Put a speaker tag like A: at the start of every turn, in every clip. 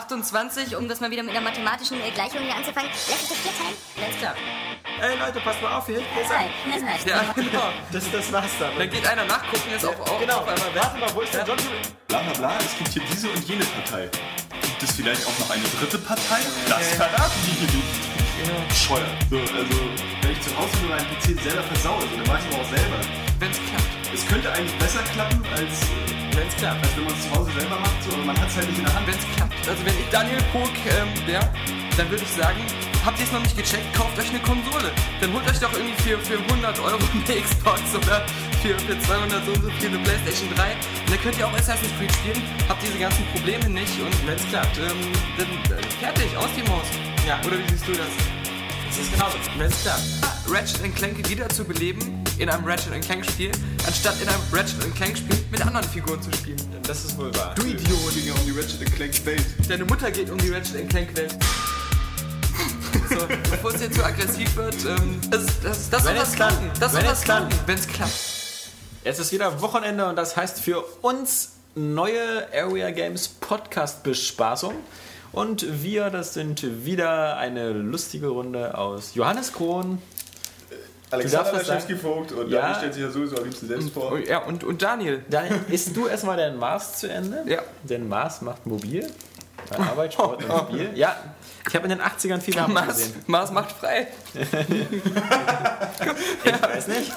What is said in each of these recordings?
A: 28, um das mal wieder mit einer mathematischen äh, Gleichung hier anzufangen.
B: Lass uns das vier teilen.
A: Alles klar.
C: Ey Leute, passt mal auf, hier hinten ist
B: Zwei.
C: ein.
B: Das reicht.
A: Ja, genau.
C: Das, das war's dann.
A: Dann geht einer nachgucken, jetzt auf, auf, auf
C: genau,
A: einmal weg.
C: warte mal, wo ist der John?
D: Bla bla bla, es gibt hier diese und jene Partei. Gibt es vielleicht auch noch eine dritte Partei? Das verraten die hier nicht. Bescheuert. So, also, wenn ich zu Hause mit meinem PC selber versaue, so, dann mache ich es aber auch selber.
C: Wenn's klappt.
D: Es könnte eigentlich besser klappen, als, äh,
C: Wenn's klappt.
D: als wenn man es zu Hause selber macht, so, aber man hat es halt nicht in der Hand.
C: Wenn's klappt. Also wenn ich Daniel Pog ähm, wäre, dann würde ich sagen, habt ihr es noch nicht gecheckt, kauft euch eine Konsole. Dann holt euch doch irgendwie für, für 100 Euro eine Xbox oder für, für 200 so und so viel eine Playstation 3. Und dann könnt ihr auch Assassin's Creed spielen, habt diese ganzen Probleme nicht und wenn's klappt, ähm, dann äh, fertig, aus dem Haus. Ja. Oder wie siehst du das? Es ist genauso. Wenn's klappt. Ratchet Clank wieder zu beleben in einem Ratchet Clank Spiel, anstatt in einem Ratchet Clank Spiel mit anderen Figuren zu spielen.
D: Das ist wohl wahr. Du Idiot, Digga, um die Ratchet Clank Welt.
C: Deine Mutter geht um die Ratchet Clank Welt. So, bevor es jetzt zu aggressiv wird, ähm, das, das, das
E: Wenn
C: soll das
E: es klappt.
C: klappen. Das
E: Wenn
C: soll
E: es
C: das
E: klappt.
C: klappen, wenn es klappt.
E: Es ist wieder Wochenende und das heißt für uns neue Area Games Podcast Bespaßung. Und wir, das sind wieder eine lustige Runde aus Johannes Krohn.
D: Alexander
E: Du darfst was
D: Laschewski Vogt und
E: Ja.
D: Daniel stellt sich ja sowieso am liebsten selbst vor.
C: Oh, ja, und, und Daniel.
E: Dann isst du erstmal deinen Mars zu Ende.
C: Ja.
E: Denn Mars macht mobil. Bei Arbeit, Sport und mobil. Ja. Ich habe in den 80ern viel Mars
C: Mars,
E: gesehen.
C: Mars macht frei.
E: Ich weiß nicht.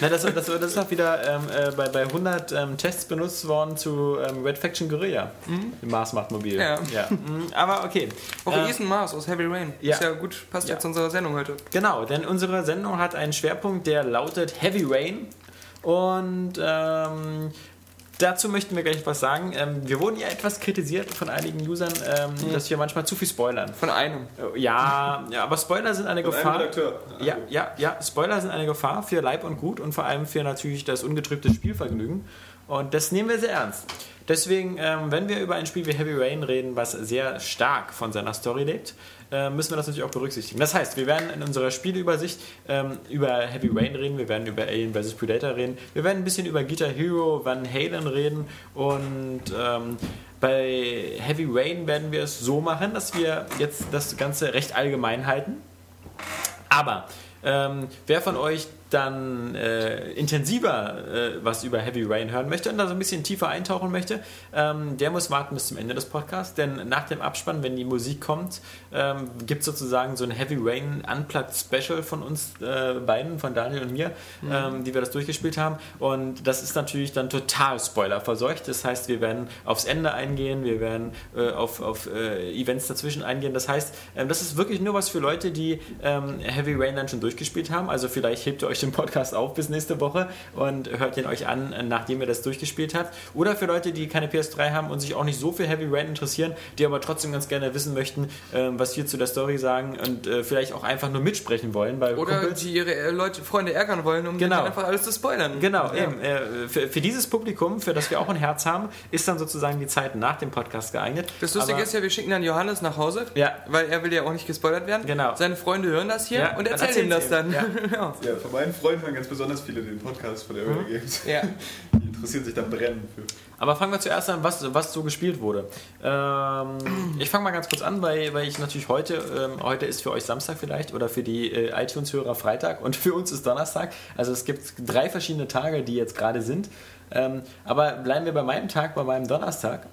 E: Na, das, das, das ist auch wieder ähm, äh, bei, bei 100 ähm, Tests benutzt worden zu ähm, Red Faction Guerilla. Mars macht mobil.
C: Mhm. Ja.
E: Mhm, aber okay.
C: Auch
E: Ähm,
C: Ethan Mars aus Heavy Rain.
E: ja.
C: Ist ja gut, passt
E: Ja.
C: ja zu unserer Sendung heute.
E: Genau, denn unsere Sendung hat einen Schwerpunkt, der lautet Heavy Rain. Und ähm, dazu möchten wir gleich was sagen. Ähm, wir wurden ja etwas kritisiert von einigen Usern, ähm,
D: Hm.
E: dass wir manchmal zu viel spoilern.
C: Von einem.
E: Äh, Ja, ja aber Spoiler sind eine
D: Von einem
E: Gefahr.
D: Redakteur.
E: Ja, ja, ja, Spoiler sind eine Gefahr für Leib und Gut und vor allem für natürlich das ungetrübte Spielvergnügen. Und das nehmen wir sehr ernst. Deswegen, ähm, wenn wir über ein Spiel wie Heavy Rain reden, was sehr stark von seiner Story lebt, äh, müssen wir das natürlich auch berücksichtigen. Das heißt, wir werden in unserer Spieleübersicht ähm, über Heavy Rain reden, wir werden über Alien vs. Predator reden, wir werden ein bisschen über Guitar Hero, Van Halen reden und ähm, bei Heavy Rain werden wir es so machen, dass wir jetzt das Ganze recht allgemein halten. Aber ähm, wer von euch dann äh, intensiver äh, was über Heavy Rain hören möchte und da so ein bisschen tiefer eintauchen möchte, ähm, der muss warten bis zum Ende des Podcasts, denn nach dem Abspann, wenn die Musik kommt, ähm, gibt es sozusagen so ein Heavy Rain Unplugged Special von uns äh, beiden, von Daniel und mir, ähm, die wir das durchgespielt haben. Und das ist natürlich dann total Spoiler verseucht. Das heißt, wir werden aufs Ende eingehen, wir werden äh, auf, auf äh, Events dazwischen eingehen. Das heißt, ähm, das ist wirklich nur was für Leute, die ähm, Heavy Rain dann schon durchgespielt haben. Also vielleicht hebt ihr euch den Podcast auf bis nächste Woche und hört ihn euch an, äh, nachdem ihr das durchgespielt habt. Oder für Leute, die keine PS3 haben und sich auch nicht so für Heavy Rain interessieren, die aber trotzdem ganz gerne wissen möchten, ähm, was wir zu der Story sagen und äh, vielleicht auch einfach nur mitsprechen wollen. Bei
C: Oder
E: Kumpels.
C: die ihre äh, Leute, Freunde ärgern wollen, um
E: Genau.
C: denen einfach alles zu spoilern.
E: Genau,
C: Ja.
E: eben. Äh, für, für dieses Publikum, für das wir auch ein Herz haben, ist dann sozusagen die Zeit nach dem Podcast geeignet.
C: Das Lustige
E: Aber-
C: ist ja, wir schicken dann Johannes nach Hause,
E: Ja.
C: weil er will ja auch nicht gespoilert werden.
E: Genau.
C: Seine Freunde hören das hier
E: Ja,
C: und
E: dann
C: erzählen ihm das
E: erzählen's
C: dann.
E: ihm.
C: Ja.
D: Ja, von meinen Freunden hören ganz besonders viele den Podcast von der
E: Mhm.
D: Euro Games.
C: Ja.
D: Die interessieren sich da brennend für.
E: Aber fangen wir zuerst an, was, was so gespielt wurde. Ähm, ich fange mal ganz kurz an, weil, weil ich natürlich heute, ähm, heute ist für euch Samstag vielleicht oder für die äh, iTunes-Hörer Freitag und für uns ist Donnerstag. Also es gibt drei verschiedene Tage, die jetzt gerade sind. Ähm, aber bleiben wir bei meinem Tag, bei meinem Donnerstag.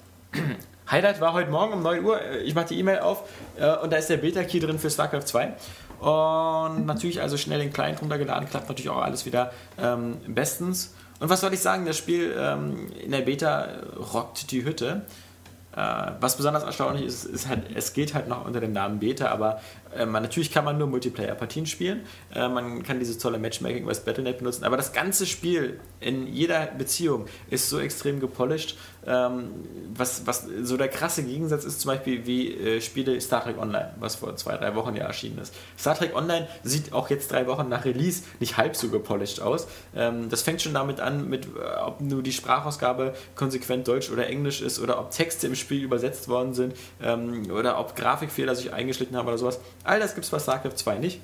E: Highlight war heute Morgen um 9 Uhr. äh, Ich mache die E-Mail auf äh, und da ist der Beta-Key drin für StarCraft 2. Und natürlich also schnell den Client runtergeladen, klappt natürlich auch alles wieder ähm, bestens. Und was soll ich sagen, das Spiel ähm, in der Beta äh, rockt die Hütte. Äh, was besonders erstaunlich ist, ist halt, es geht halt noch unter dem Namen Beta, aber äh, man, natürlich kann man nur Multiplayer-Partien spielen. Äh, man kann dieses tolle Matchmaking über das Battle.net benutzen, aber das ganze Spiel in jeder Beziehung ist so extrem gepolished, ähm, was, was so der krasse Gegensatz ist, zum Beispiel wie äh, Spiele Star Trek Online, was vor zwei, drei Wochen ja erschienen ist. Star Trek Online sieht auch jetzt drei Wochen nach Release nicht halb so gepolished aus. Ähm, das fängt schon damit an, mit, äh, ob nur die Sprachausgabe konsequent Deutsch oder Englisch ist oder ob Texte im Spiel übersetzt worden sind ähm, oder ob Grafikfehler sich eingeschlichen haben oder sowas. All das gibt es bei StarCraft 2 nicht.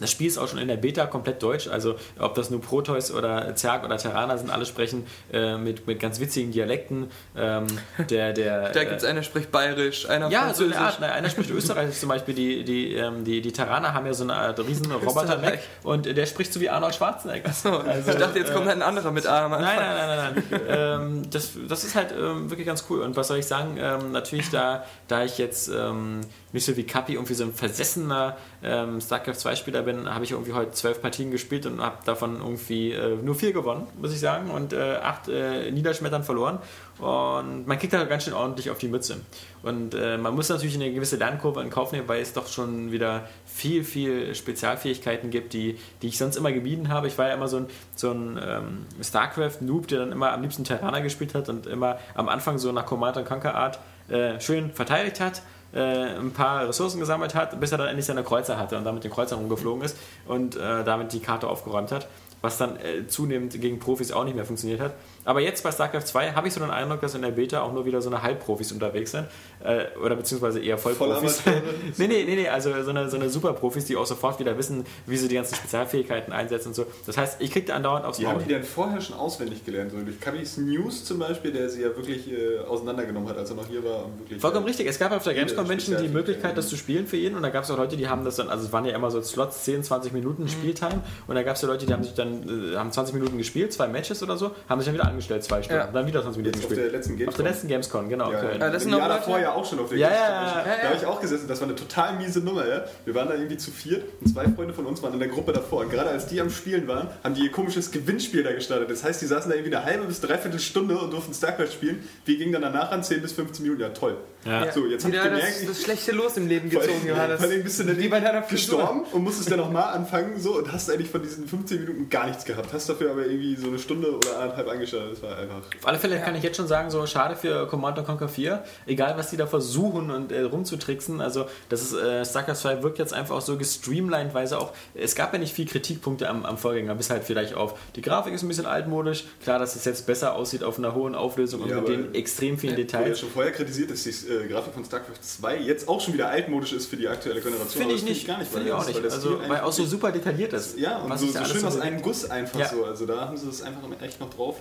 E: Das Spiel ist auch schon in der Beta komplett deutsch, also ob das nur Proteus oder Zerg oder Terraner sind, alle sprechen äh, mit, mit ganz witzigen Dialekten. Ähm, der, der,
C: Da gibt es einer spricht bayerisch, einer
E: ja, so
C: französisch.
E: eine Art. Na, einer spricht Österreichisch zum Beispiel. Die, die, ähm, die, die Terraner haben ja so eine Art riesen roboter mac und äh, der spricht so wie Arnold Schwarzenegger.
C: so, ich dachte, jetzt kommt halt ein anderer mit Arm.
E: Also, Nein, nein, nein, nein, nein. ähm, das, das ist halt ähm, wirklich ganz cool. Und was soll ich sagen? Ähm, natürlich, da, da ich jetzt ähm, nicht so wie Kapi irgendwie so ein versessener ähm, StarCraft 2-Spieler bin, habe ich irgendwie heute zwölf Partien gespielt und habe davon irgendwie äh, nur vier gewonnen, muss ich sagen, und äh, acht äh, Niederschmettern verloren. Und man kriegt da ganz schön ordentlich auf die Mütze. Und äh, man muss natürlich eine gewisse Lernkurve in Kauf nehmen, weil es doch schon wieder viel, viel Spezialfähigkeiten gibt, die, die ich sonst immer gemieden habe. Ich war ja immer so ein, so ein ähm, StarCraft-Noob, der dann immer am liebsten Terraner gespielt hat und immer am Anfang so nach Commander Conquer-Art äh, schön verteidigt hat. äh, Ein paar Ressourcen gesammelt hat, bis er dann endlich seine Kreuzer hatte und damit den Kreuzern rumgeflogen ist und äh, damit die Karte aufgeräumt hat was dann äh, zunehmend gegen Profis auch nicht mehr funktioniert hat. Aber jetzt bei StarCraft 2 habe ich so den Eindruck, dass in der Beta auch nur wieder so eine Halbprofis unterwegs sind. Äh, oder beziehungsweise eher Vollprofis.
D: Vollamateure.
E: nee, nee, nee, nee, also so eine, so eine Superprofis, die auch sofort wieder wissen, wie sie die ganzen Spezialfähigkeiten einsetzen und so. Das heißt, ich kriege da andauernd aufs
D: Die haben
E: Maul.
D: die dann vorher schon auswendig gelernt. So durch Kabis News zum Beispiel, der sie ja wirklich äh, auseinandergenommen hat, als er noch hier war. Und wirklich, äh,
E: Vollkommen richtig. Es gab auf der Games Convention die
D: Spezialfähigkeiten.
E: Möglichkeit, das zu spielen für jeden. Und da gab es auch Leute, die haben das dann, also es waren ja immer so Slots, 10, 20 Minuten Spieltime. Und da gab es ja Leute, die haben sich dann äh, haben 20 Minuten gespielt, zwei Matches oder so, haben sich dann wieder angestellt, zwei Stunden.
C: Ja.
E: Dann wieder 20 Minuten
D: Jetzt auf
E: gespielt.
D: der letzten
E: Auf der
D: Gamescom.
E: letzten Gamescom, genau. in
D: Ja,
E: Köln.
D: ja.
C: das
D: das
C: sind
D: Jahr
C: noch Leute-
D: davor ja auch schon auf der
E: Ja,
D: Gamescom.
E: ja, ja,
D: Ich-
C: ja,
D: Da
C: ja.
D: habe ich auch gesessen. Das war eine total miese Nummer. Ja? Wir waren da irgendwie zu viert und zwei Freunde von uns waren in der Gruppe davor. Und gerade als die am Spielen waren, haben die ihr komisches Gewinnspiel da gestartet. Das heißt, die saßen da irgendwie eine halbe bis dreiviertel Stunde und durften StarCraft spielen. Wir gingen dann danach an 10 bis 15 Minuten. Ja, toll.
E: Ja.
D: So, jetzt habe ich
C: ja, das,
D: gemerkt,
C: das schlechte Los im Leben
D: Vor allem-
C: gezogen, Johannes.
D: Vor allem bist du dann
C: Wie bei deiner Frisur.
D: gestorben und musstest dann nochmal anfangen so und hast eigentlich von diesen 15 Minuten gar nichts gehabt. Hast dafür aber irgendwie so eine Stunde oder anderthalb angeschaut. Das war einfach.
E: Auf alle Fälle kann ich jetzt schon sagen, so schade für Command Conquer 4, egal was die da versuchen und äh, rumzutricksen, also das ist, äh, StarCraft 2 wirkt jetzt einfach auch so gestreamlined, weil sie auch, es gab ja nicht viel Kritikpunkte am, am Vorgänger, bis halt vielleicht auf, die Grafik ist ein bisschen altmodisch, klar, dass es jetzt besser aussieht auf einer hohen Auflösung und
D: Ja,
E: mit
D: aber-
E: den extrem vielen
D: Ich ja
E: Details.
D: schon vorher kritisiert, dass die äh, Grafik von StarCraft 2 jetzt auch schon wieder altmodisch ist für die aktuelle Generation.
E: Finde
D: aber
E: ich
D: das
E: nicht,
D: gar nicht.
E: finde ich
D: weil
E: auch
D: das-
E: nicht,
D: weil das
E: also,
D: Spiel
E: weil
D: eigentlich-
E: auch so super detailliert ist.
D: Ja, und
E: was
D: so,
E: ist
D: so
E: da alles
D: schön
E: so
D: aus
E: drin?
D: einem Guss einfach
E: Ja.
D: so. Also da haben sie das einfach echt noch drauf.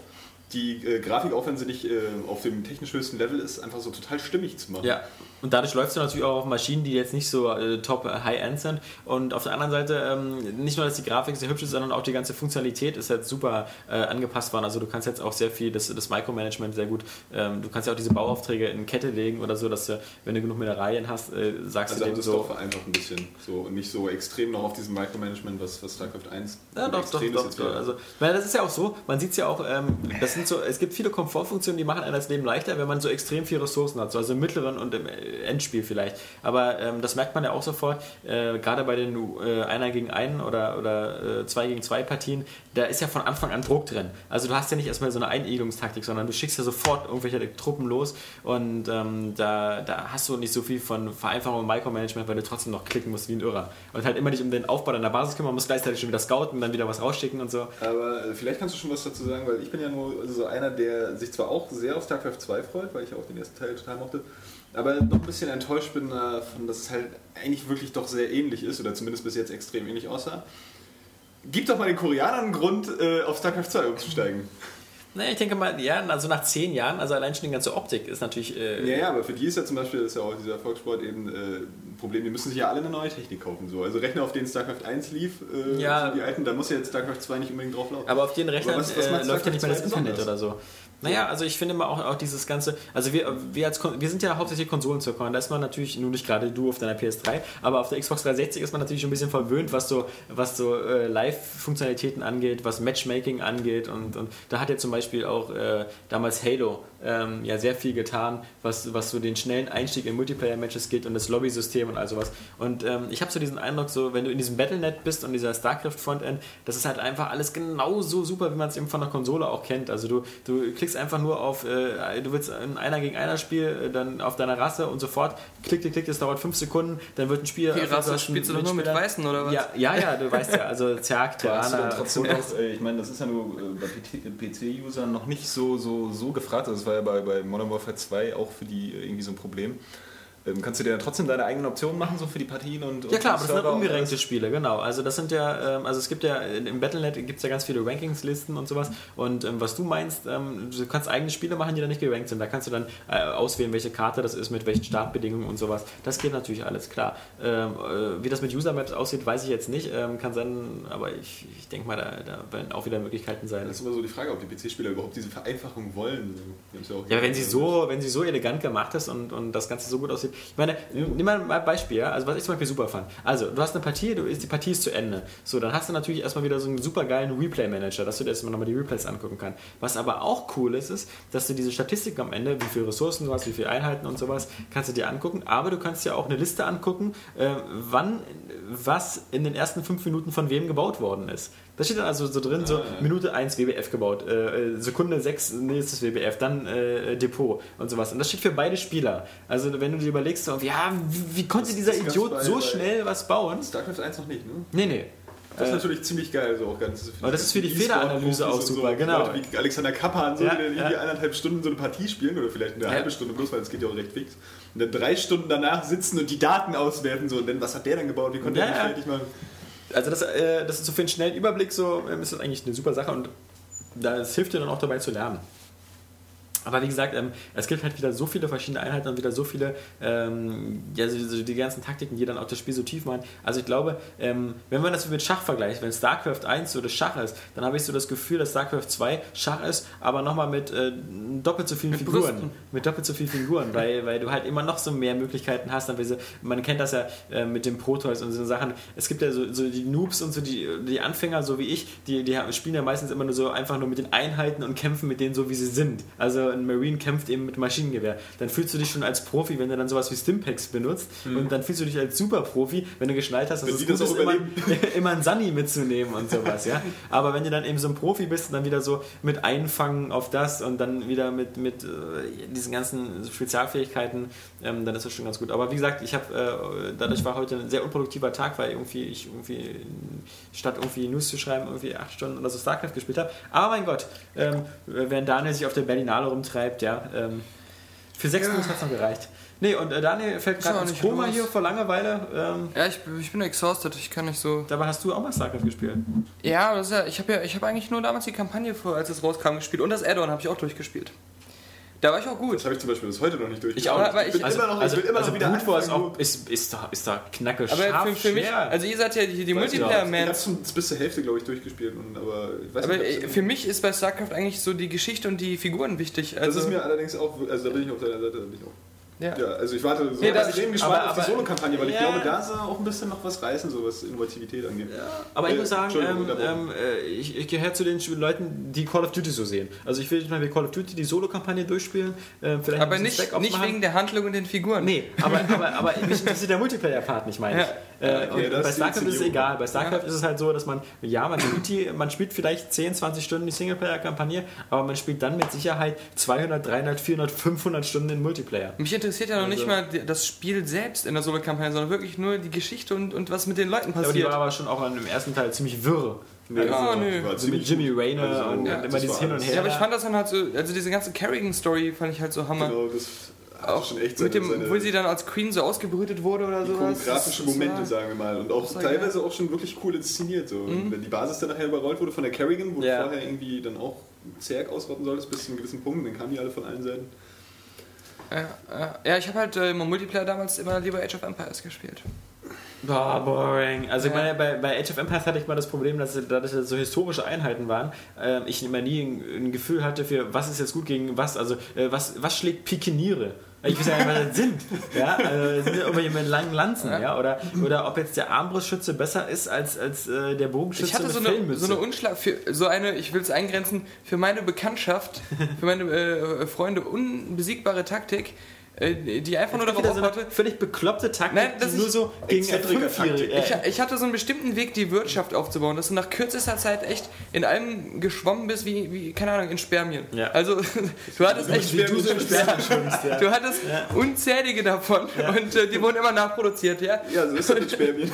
D: Die äh, Grafik, auch wenn sie nicht äh, auf dem technisch höchsten Level ist, einfach so total stimmig zu machen.
E: Ja, und dadurch läufst du natürlich auch auf Maschinen, die jetzt nicht so äh, top äh, high-end sind. Und auf der anderen Seite, ähm, nicht nur, dass die Grafik sehr hübsch ist, sondern auch die ganze Funktionalität ist halt super äh, angepasst worden. Also du kannst jetzt auch sehr viel, das, das Micromanagement sehr gut, ähm, du kannst ja auch diese Bauaufträge in Kette legen oder so, dass du, wenn du genug Mineralien hast, äh, sagst
D: Also
E: du
D: haben
E: dem
D: sie es
E: so...
D: doch vereinfacht ein bisschen. So, und nicht so extrem noch auf diesem Micromanagement, was, was StarCraft 1
E: Ja, doch, doch,
D: extrem
E: doch.
D: ist jetzt
E: doch.
D: wieder.
E: Also, na, das ist ja auch so, man sieht es ja auch, ähm, das sind so, es gibt viele Komfortfunktionen, die machen einem das Leben leichter, wenn man so extrem viele Ressourcen hat, so, also im mittleren und im äh, Endspiel vielleicht. Aber ähm, das merkt man ja auch sofort, äh, gerade bei den äh, einer gegen einen oder, oder äh, zwei gegen zwei Partien, da ist ja von Anfang an Druck drin. Also du hast ja nicht erstmal so eine Einegelungstaktik, sondern du schickst ja sofort irgendwelche Truppen los und ähm, da, da hast du nicht so viel von Vereinfachung und Micromanagement, weil du trotzdem noch klicken musst wie ein Irrer. Und halt immer dich um den Aufbau deiner Basis kümmern, musst gleichzeitig schon wieder scouten, dann wieder was rausschicken und so.
D: Aber äh, vielleicht kannst du schon was dazu sagen, weil ich bin ja nur also so einer, der sich zwar auch sehr auf StarCraft 2 freut, weil ich ja auch den ersten Teil total mochte, aber noch ein bisschen enttäuscht bin davon, dass es halt eigentlich wirklich doch sehr ähnlich ist oder zumindest bis jetzt extrem ähnlich aussah. Gib doch mal den Koreanern einen Grund, äh, auf StarCraft 2 umzusteigen.
E: Naja, ich denke mal, ja, also nach zehn Jahren, also allein schon die ganze Optik ist natürlich. Äh,
D: Ja, ja, aber für die ist ja zum Beispiel, das ist ja auch dieser Volkssport eben äh, ein Problem, die müssen sich ja alle eine neue Technik kaufen. So. Also Rechner, auf denen StarCraft 1 lief, äh,
E: Ja.
D: sind die alten, da muss ja jetzt StarCraft 2 nicht unbedingt drauf laufen.
E: Aber auf den Rechnern
D: Aber was- was
E: äh,
D: macht
E: läuft
D: StarCraft
E: ja nicht mehr das
D: 2
E: Internet
D: besonders?
E: oder so. Naja, also ich finde mal auch, auch dieses ganze, also wir, wir, als, Kon- wir sind ja hauptsächlich Konsolenzucker und da ist man natürlich, nur nicht gerade du auf deiner PS3, aber auf der Xbox 360 ist man natürlich schon ein bisschen verwöhnt, was so, was so äh, Live-Funktionalitäten angeht, was Matchmaking angeht und, und da hat ja zum Beispiel auch äh, damals Halo ähm, ja sehr viel getan, was, was so den schnellen Einstieg in Multiplayer-Matches geht und das Lobby-System und all sowas. Und ähm, ich habe so diesen Eindruck, so wenn du in diesem Battle.net bist und dieser StarCraft-Frontend, das ist halt einfach alles genauso super, wie man es eben von der Konsole auch kennt. Also du, du klickst einfach nur auf, äh, du willst ein einer gegen einer Spiel, äh, dann auf deiner Rasse und sofort, klick, klick, klick, das dauert fünf Sekunden, dann wird ein Spiel...
C: Die
E: eröffnet,
C: Rasse
E: du hast einen
C: spielst du doch nur mit
E: Mitspieler.
C: Weißen, oder was?
E: Ja, ja, ja, du weißt ja, also Zerg,
B: Hast du
E: Terraner...
B: dann trotzdem noch, äh, ich meine, das ist ja nur äh, bei PT PC-Usern Also noch nicht so, so, so gefragt. Das war ja bei, bei Modern Warfare 2 auch für die äh, irgendwie so ein Problem. Ähm, kannst du dir trotzdem deine eigenen Optionen machen, so für die Partien und. und
E: Ja klar, aber
B: die
E: das sind
B: Server und
E: ungerankte Spiele, genau. Also das sind ja, ähm, also es gibt ja, im Battlenet gibt es ja ganz viele Rankingslisten und sowas. Und ähm, was du meinst, ähm, du kannst eigene Spiele machen, die dann nicht gerankt sind. Da kannst du dann äh, auswählen, welche Karte das ist, mit welchen Startbedingungen und sowas. Das geht natürlich alles, klar. Ähm, äh, wie das mit User-Maps aussieht, weiß ich jetzt nicht. Ähm, kann sein, aber ich, ich denke mal, da, da werden auch wieder Möglichkeiten sein.
D: Das ist immer so die Frage, ob die PC-Spieler überhaupt diese Vereinfachung wollen. So, die haben's auch
E: Ja, aber wenn sie so, wenn sie so elegant gemacht ist und, und das Ganze so gut aussieht. Ich meine, nimm mal ein Beispiel, ja? also was ich zum Beispiel super fand. Also, du hast eine Partie, du, ist, die Partie ist zu Ende. So, dann hast du natürlich erstmal wieder so einen super geilen Replay-Manager, dass du dir erstmal nochmal die Replays angucken kannst. Was aber auch cool ist, ist, dass du diese Statistik am Ende, wie viele Ressourcen du hast, wie viele Einheiten und sowas, kannst du dir angucken. Aber du kannst ja auch eine Liste angucken, äh, wann was in den ersten fünf Minuten von wem gebaut worden ist. Da steht dann also so drin, so Minute 1 WBF gebaut, äh, äh, Sekunde 6 nächstes WBF, dann äh, Depot und sowas. Und das steht für beide Spieler. Also wenn du dir überlegst, so, ja, wie, wie konnte dieser
D: das gab's
E: Idiot
D: bei-
E: so
D: bei-
E: schnell was bauen?
D: StarCraft 1 noch nicht, ne?
E: Nee, nee.
D: Das
E: Äh,
D: ist natürlich ziemlich geil, so auch ganz. für
E: Aber das ist für die
D: ganzen
E: Fehleranalyse
D: E-Sport-Profis
E: auch
D: und
E: super,
D: so.
E: genau.
D: Leute wie Alexander Kappan, so,
E: Ja,
D: die dann irgendwie
E: ja.
D: eineinhalb Stunden so eine Partie spielen oder vielleicht eine
E: Ja.
D: halbe Stunde bloß, weil es geht ja auch recht fix. Und dann drei Stunden danach sitzen und die Daten auswerten, so, und dann, was hat der dann gebaut, wie konnte
E: Ja,
D: er
E: ja.
D: nicht fertig machen?
E: Also das, äh, das ist so für einen schnellen Überblick so, ähm, ist das eigentlich eine super Sache und das hilft dir dann auch dabei zu lernen. Aber wie gesagt, ähm, es gibt halt wieder so viele verschiedene Einheiten und wieder so viele, ähm, ja, so, so die ganzen Taktiken, die dann auch das Spiel so tief machen. Also ich glaube, ähm, wenn man das mit Schach vergleicht, wenn StarCraft 1 so das Schach ist, dann habe ich so das Gefühl, dass StarCraft 2 Schach ist, aber nochmal mit äh, doppelt so vielen Figuren.
C: Brüsten.
E: Mit doppelt so vielen Figuren, weil, weil du halt immer noch so mehr Möglichkeiten hast. Aber so- Man kennt das ja äh, mit den Protoys und so Sachen. Es gibt ja so, so die Noobs und so die, die Anfänger, so wie ich, die, die haben- spielen ja meistens immer nur so einfach nur mit den Einheiten und kämpfen mit denen so, wie sie sind. Also ein Marine kämpft eben mit Maschinengewehr. Dann fühlst du dich schon als Profi, wenn du dann sowas wie Stimpacks benutzt. Und dann fühlst du dich als Superprofi, wenn du geschnallt hast, dass
D: Mhm. Wenn
E: es
D: die
E: gut
D: das
E: ist,
D: auch
E: immer,
D: überleben.
E: immer einen Sunny mitzunehmen und sowas, ja. Aber wenn du dann eben so ein Profi bist und dann wieder so mit einfangen auf das und dann wieder mit, mit äh, diesen ganzen Spezialfähigkeiten, ähm, dann ist das schon ganz gut. Aber wie gesagt, ich habe äh, dadurch war heute ein sehr unproduktiver Tag, weil irgendwie ich irgendwie statt irgendwie News zu schreiben, irgendwie acht Stunden oder so StarCraft gespielt habe. Aber mein Gott, ähm, während Daniel sich auf der Berlinale rumtreibt, ja, ähm, für sechs News hat es noch gereicht. Nee, und äh, Daniel fällt
C: Ist auch
E: gerade ins
C: nicht
E: Koma
C: los.
E: hier vor Langeweile. Ähm,
C: Ja, ich, ich bin exhausted, ich kann nicht so.
E: Dabei hast du auch mal StarCraft gespielt.
C: Ja, aber das ist ja, ich habe ja, ich habe eigentlich nur damals die Kampagne, vor, als es rauskam, gespielt und das Add-on habe ich auch durchgespielt. Da war ich auch gut.
D: Das habe ich zum Beispiel bis heute noch nicht durch.
C: auch
D: Aber
C: nicht.
D: ich bin
C: Also-
D: immer noch, ich bin immer noch wieder
E: Brute Force
D: anfangen,
E: auch, ist, ist, da, ist da knacke
C: Aber
E: scharf,
C: für, für mich,
E: schwer.
C: also ihr seid ja die, die
D: Weiß ich Ich
C: Multiplayer-Mans.
D: habe bis zur Hälfte, glaube ich, durchgespielt. Und, aber ich weiß
C: Aber
D: nicht,
C: äh,
D: ob's-
C: für mich ist bei StarCraft eigentlich so die Geschichte und die Figuren wichtig.
D: das
C: Also,
D: ist mir allerdings auch, also da bin ich auf deiner Seite. Da bin ich auch.
C: ja.
D: Ja, also ich warte so
C: Nee, das-
D: extrem gespannt
E: aber-
D: auf die
E: aber-
D: Solo-Kampagne, weil ich
E: ja.
D: glaube, da soll auch ein bisschen noch was reißen, so was Innovativität angeht.
E: aber ich
D: Äh,
E: muss sagen,
D: Entschuldigung,
E: ähm,
D: unterbrochen.
E: ähm, äh, ich, ich gehöre zu den Sch- Leuten, die Call of Duty so sehen. Also ich will nicht mal wie Call of Duty die Solo-Kampagne durchspielen. Äh, vielleicht
C: Aber
E: ein bisschen
C: nicht,
E: Stack
C: nicht
E: aufmachen.
C: wegen der Handlung und den Figuren.
E: Nee, aber, aber, aber mich interessiert der Multiplayer-Part nicht, meine ich. Äh,
D: okay,
E: und
D: das ist
E: bei
D: die
E: StarCraft ist es
D: Inszenierung.
E: egal. Bei StarCraft ist es halt so, dass man, ja, man, spielt, man spielt vielleicht 10, 20 Stunden die Singleplayer-Kampagne, aber man spielt dann mit Sicherheit 200, 300, 400, 500 Stunden in Multiplayer.
C: Mich interessiert ja noch nicht mal
E: Also-
C: die- das Spiel selbst in der Solo-Kampagne, sondern wirklich nur die Geschichte und, und was mit den Leuten
E: Ja, Aber die
C: passiert.
E: war aber schon auch im ersten Teil ziemlich wirr.
C: Ja, nö.
D: war
E: Also mit Jimmy Rayner
D: Also,
E: und,
D: ja,
E: und immer
D: das
E: dieses
D: war
E: Hin und
D: alles.
E: Her.
C: ja, aber ich fand das dann halt so, also diese ganze Carrigan-Story fand ich halt so hammer.
D: Genau, das hat
C: Auch
D: schon echt
C: mit
D: seine,
C: dem, wo
D: seine
C: sie dann als Queen so ausgebrütet wurde oder sowas.
D: ikonografische
C: Das war-
D: Momente, sagen wir mal. Und auch
C: war Mhm.
D: teilweise auch schon wirklich cool inszeniert. So. Und Wenn die Basis dann nachher überrollt wurde von der Kerrigan, wo
E: Ja.
D: du vorher irgendwie dann auch Zerg ausrotten solltest bis zu einem gewissen Punkt, dann kamen die alle von allen Seiten.
C: Ja, ja. ja, ich habe halt äh, im Multiplayer damals immer lieber Age of Empires gespielt.
E: Boah, boring. Also ich
C: Ja.
E: meine, bei, bei Age of Empires hatte ich mal das Problem, dass dadurch, dass es so historische Einheiten waren, ähm, ich immer nie ein, ein Gefühl hatte für, was ist jetzt gut gegen was, also äh, was, was schlägt Pikiniere? Ich weiß ja nicht, was das sind. Ja, also, sind ja irgendwelche mit langen Lanzen, ja. Oder, oder ob jetzt der Armbrustschütze besser ist als, als äh, der Bogenschütze
C: Ich hatte
E: mit
C: so eine,
E: Fellmütze.
C: so eine Unschlag für so eine, ich will es eingrenzen, für meine Bekanntschaft, für meine äh, Freunde unbesiegbare Taktik, äh, die einfach nur darauf
E: wieder so eine
C: aufbaute.
E: völlig bekloppte Taktik,
C: Nein, das
E: die nur
C: ist-
E: so gegen
D: Exzentriker
E: Fünfjährige-
C: Ich,
E: äh,
C: ich hatte so einen bestimmten Weg, die Wirtschaft aufzubauen, dass du nach kürzester Zeit echt in allem geschwommen bist, wie, wie keine Ahnung, in Spermien.
E: Ja.
C: Also, du hattest echt
E: Wie du so im Sperr schwimmst, ja.
C: Du hattest unzählige davon und äh, die wurden immer nachproduziert, ja.
D: Ja, so ist das mit Spermien.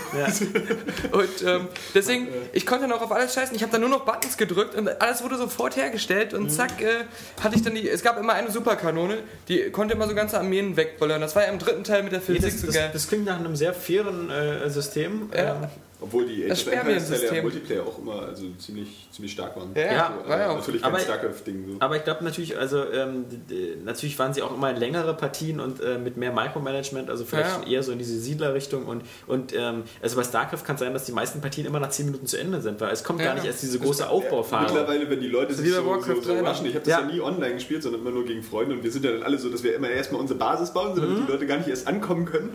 C: Und ähm, deswegen, ich konnte noch auf alles scheißen. Ich habe dann nur noch Buttons gedrückt und alles
E: Mhm.
C: wurde sofort hergestellt und zack, äh, hatte ich dann die. Es gab immer eine Superkanone, die konnte immer so ganze Armeen wegböllern. Das war ja im dritten Teil mit der
E: Nee,
C: Physik
E: das,
C: so
E: das,
C: geil.
E: das klingt nach einem sehr fairen äh, System.
C: Ja.
E: Ähm,
D: Obwohl die Age
C: Das
D: of Empires Teile ja
C: Spermien-System.
D: im Multiplayer auch immer also ziemlich, ziemlich stark waren.
C: Ja, ja,
D: also,
C: war ja auch-
D: natürlich
E: aber-
D: kein Starcraft-Ding. So.
E: aber ich glaube natürlich, also ähm, d- d- natürlich waren sie auch immer in längere Partien und äh, mit mehr Micromanagement, also vielleicht
C: Ja.
E: eher so in diese Siedlerrichtung und und ähm, also bei StarCraft kann es sein, dass die meisten Partien immer nach 10 Minuten zu Ende sind, weil es kommt
C: Ja,
E: gar nicht
C: ja.
E: erst diese große
D: Ja,
E: Aufbauphase.
D: mittlerweile, wenn die Leute
C: ist
D: sich
C: Also wie bei
D: so,
C: Warcraft
D: so, so
C: Arena.
D: rushen, ich habe das
E: Ja.
D: ja. nie online gespielt, sondern immer nur gegen Freunde und wir sind ja dann alle so, dass wir immer erstmal unsere Basis bauen, so
C: Mhm.
D: damit die Leute gar nicht erst ankommen können.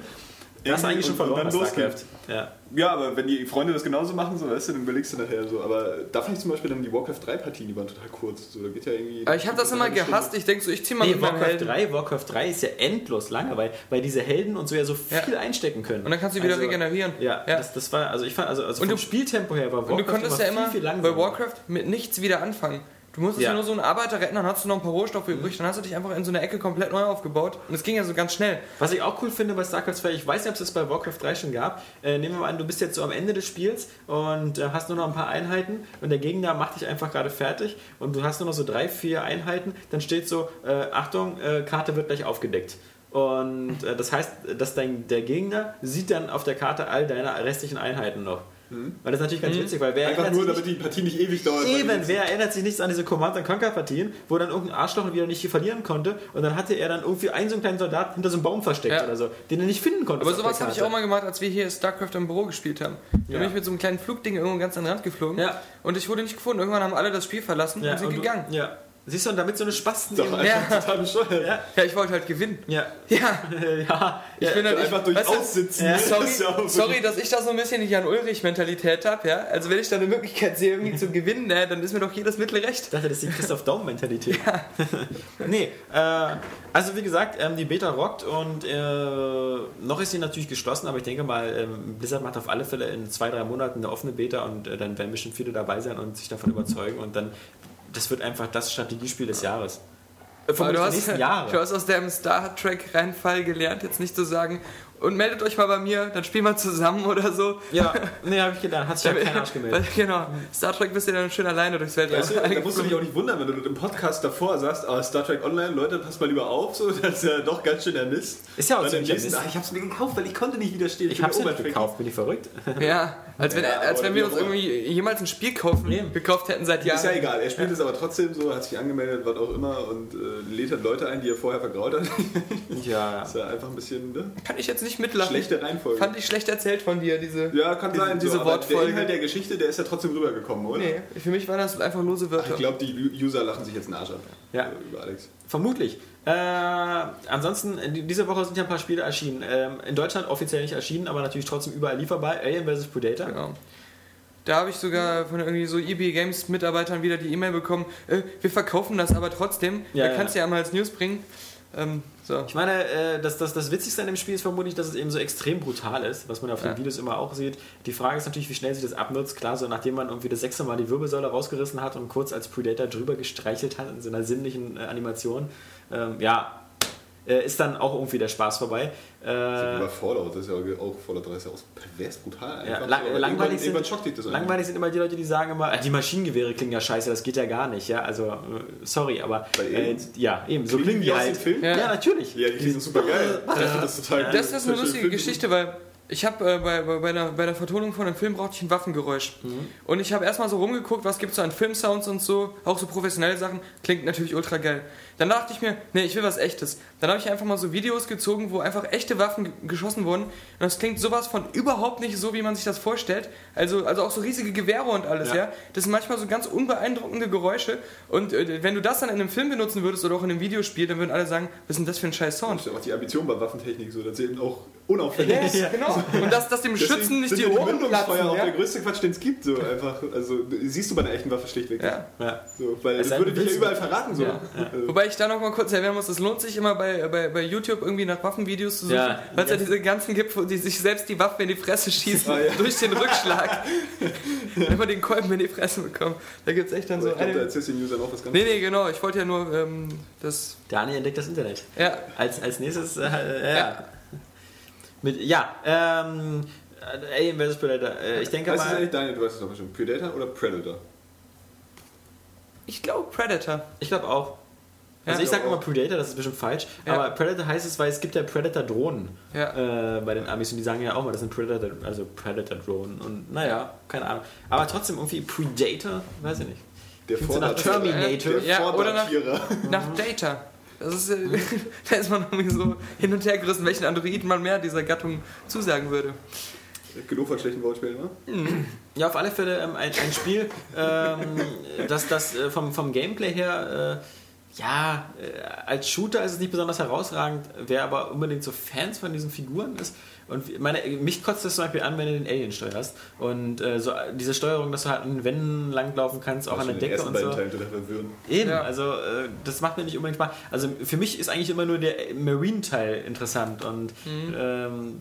E: Das ist eigentlich schon
D: Und- und
E: verloren bei
D: dann losgeht.
E: StarCraft. Ja.
D: Ja, aber wenn die Freunde das genauso machen, so weißt du, dann überlegst du nachher so. Aber da fand ich zum Beispiel dann die Warcraft 3 Partien, die waren total kurz. So, da geht ja irgendwie.
C: Aber ich habe das immer
D: eine Stunde.
C: gehasst. Ich denke so, ich zieh mal
E: Nee,
C: mit meinem
E: Warcraft
C: Helden.
E: 3, Warcraft 3 ist ja endlos lange, weil, weil diese Helden und so ja so viel
C: Ja.
E: einstecken können.
C: Und dann kannst du wieder
E: also,
C: regenerieren.
E: Ja, Das, das war, also ich fand, also, also
C: Und
E: vom
C: du-
E: Spieltempo her war Warcraft
C: Und du konntest ja immer
E: viel, viel langsamer.
C: bei Warcraft mit nichts wieder anfangen. Du musstest
E: Ja.
C: ja. nur so einen Arbeiter retten, dann hast du noch ein paar Rohstoffe übrig, dann hast du dich einfach in so einer Ecke komplett neu aufgebaut. Und es ging ja so ganz schnell.
E: Was ich auch cool finde bei StarCraft 2, ich weiß nicht, ob es das bei Warcraft 3 schon gab. Äh, nehmen wir mal an, du bist jetzt so am Ende des Spiels und äh, hast nur noch ein paar Einheiten und der Gegner macht dich einfach gerade fertig und du hast nur noch so drei, vier Einheiten, dann steht so, äh, Achtung, äh, Karte wird gleich aufgedeckt. Und äh, das heißt, dass dein, der Gegner sieht dann auf der Karte all deine restlichen Einheiten noch. Weil das ist natürlich ganz witzig, weil wer
D: Mhm. Einfach
E: erinnert
D: nur,
E: sich
D: damit die Partie nicht ewig dauert. weil
E: Eben,
D: die-
E: wer erinnert sich nichts an diese Command and Conquer Partien, wo dann irgendein Arschloch wieder nicht verlieren konnte und dann hatte er dann irgendwie einen so einen kleinen Soldat hinter so einem Baum versteckt
C: Ja.
E: oder so, den er nicht finden konnte.
C: Aber sowas habe ich auch mal gemacht, als wir hier StarCraft im Büro gespielt haben. Da
E: Ja.
C: bin ich mit so einem kleinen Flugding irgendwo ganz an den Rand geflogen
E: Ja.
C: und ich wurde nicht gefunden. Irgendwann haben alle das Spiel verlassen
E: ja,
C: und sind
E: und
C: gegangen.
E: Du, ja. Siehst du, und damit so eine Spasten
D: Doch,
E: eben-
D: einfach
C: Ja.
D: total bescheuert.
E: Ja.
C: Ja, ich wollte halt gewinnen.
E: Ja.
C: Ja,
E: ja.
C: ich bin halt
D: Einfach
C: ich-
D: durch
C: weißt du,
D: Aussitzen.
E: ja,
D: Das
C: Sorry,
D: ist ja auch so-
C: sorry, dass ich da so ein bisschen die Jan-Ulrich-Mentalität habe, ja. Also wenn ich da eine Möglichkeit sehe, irgendwie zu gewinnen, ne, dann ist mir doch jedes Mittel recht.
E: Ich dachte, das ist die Christoph Daum-Mentalität. nee, äh, also wie gesagt, ähm, die Beta rockt und äh, noch ist sie natürlich geschlossen, aber ich denke mal, ähm, Blizzard macht auf alle Fälle in zwei, drei Monaten eine offene Beta und äh, dann werden bestimmt viele dabei sein und sich davon überzeugen und dann, das wird einfach das Strategiespiel des Jahres. Äh,
C: Aber
E: Vom
C: du hast,
E: nächsten
C: du
E: Jahre.
C: hast aus deinem Star Trek-Reinfall gelernt, jetzt nicht zu sagen, und meldet euch mal bei mir, dann spielen wir zusammen oder so.
E: Ja, nee, habe ich gelernt, hat sich ja kein Arsch
C: Weil,
E: gemeldet.
C: genau. Star Trek bist du dann schön alleine durchs Weltall.
D: Weißt du, da musst du dich auch nicht wundern, wenn du im Podcast davor sagst, ah, Star Trek Online, Leute, passt mal lieber auf, so, das ist ja doch ganz schön der Mist.
E: Ist ja auch
D: Und dann im
E: ziemlich der
D: nächsten,
E: Mist.
D: Ah, ich hab's mir gekauft, weil ich konnte nicht widerstehen.
E: Ich habe
D: bin
E: es
D: Obertrick.
E: gekauft, bin ich verrückt?
C: Ja, als wenn,
D: Ja,
C: als
D: aber
C: wenn
D: wie
C: wir
D: auch
C: uns
D: immer.
C: irgendwie jemals ein Spiel kaufen,
E: Eben.
C: gekauft hätten seit
D: Ist ja
C: Jahren.
D: egal, er spielt es aber trotzdem so, hat sich angemeldet, was auch immer und äh, lädt dann Leute ein, die er vorher vergraut hat.
E: Ja.
D: ist ja einfach ein bisschen ne?
C: Kann ich jetzt nicht mitlachen.
D: schlechte Reihenfolge.
C: Fand ich schlecht erzählt von dir, diese.
D: ja, kann
C: diese-
D: sein,
C: diese
D: so, aber
C: Wortfolge.
D: Der Inhalt der Geschichte, der ist ja trotzdem rübergekommen, oder?
C: Nee, für mich waren das einfach lose Wörter.
D: Ich glaube, die User lachen sich jetzt einen Arsch ab.
E: Ja.
D: äh, Über Alex.
E: Vermutlich. Äh, ansonsten, in dieser Woche sind ja ein paar Spiele erschienen. Ähm, in Deutschland offiziell nicht erschienen, aber natürlich trotzdem überall lieferbar. Alien vs. Predator.
C: Genau. Da habe ich sogar von irgendwie so EB Games Mitarbeitern wieder die E-Mail bekommen, äh, wir verkaufen das aber trotzdem,
E: Ja,
C: da
E: ja.
C: kannst du ja mal als News bringen. Ähm, so.
E: Ich meine, äh, das, das, das Witzigste an dem Spiel ist vermutlich, dass es eben so extrem brutal ist, was man auf den Videos immer auch sieht. Die Frage ist natürlich, wie schnell sich das abnutzt. Klar, so nachdem man irgendwie das sechste Mal die Wirbelsäule rausgerissen hat und kurz als Predator drüber gestreichelt hat in so einer sinnlichen äh, Animation, ähm, ja, äh, ist dann auch irgendwie der Spaß vorbei. Äh,
D: Über Fallout, das ist ja auch Fallout 3 ist ja auch pervers brutal.
E: Ja,
D: Einfach
E: la
D: so, aber
E: langweilig,
D: irgendwann, irgendwann schockt dich
E: sind,
D: das einfach.
E: langweilig sind immer die Leute, die sagen immer, "Ah, die Maschinengewehre klingen ja scheiße, das geht ja gar nicht. Ja, also, äh, sorry, aber
D: Bei
E: äh,
D: Aliens?
E: ja, eben, so
D: Klingen
E: klingen
D: die
E: die
D: aus dem
E: halt.
D: Film?
E: Ja. natürlich.
D: Ja, die klingen super geil. Ich finde das total
C: Äh, Das ist eine lustige Geschichte, weil ich habe äh, bei, bei, bei, einer, bei der Vertonung von einem Film brauchte ich ein Waffengeräusch. Und ich habe erstmal so rumgeguckt, was gibt's so an Filmsounds und so, auch so professionelle Sachen, klingt natürlich ultra geil. Dann dachte ich mir, nee, ich will was echtes. Dann habe ich einfach mal so Videos gezogen, wo einfach echte Waffen ge- geschossen wurden. Und das klingt sowas von überhaupt nicht so, wie man sich das vorstellt. Also, also auch so riesige Gewehre und alles, ja. Das sind manchmal so ganz unbeeindruckende Geräusche. Und äh, wenn du das dann in einem Film benutzen würdest oder auch in einem Videospiel, dann würden alle sagen, was ist denn das für ein scheiß Sound?
D: Das ist ja auch die Ambition bei Waffentechnik so, dass sie eben auch unauffällig
C: Ja,
E: Ja.
C: genau. Und dass, dass dem
D: Deswegen
C: Schützen nicht
D: sind
C: die
D: ja
C: Ohren platzen.
D: Mündungsfeuer auch
C: Ja?
D: der größte Quatsch, den es gibt. So einfach, also siehst du bei einer echten Waffe schlichtweg.
C: Ja.
E: Ja.
D: nicht. So, weil
E: Es
D: das
E: sei
D: würde
E: denn,
D: dich ja
E: willst du-
D: überall verraten. So.
C: Ja.
D: Also,
C: Wobei ich da noch mal kurz erwähnen muss, es lohnt sich immer bei, bei, bei YouTube irgendwie nach Waffenvideos zu suchen,
E: Ja.
C: weil es ja diese ganzen gibt, wo die sich selbst die Waffe in die Fresse schießen
D: Ah, ja.
C: durch den Rückschlag. Wenn man den Kolben in die Fresse bekommt. Da gibt es echt dann
D: aber
C: so
D: ich glaube, da
C: eine...
D: erzählst du den Usern auch was ganz
C: Nee, nee, genau. Ich wollte ja nur ähm, das...
E: Der Arne entdeckt das Internet.
C: Ja,
E: Als, als nächstes, äh, äh, ja.
C: Ja.
E: Mit, ja, ähm, äh, Alien vs. Predator. Äh, ich denke
D: Weißt du
E: mal,
D: eigentlich, Daniel, du weißt es doch bestimmt. Predator oder Predator?
C: ich glaube Predator.
E: ich glaube auch. Also ich sage immer Predator, das ist bestimmt falsch.
C: Ja.
E: Aber Predator heißt es, weil es gibt ja Predator-Drohnen
C: Ja.
E: äh, bei den Amis und die sagen ja auch mal, das sind Predator, also Predator-Drohnen und naja, keine Ahnung. Aber trotzdem irgendwie Predator, weiß ich nicht.
D: Der
E: Klingt so nach Terminator.
D: Der
C: Ja, oder nach-
D: Vordertierer.
C: Nach Data. Das ist, äh, da ist man irgendwie so hin und her gerissen, welchen Androiden man mehr dieser Gattung zusagen würde.
D: Genug von schlechten Wortspielen, ne?
E: Ja, auf alle Fälle ähm, ein, ein Spiel, ähm, das, das äh, vom, vom Gameplay her, äh, ja, äh, als Shooter ist es nicht besonders herausragend. Wer aber unbedingt so Fans von diesen Figuren ist, und ich meine, mich kotzt das zum Beispiel an, wenn du den Alien steuerst. Und äh, so äh, diese Steuerung, dass du halt an Wänden langlaufen kannst, auch an der
D: den
E: Decke
D: ersten
E: und so.
D: beiden Teilen total verwirrend.
E: Eben,
C: Ja.
E: also äh, das macht mir nicht unbedingt Spaß. Also für mich ist eigentlich immer nur der Marine-Teil interessant und
C: Mhm.
E: ähm,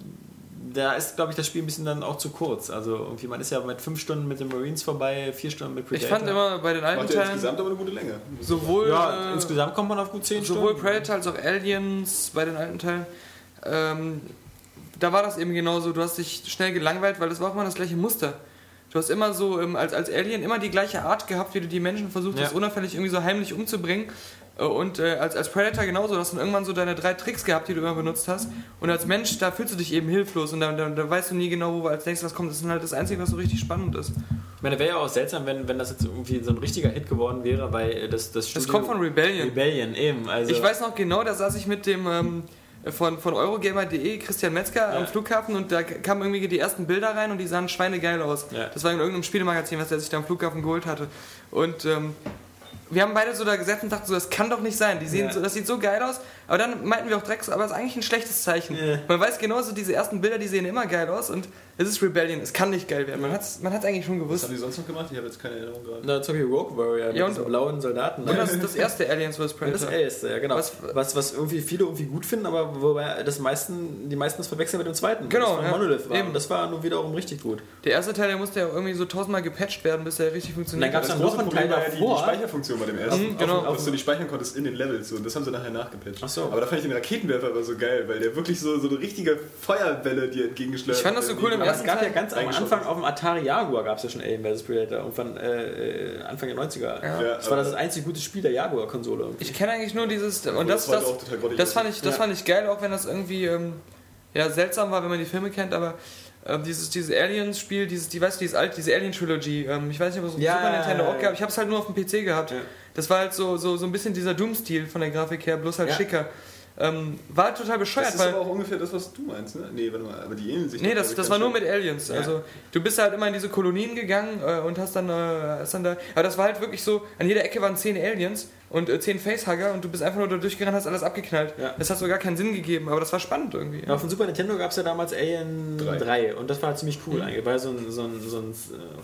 E: da ist, glaube ich, das Spiel ein bisschen dann auch zu kurz. Also irgendwie, man ist ja mit fünf Stunden mit den Marines vorbei, vier Stunden mit
C: Ich
E: Predator.
C: fand immer bei den alten
D: Macht ja
C: Teilen
D: insgesamt aber eine gute Länge.
C: sowohl,
E: ja,
C: äh,
E: insgesamt kommt man auf gut zehn
C: sowohl
E: Stunden.
C: Predator als auch Aliens bei den alten Teilen, ähm, da war das eben genauso. Du hast dich schnell gelangweilt, weil das war auch immer das gleiche Muster. Du hast immer so ähm, als, als Alien immer die gleiche Art gehabt, wie du die Menschen versucht hast,
E: Ja.
C: unauffällig irgendwie so heimlich umzubringen. Äh, Und äh, als, als Predator genauso, du hast dann irgendwann so deine drei Tricks gehabt, die du immer benutzt hast. Und als Mensch, da fühlst du dich eben hilflos und da, da, da weißt du nie genau, wo als nächstes was kommt. Das ist halt das Einzige, was so richtig spannend ist.
E: Ich meine, wäre ja auch seltsam, wenn, wenn das jetzt irgendwie so ein richtiger Hit geworden wäre, weil äh, das das
C: Das
E: Studio
C: kommt von Rebellion.
E: Rebellion eben. Also
C: Ich weiß noch genau, da saß ich mit dem ähm, von, von Eurogamer.de, Christian Metzger, am
E: Ja.
C: Flughafen und da kamen irgendwie die ersten Bilder rein und die sahen schweinegeil aus.
E: Ja.
C: Das war in irgendeinem Spielemagazin, was er sich da am Flughafen geholt hatte. Und ähm, wir haben beide so da gesessen und dachten so, das kann doch nicht sein. Die sehen
E: Ja.
C: so, das sieht so geil aus. Aber dann meinten wir auch Drecks, aber das ist eigentlich ein schlechtes Zeichen.
E: Ja.
C: Man weiß genau, so diese ersten Bilder, die sehen immer geil aus und es ist Rebellion, es kann nicht geil werden. Man hat es man hat's eigentlich schon
D: Was
C: gewusst.
D: haben die sonst noch gemacht? Ich habe jetzt keine Erinnerung gerade.
E: na, zum Beispiel Rogue Warrior
C: Ja, und-
E: mit diesen blauen Soldaten. ne?
C: Und das ist das erste Aliens vs. Predator.
E: Das Ace, ja genau.
C: Was-
E: Was, was, irgendwie viele irgendwie gut finden, aber wobei das meisten, die meisten das verwechseln mit dem zweiten. weil
C: Genau,
E: Das von
C: ja.
E: Monolith war.
C: Eben.
E: Und das war nun wiederum richtig gut.
C: Der erste Teil, der musste ja irgendwie so tausendmal gepatcht werden, bis der richtig
E: Und
C: funktioniert
E: dann gab es
D: Das
E: dann
D: große
E: noch einen Teil
D: Problem war ja die, die
E: davor.
D: Speicherfunktion bei dem ersten.
C: Mhm, genau.
D: Auf, dass du nicht speichern konntest in den Levels. So. Und das haben sie nachher nachgepatcht.
E: Ach so.
D: Aber da fand ich den Raketenwerfer aber so geil, weil der wirklich so, so eine richtige Feuerwelle dir entgegengeschlagen
C: Ich fand das so cool im
E: aber es
C: ersten
E: gab ja
C: Teil.
E: ganz am
D: Eingeschossen.
E: Anfang auf dem Atari Jaguar gab es ja schon Alien vs. Predator, irgendwann äh, äh, Anfang der 90er.
C: Ja.
E: Das war das einzige gute Spiel der Jaguar-Konsole. irgendwie.
C: Ich kenne eigentlich nur dieses und das
D: das
C: das,
D: heute auch total grottig
C: das
D: ist.
C: fand ich das
E: Ja.
C: fand ich geil, auch wenn das irgendwie ähm, ja seltsam war, wenn man die Filme kennt, aber ähm, dieses dieses Aliens Spiel, dieses die weißt du, dieses alte diese Alien Trilogy, ähm, ich weiß nicht, ob es auf
E: Ja,
C: Super Nintendo
E: ja,
C: auch
E: ja.
C: gab. Ich habe es halt nur auf dem PC gehabt.
E: Ja.
C: Das war halt so so so ein bisschen dieser Doom Stil von der Grafik her, bloß halt
E: Ja.
C: schicker. Ähm, war halt total bescheuert,
D: Das ist
C: weil
D: aber auch ungefähr das, was du meinst, ne? Nee, warte mal, aber die ähneln sich.
C: Nee,
D: doch,
C: das,
D: glaub ich,
C: das
D: ganz
C: war nur
D: schön.
C: mit Aliens. Also du bist halt immer in diese Kolonien gegangen äh, und hast dann, äh, hast dann da. Aber das war halt wirklich so, an jeder Ecke waren zehn Aliens und äh, zehn Facehugger und du bist einfach nur da durchgerannt, hast alles abgeknallt.
E: Ja.
C: Das hat so gar keinen Sinn gegeben, aber das war spannend irgendwie.
E: Ja, auf dem Super Nintendo gab es ja damals Alien
D: Drei.
E: 3. und das war ziemlich
C: Mhm.
E: cool eigentlich, weil so ein, so ein, so ein äh,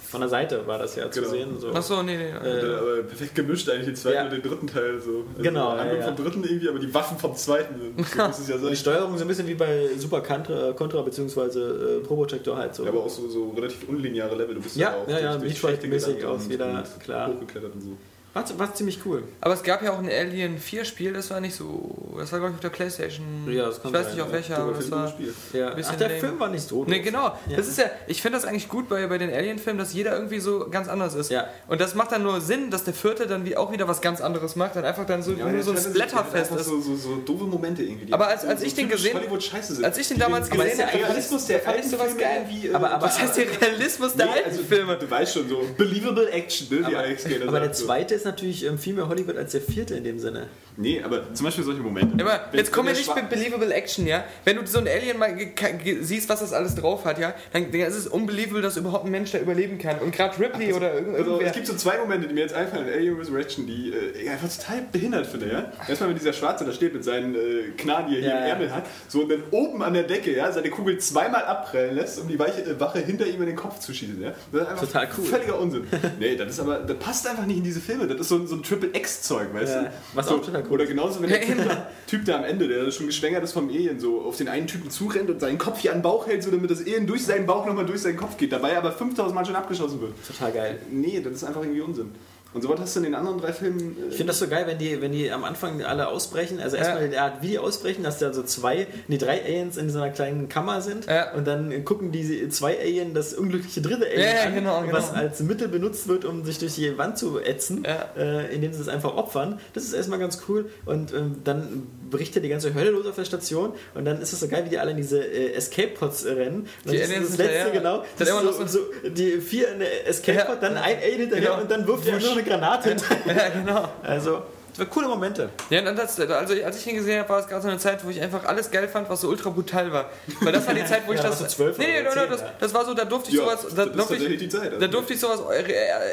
E: von der Seite war das ja zu
D: Genau.
E: sehen. So.
C: Achso, nee, nee.
E: Äh,
D: Ja, aber perfekt gemischt eigentlich den zweiten
E: Ja.
D: und den dritten Teil so. Also
E: Genau,
D: die Handlung
E: ja, ja.
D: vom dritten irgendwie, aber die Waffen vom zweiten sind. So muss es ja
E: Und die
D: sein.
E: Steuerung so ein bisschen wie bei Super Contra, Contra bzw. Äh, Probotector halt so.
D: Ja, aber auch so, so relativ unlineare Level. Du bist
E: Ja,
D: auch
E: ja,
D: durch-
E: ja,
D: durch
E: Detroit
D: Schächte
E: mäßig
D: gelandet
E: aus
D: und-
E: wieder,
D: und
E: klar.
D: Hochgeklettert und so.
E: War, war ziemlich cool.
C: Aber es gab ja auch ein Alien 4 Spiel, das war nicht so. Das war, glaube ich, auf der Playstation.
E: Ja, das kann
C: ich weiß
E: sein,
C: nicht auf
E: ja.
C: welcher, aber
D: Aber
C: das
D: für ein gutes
C: war.
D: Spiel.
E: Ja.
C: bisschen
E: Ach, der
C: lame.
E: Film war nicht so.
C: Nee,
E: doof.
C: genau.
E: Ja.
C: Das ist ja, ich finde das eigentlich gut bei, bei den Alien-Filmen, dass jeder irgendwie so ganz anders ist.
E: Ja.
C: Und das macht dann nur Sinn, dass der vierte dann wie auch wieder was ganz anderes macht, dann einfach dann so,
D: Ja,
C: nur
D: aber
C: so ein
D: der Trailer sieht halt
C: Splatterfest
D: einfach
C: ist.
D: So, so, so doofe Momente irgendwie. die
C: Aber
D: einfach
C: als- als
D: so
C: ich den
D: typisch
C: gesehen-
D: Hollywood-Scheiße sind.
C: als ich den
D: Die
C: damals
D: den-
C: gesehen
D: aber
C: habe,
D: der Realismus der
E: fand ich
D: alten
E: sowas
D: Filme
E: geil.
D: irgendwie, äh,
E: Aber- aber-
C: Was heißt der Realismus der
D: nee,
C: alten
D: also,
C: Filme?
D: Du weißt schon, so believable action, ne, wie Alex Gator
E: Aber der
D: sagt, so.
E: zweite ist natürlich ähm, viel mehr Hollywood als der vierte in dem Sinne.
D: Nee, aber zum Beispiel solche Momente.
C: Immer,
D: Wenn-
C: jetzt komm mir
D: wenn der
C: nicht
D: Schwa-
C: mit Believable Action, ja? Wenn du so ein Alien mal ge- ka- ge- siehst, was das alles drauf hat, ja? Dann, dann ist es unbelievable, dass überhaupt ein Mensch da überleben kann. Und gerade Ripley oder irgend-
D: Also,
C: irgendwer.
D: es gibt so zwei Momente, die mir jetzt einfallen in Alien Resurrection, die äh, einfach total behindert finde, ja? Erstmal, wenn dieser Schwarze da steht mit seinen äh, Knarren, die er hier
E: Ja,
D: im
E: ja.
D: Ärmel hat, so und dann oben an der Decke, ja, seine Kugel zweimal abprallen lässt, um die Weiche, äh, Wache hinter ihm in den Kopf zu schießen, ja? Das ist einfach
E: Total cool.
D: Völliger Unsinn. nee, das ist aber, das passt einfach nicht in diese Filme. Das ist so, ein- so ein Triple-X-Zeug, weißt
E: Ja,
D: du?
E: was
D: so,
E: auch total cool
D: Oder genauso, wenn der typ, da, typ da am Ende, der schon geschwängert ist vom Alien, so auf den einen Typen zurennt und seinen Kopf hier an den Bauch hält, so damit das Alien durch seinen Bauch nochmal durch seinen Kopf geht, dabei aber 5000 Mal schon abgeschossen wird.
E: Total geil.
D: Nee, das ist einfach irgendwie Unsinn. Und sowas hast du in den anderen drei Filmen. äh,
E: Ich finde das so geil, wenn die, wenn die am Anfang alle ausbrechen. Also erstmal die Art, wie die ausbrechen, dass da so zwei, nee, drei Aliens in so einer kleinen Kammer sind
C: Ja.
E: und dann äh, gucken die zwei Alien das unglückliche dritte Alien
C: Ja, ja,
E: an,
C: genau, genau.
E: was als Mittel benutzt wird, um sich durch die Wand zu ätzen,
C: Ja.
E: äh, indem sie es einfach opfern. Das ist erstmal ganz cool und ähm, dann bricht ja die ganze Hölle los auf der Station und dann ist es so geil, wie die alle in diese äh, Escape Pods äh, rennen. Und
C: Die
E: das
C: Aliens
E: ist das letzte,
C: hinterher.
E: genau.
C: Dann
E: Das
C: immer
E: ist
C: noch
E: so, so die vier in der Escape
C: Ja.
E: Pod, dann ein Alien hinterher
C: Genau.
E: und dann wirft er nur eine Granate hinterher.
C: Ja, genau.
E: Also, das waren coole Momente.
C: Ja, und das, also als ich ihn gesehen habe, war es gerade so eine Zeit, wo ich einfach alles geil fand, was so ultra brutal war. Weil das war die Zeit, wo ich
E: Ja, da
C: das.
E: warst du zwölf
C: nee, nee,
E: oder
C: nee,
E: zehn,
C: das,
E: ja.
C: das war so, da durfte ich
D: Ja,
C: sowas. Da
D: das ist
C: durfte
D: tatsächlich
C: ich,
D: die Zeit, also.
C: da durfte ich sowas eure-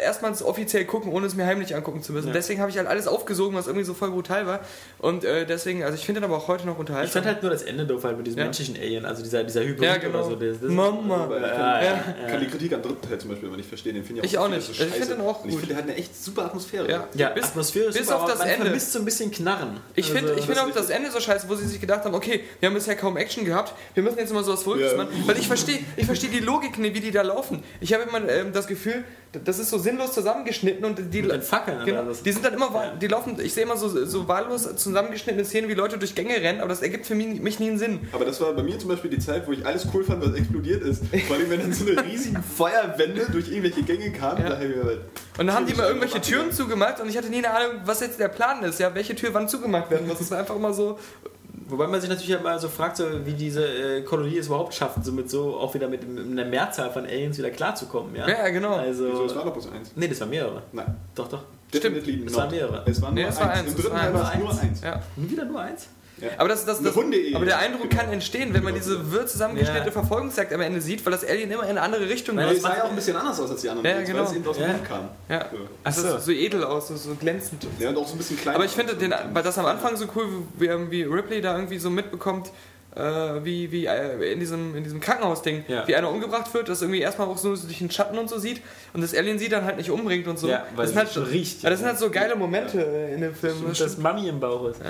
C: erstmals offiziell gucken, ohne es mir heimlich angucken zu müssen. Deswegen habe ich halt alles aufgesogen, was irgendwie so voll brutal war. Und äh, deswegen, also ich finde den aber auch heute noch
E: Ich fand
C: unterhaltsam.
E: halt nur das Ende doof halt mit diesem
C: Ja.
E: menschlichen Alien, also dieser, dieser Hybrid
C: ja, genau.
E: oder so. Das, das
C: Mama.
D: Weil äh, ich
E: Ja,
D: kann,
E: ja,
D: kann die Kritik am dritten Teil zum Beispiel immer nicht verstehen. Den finde
C: Ich auch
D: viele
C: nicht. Also ich finde
D: scheiße.
C: den auch
D: Und ich
C: gut.
D: finde, der hat eine echt super Atmosphäre.
C: Ja.
E: ja,
C: Bis-
E: Atmosphäre ist
C: bis
E: super,
C: auf
E: aber
C: das
E: man
C: Ende.
E: vermisst so ein bisschen Knarren.
C: Ich finde
E: Also,
C: ich find auch das Ende so scheiße, wo sie sich gedacht haben, okay, wir haben bisher kaum Action gehabt, wir müssen jetzt mal sowas Verrücktes
D: Ja.
C: machen. Weil ich verstehe ich versteh die Logik nicht, wie die da laufen. Ich habe immer ähm, das Gefühl, d- das ist so sinnlos zusammengeschnitten und die,
E: Mit den Fackeln oder
C: genau,
E: was?
C: die sind dann immer, wa- die laufen, ich sehe immer so, so wahllos zusammengeschnittene Szenen, wie Leute durch Gänge rennen, aber das ergibt für mich, mich nie einen Sinn.
D: Aber das war bei mir zum Beispiel die Zeit, wo ich alles cool fand, was explodiert ist. Vor allem, wenn dann so eine riesige Feuerwende durch irgendwelche Gänge kam.
C: Ja.
D: Da hab ich mir halt-
C: Und dann haben die mal irgendwelche
D: Natürlich.
C: Türen zugemacht und ich hatte nie eine Ahnung, was jetzt der Plan ist, ja, welche Tür wann zugemacht werden muss. Das war einfach immer so,
E: Wobei man sich natürlich halt mal so fragt, so, wie diese äh, Kolonie es überhaupt schafft, somit so auch wieder mit, mit einer Mehrzahl von Aliens wieder klarzukommen. Ja,
C: ja, genau.
D: So, das war
E: Also,
D: doch bloß eins.
E: nee, das waren mehrere.
D: Nein.
E: Doch, doch.
D: Definitely not.
E: Es waren mehrere.
D: Es war nur
C: Nee, es war
D: eins.
C: eins,
D: Im
C: es
D: dritten
C: war
D: Teil
C: eins.
D: war es nur eins.
C: ja.
E: Nie wieder nur eins?
C: Aber, das, das,
D: Eine
C: das,
D: Hunde-Ehe.
C: aber der Eindruck
D: Genau.
C: kann entstehen, wenn man diese wirr zusammengeschnittene
E: Ja.
C: Verfolgungsjagd am Ende sieht, weil das Alien immer in eine andere Richtung
E: Weil
D: Nee,
C: geht.
D: es sah ja auch ein bisschen anders aus als die anderen.
C: Ja,
D: Aliens,
C: genau.
D: Weil es eben aus dem
E: Ja.
D: Mund kam.
C: Ja. Das
E: Ach
C: sah
E: so.
C: so edel aus, so, so glänzend.
D: Ja, und auch so ein bisschen kleiner.
C: Aber ich finde den, weil das am Anfang so cool, wie, wie Ripley da irgendwie so mitbekommt, äh, wie, wie äh, in diesem, in diesem Krankenhaus-Ding,
E: Ja.
C: wie einer umgebracht wird, das irgendwie erstmal auch so durch den Schatten und so sieht und das Alien sie dann halt nicht umbringt und so.
E: Ja, weil
C: das
E: sie
C: sind halt,
E: schon riecht,
C: Ja, das sind
E: ja.
C: halt so geile Momente äh, in dem Film.
E: dass das Mami im Bauch ist.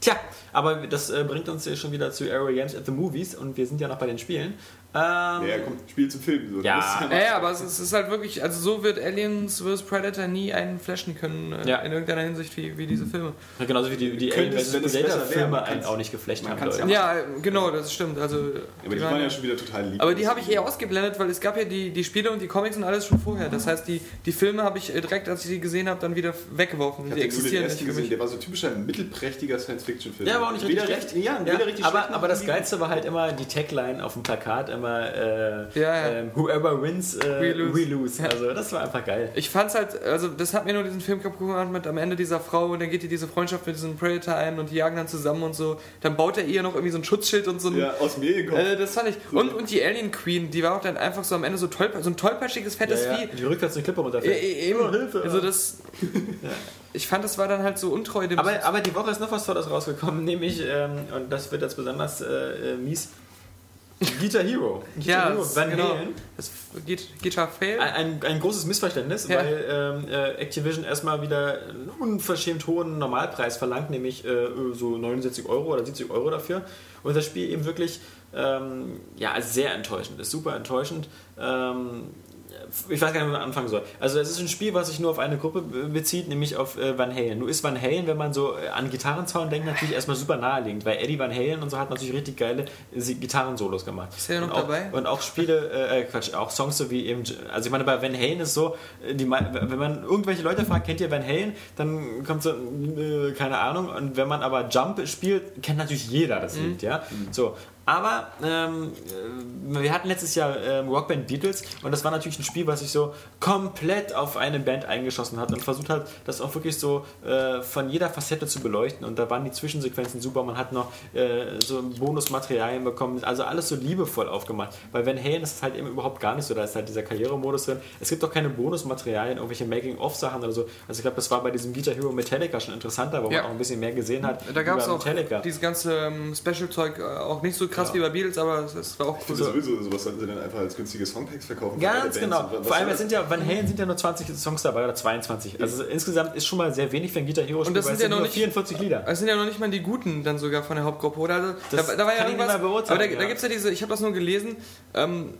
E: Tja, aber das äh, bringt uns ja schon wieder zu Aerial Games at the Movies und wir sind ja noch bei den Spielen. Ähm,
D: Ja, komm, Spiel zum Film. So.
E: Ja.
D: Das ist
C: Ja, ja, aber es ist, es ist halt wirklich, also so wird Aliens vs. Predator nie einen flashen können, äh,
E: Ja.
C: in irgendeiner Hinsicht wie, wie diese Filme.
E: Genauso wie die, die Alien
D: Könnte es,
E: vs.
D: wenn es
E: Predator
D: besser wäre,
E: Filme
D: man
E: einen
D: kann's-
E: auch nicht geflecht
D: man
E: haben.
D: kann's
E: Leute.
C: Ja, genau, das stimmt. Also,
D: aber die waren ja schon wieder total lieb.
C: aber die habe ich eher ausgeblendet, weil es gab ja die, die Spiele und die Comics und alles schon vorher. Das heißt, die, die Filme habe ich äh, direkt, als ich die gesehen habe, dann wieder weggeworfen.
D: Ich
C: Die
D: hatte nur den
C: existieren nicht
D: ersten
C: für
D: gesehen,
C: mich.
D: der war so typischer mittelprächtiger Science-Fiction-Film.
E: Der war auch nicht richtig
D: Weder
E: schlecht.
D: Ja, weder
E: Ja,
D: richtig
E: aber,
D: schlecht noch
E: aber das
D: irgendwie-
E: Geilste war halt immer die Tagline auf dem Plakat, immer äh,
C: ja.
E: ähm, Whoever wins, äh,
C: We
E: we
C: lose.
E: lose. Also das war einfach geil.
C: Ich fand's halt, also das hat mir nur diesen Film kaputt gemacht mit am Ende dieser Frau und dann geht ihr diese Freundschaft mit diesem Predator ein und die jagen dann zusammen und so. Dann baut er ihr noch irgendwie so ein Schutzschild und so ein,
D: Ja, aus mir gekommen.
C: Äh, das fand ich. Und, und die Alien Queen, die war auch dann einfach so am Ende so, tollpa so ein tollpatschiges, fettes
E: Ja, ja.
C: Vieh.
E: Die rückwärts eine Klippe
C: Äh,
E: runterfällt.
C: äh, eben.
E: Oh, Hilfe.
C: Also das. Ich fand, das war dann halt so untreu dem.
E: Aber, aber die Woche ist noch was Tolles rausgekommen, nämlich, ähm, und das wird jetzt besonders äh, äh, mies, Guitar Hero.
C: ja,
E: Guitar
C: das,
E: Van
C: genau.
E: Halen. Ah,
C: Das geht, geht ja fail.
E: Ein, ein, ein großes Missverständnis,
C: Ja.
E: weil ähm, äh, Activision erstmal wieder einen unverschämt hohen Normalpreis verlangt, nämlich äh, so 69 Euro oder 70 Euro dafür. Und das Spiel eben wirklich ähm, ja, sehr enttäuschend ist, super enttäuschend. Ähm, ich weiß gar nicht, wo man anfangen soll. Also es ist ein Spiel, was sich nur auf eine Gruppe be- bezieht, nämlich auf äh, Van Halen. Nur ist Van Halen, wenn man so äh, an Gitarrensound denkt, natürlich erstmal super naheliegend, weil Eddie Van Halen und so hat natürlich richtig geile äh, sie- Gitarrensolos gemacht.
C: Ist er noch
E: und auch,
C: dabei?
E: Und auch Spiele, äh, äh, Quatsch, auch Songs so wie eben, also ich meine, bei Van Halen ist so, äh, die, mei- wenn man irgendwelche Leute fragt, kennt ihr Van Halen, dann kommt so, äh, keine Ahnung. Und wenn man aber Jump spielt, kennt natürlich jeder das Lied, ja. So. Aber ähm, äh, wir hatten letztes Jahr ähm, Rockband Beatles und das war natürlich ein Spiel, was sich so komplett auf eine Band eingeschossen hat und versucht hat, das auch wirklich so äh, von jeder Facette zu beleuchten. Und da waren die Zwischensequenzen super. Man hat noch äh, so Bonusmaterialien bekommen. Also alles so liebevoll aufgemacht. Bei Van Halen ist es halt eben überhaupt gar nicht so. Da ist halt dieser Karrieremodus drin. Es gibt auch keine Bonusmaterialien, irgendwelche Making-of-Sachen oder so. Also ich glaube, das war bei diesem Guitar Hero Metallica schon interessanter, wo
C: Ja.
E: man auch ein bisschen mehr gesehen hat.
C: da gab es
E: ah, über
C: auch dieses ganze ähm, Special-Zeug, äh, auch nicht so krass
E: Genau.
C: wie bei Beatles, aber es, es war auch cool.
D: Also sowieso, sowas sollten sie dann einfach als günstige Songpacks verkaufen.
E: Ganz genau. Vor allem, es sind
D: ja.
E: ja, Van Halen sind ja nur 20 Songs dabei oder 22. Also insgesamt ist schon mal sehr wenig für ein Guitar Hero Spiel,
C: Und das sind
E: weil es
C: ja noch
E: nur
C: nicht-
E: 44 Lieder.
C: Es sind ja noch nicht mal die Guten dann sogar von der Hauptgruppe, oder? Also,
E: Das
C: da, da war ja
E: kann ich nicht
C: irgendwas.
E: mal
C: aber
E: beurteilen,
C: da, da
E: ja.
C: gibt es ja diese, ich habe das nur gelesen, ähm,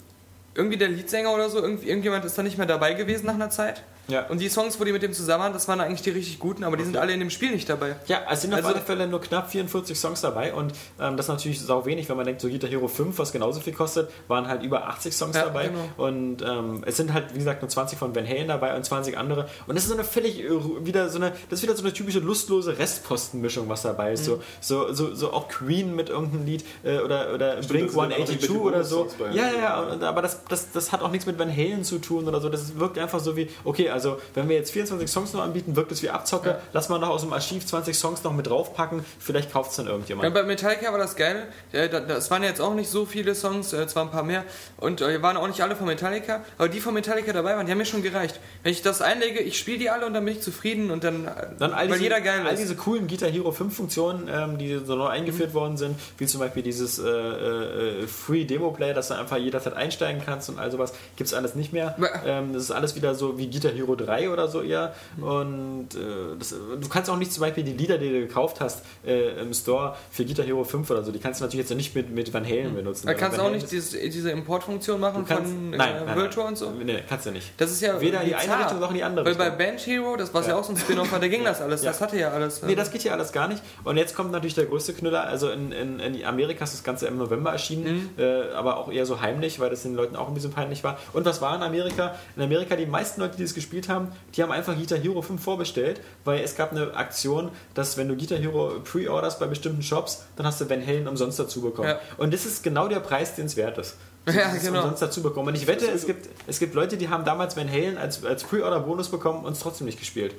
C: irgendwie der Leadsänger oder so, irgend- irgendjemand ist da nicht mehr dabei gewesen nach einer Zeit.
E: Ja.
C: Und die Songs, wo die mit dem zusammen waren, das waren eigentlich die richtig guten, aber die sind alle in dem Spiel nicht dabei.
E: Ja, es sind auf
C: Also-
E: alle Fälle nur knapp 44 Songs dabei und ähm, das ist natürlich sau wenig, wenn man denkt, so Guitar Hero 5, was genauso viel kostet, waren halt über 80 Songs
C: Ja,
E: dabei
C: genau.
E: und ähm, es sind halt, wie gesagt, nur 20 von Van Halen dabei und 20 andere und das ist so eine völlig äh, wieder so eine, das ist wieder so eine typische lustlose Restpostenmischung, was dabei ist.
C: Mhm.
E: So, so, so, so auch Queen mit irgendeinem Lied äh, oder, oder Blink
D: da sind dann auch irgendwelche
E: 182 oder so.
D: Bonus-Songs bei.
E: Ja, ja, ja, und- aber das, das, das hat auch nichts mit Van Halen zu tun oder so. Das wirkt einfach so wie, okay, also wenn wir jetzt 24 Songs nur anbieten, wirkt es wie Abzocke. Lass mal noch aus dem Archiv 20 Songs noch mit draufpacken. Vielleicht kauft es dann
C: Ja,
E: irgendjemand.
C: bei Metallica war das geil. Äh, da- Das waren jetzt auch nicht so viele Songs, äh, zwar ein paar mehr. Und äh, waren auch nicht alle von Metallica. Aber die von Metallica dabei waren, die haben mir schon gereicht. Wenn ich das einlege, ich spiele die alle und dann bin ich zufrieden und dann, äh,
E: Dann all
C: weil
E: diese,
C: jeder geil
E: all
C: ist. Mhm.
E: diese coolen Guitar Hero 5 Funktionen, ähm, die so neu eingeführt worden sind, wie zum Beispiel dieses äh, äh, äh, Free Demo Play, dass du einfach jederzeit einsteigen kannst und all sowas, gibt es alles nicht mehr.
C: Bäh.
E: Ähm, das ist alles wieder so wie Guitar Hero 3 oder so eher.
C: Mhm.
E: Und äh, das, du kannst auch nicht zum Beispiel die Lieder, die du gekauft hast äh, im Store für Guitar Hero 5 oder so, die kannst du natürlich jetzt nicht mit, mit Van Halen benutzen.
C: da
E: Weil
C: Mhm. kannst du
E: Van
C: auch
E: Halen
C: nicht
E: ist-
C: dieses, diese Importfunktion machen
E: du kannst,
C: von äh,
E: nein, nein, nein.
C: Virtua und so.
E: Nee, kannst du nicht.
C: Das ist ja
E: Weder in die eine
C: bizarr.
E: Richtung noch in die andere
C: Weil bei
E: Richtung.
C: Band Hero, das was ja,
E: Ja.
C: auch so ein Spin-off war, da ging das alles.
E: Ja.
C: Das hatte ja alles. äh,
E: Nee, das geht hier alles gar nicht. Und jetzt kommt natürlich der größte Knüller. Also in, in, in Amerika ist das Ganze im November
C: Mhm.
E: erschienen, äh, aber auch eher so heimlich, weil das den Leuten auch ein bisschen peinlich war. Und was war in Amerika? In Amerika, die meisten Leute, die das gespielt haben, die haben einfach Guitar Hero 5 vorbestellt, weil es gab eine Aktion, dass wenn du Guitar Hero pre-orderst bei bestimmten Shops, dann hast du Van Halen umsonst dazu bekommen.
C: Ja.
E: Und das ist genau der Preis, den es wert ist.
C: Ja,
E: Das ist
C: genau.
E: umsonst dazu bekommen. Und ich wette, es gibt, es gibt Leute, die haben damals Van Halen als, als Pre-Order-Bonus bekommen und es trotzdem nicht gespielt.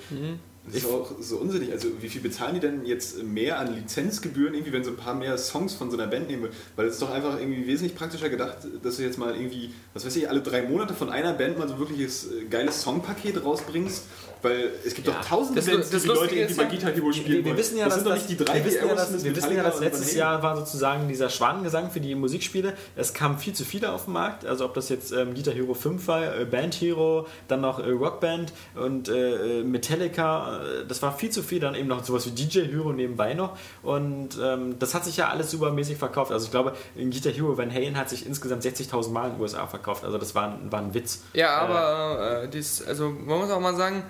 D: Das ist auch so unsinnig. Also wie viel bezahlen die denn jetzt mehr an Lizenzgebühren, irgendwie, wenn so ein paar mehr Songs von so einer Band nehmen? Weil es ist doch einfach irgendwie wesentlich praktischer gedacht, dass du jetzt mal irgendwie, was weiß ich, alle drei Monate von einer Band mal so ein wirkliches äh, geiles Songpaket rausbringst. Weil es gibt
E: Ja.
D: doch tausende
C: Das-
D: Bands, die,
C: das
D: die
C: Lustige
D: Leute irgendwie
C: ist
D: bei
C: ja,
D: Guitar Hero spielen
E: halt, Wir, wir
D: wollen.
E: wissen ja,
D: das
E: dass,
D: sind doch
E: dass-
D: nicht die drei,
E: wir wissen
D: die
E: ja,
D: Aerosmith,
E: dass, wir wissen ja,
D: Metallica
E: dass
D: und
E: letztes
D: Van Halen.
E: Jahr war sozusagen dieser Schwanengesang für die Musikspiele. Es kamen viel zu viele auf den Markt. Also ob das jetzt ähm, Guitar Hero 5 war, äh, Band Hero, dann noch äh, Rockband und äh, äh, Metallica. Äh, Das war viel zu viel. Dann eben noch sowas wie DJ Hero nebenbei noch. Und ähm, das hat sich ja alles supermäßig verkauft. Also ich glaube, in Guitar Hero Van Halen hat sich insgesamt 60.000 Mal in den USA verkauft. Also das war, ein- war ein Witz.
C: Ja,
E: Äh,
C: aber äh, dies, also man muss auch mal sagen,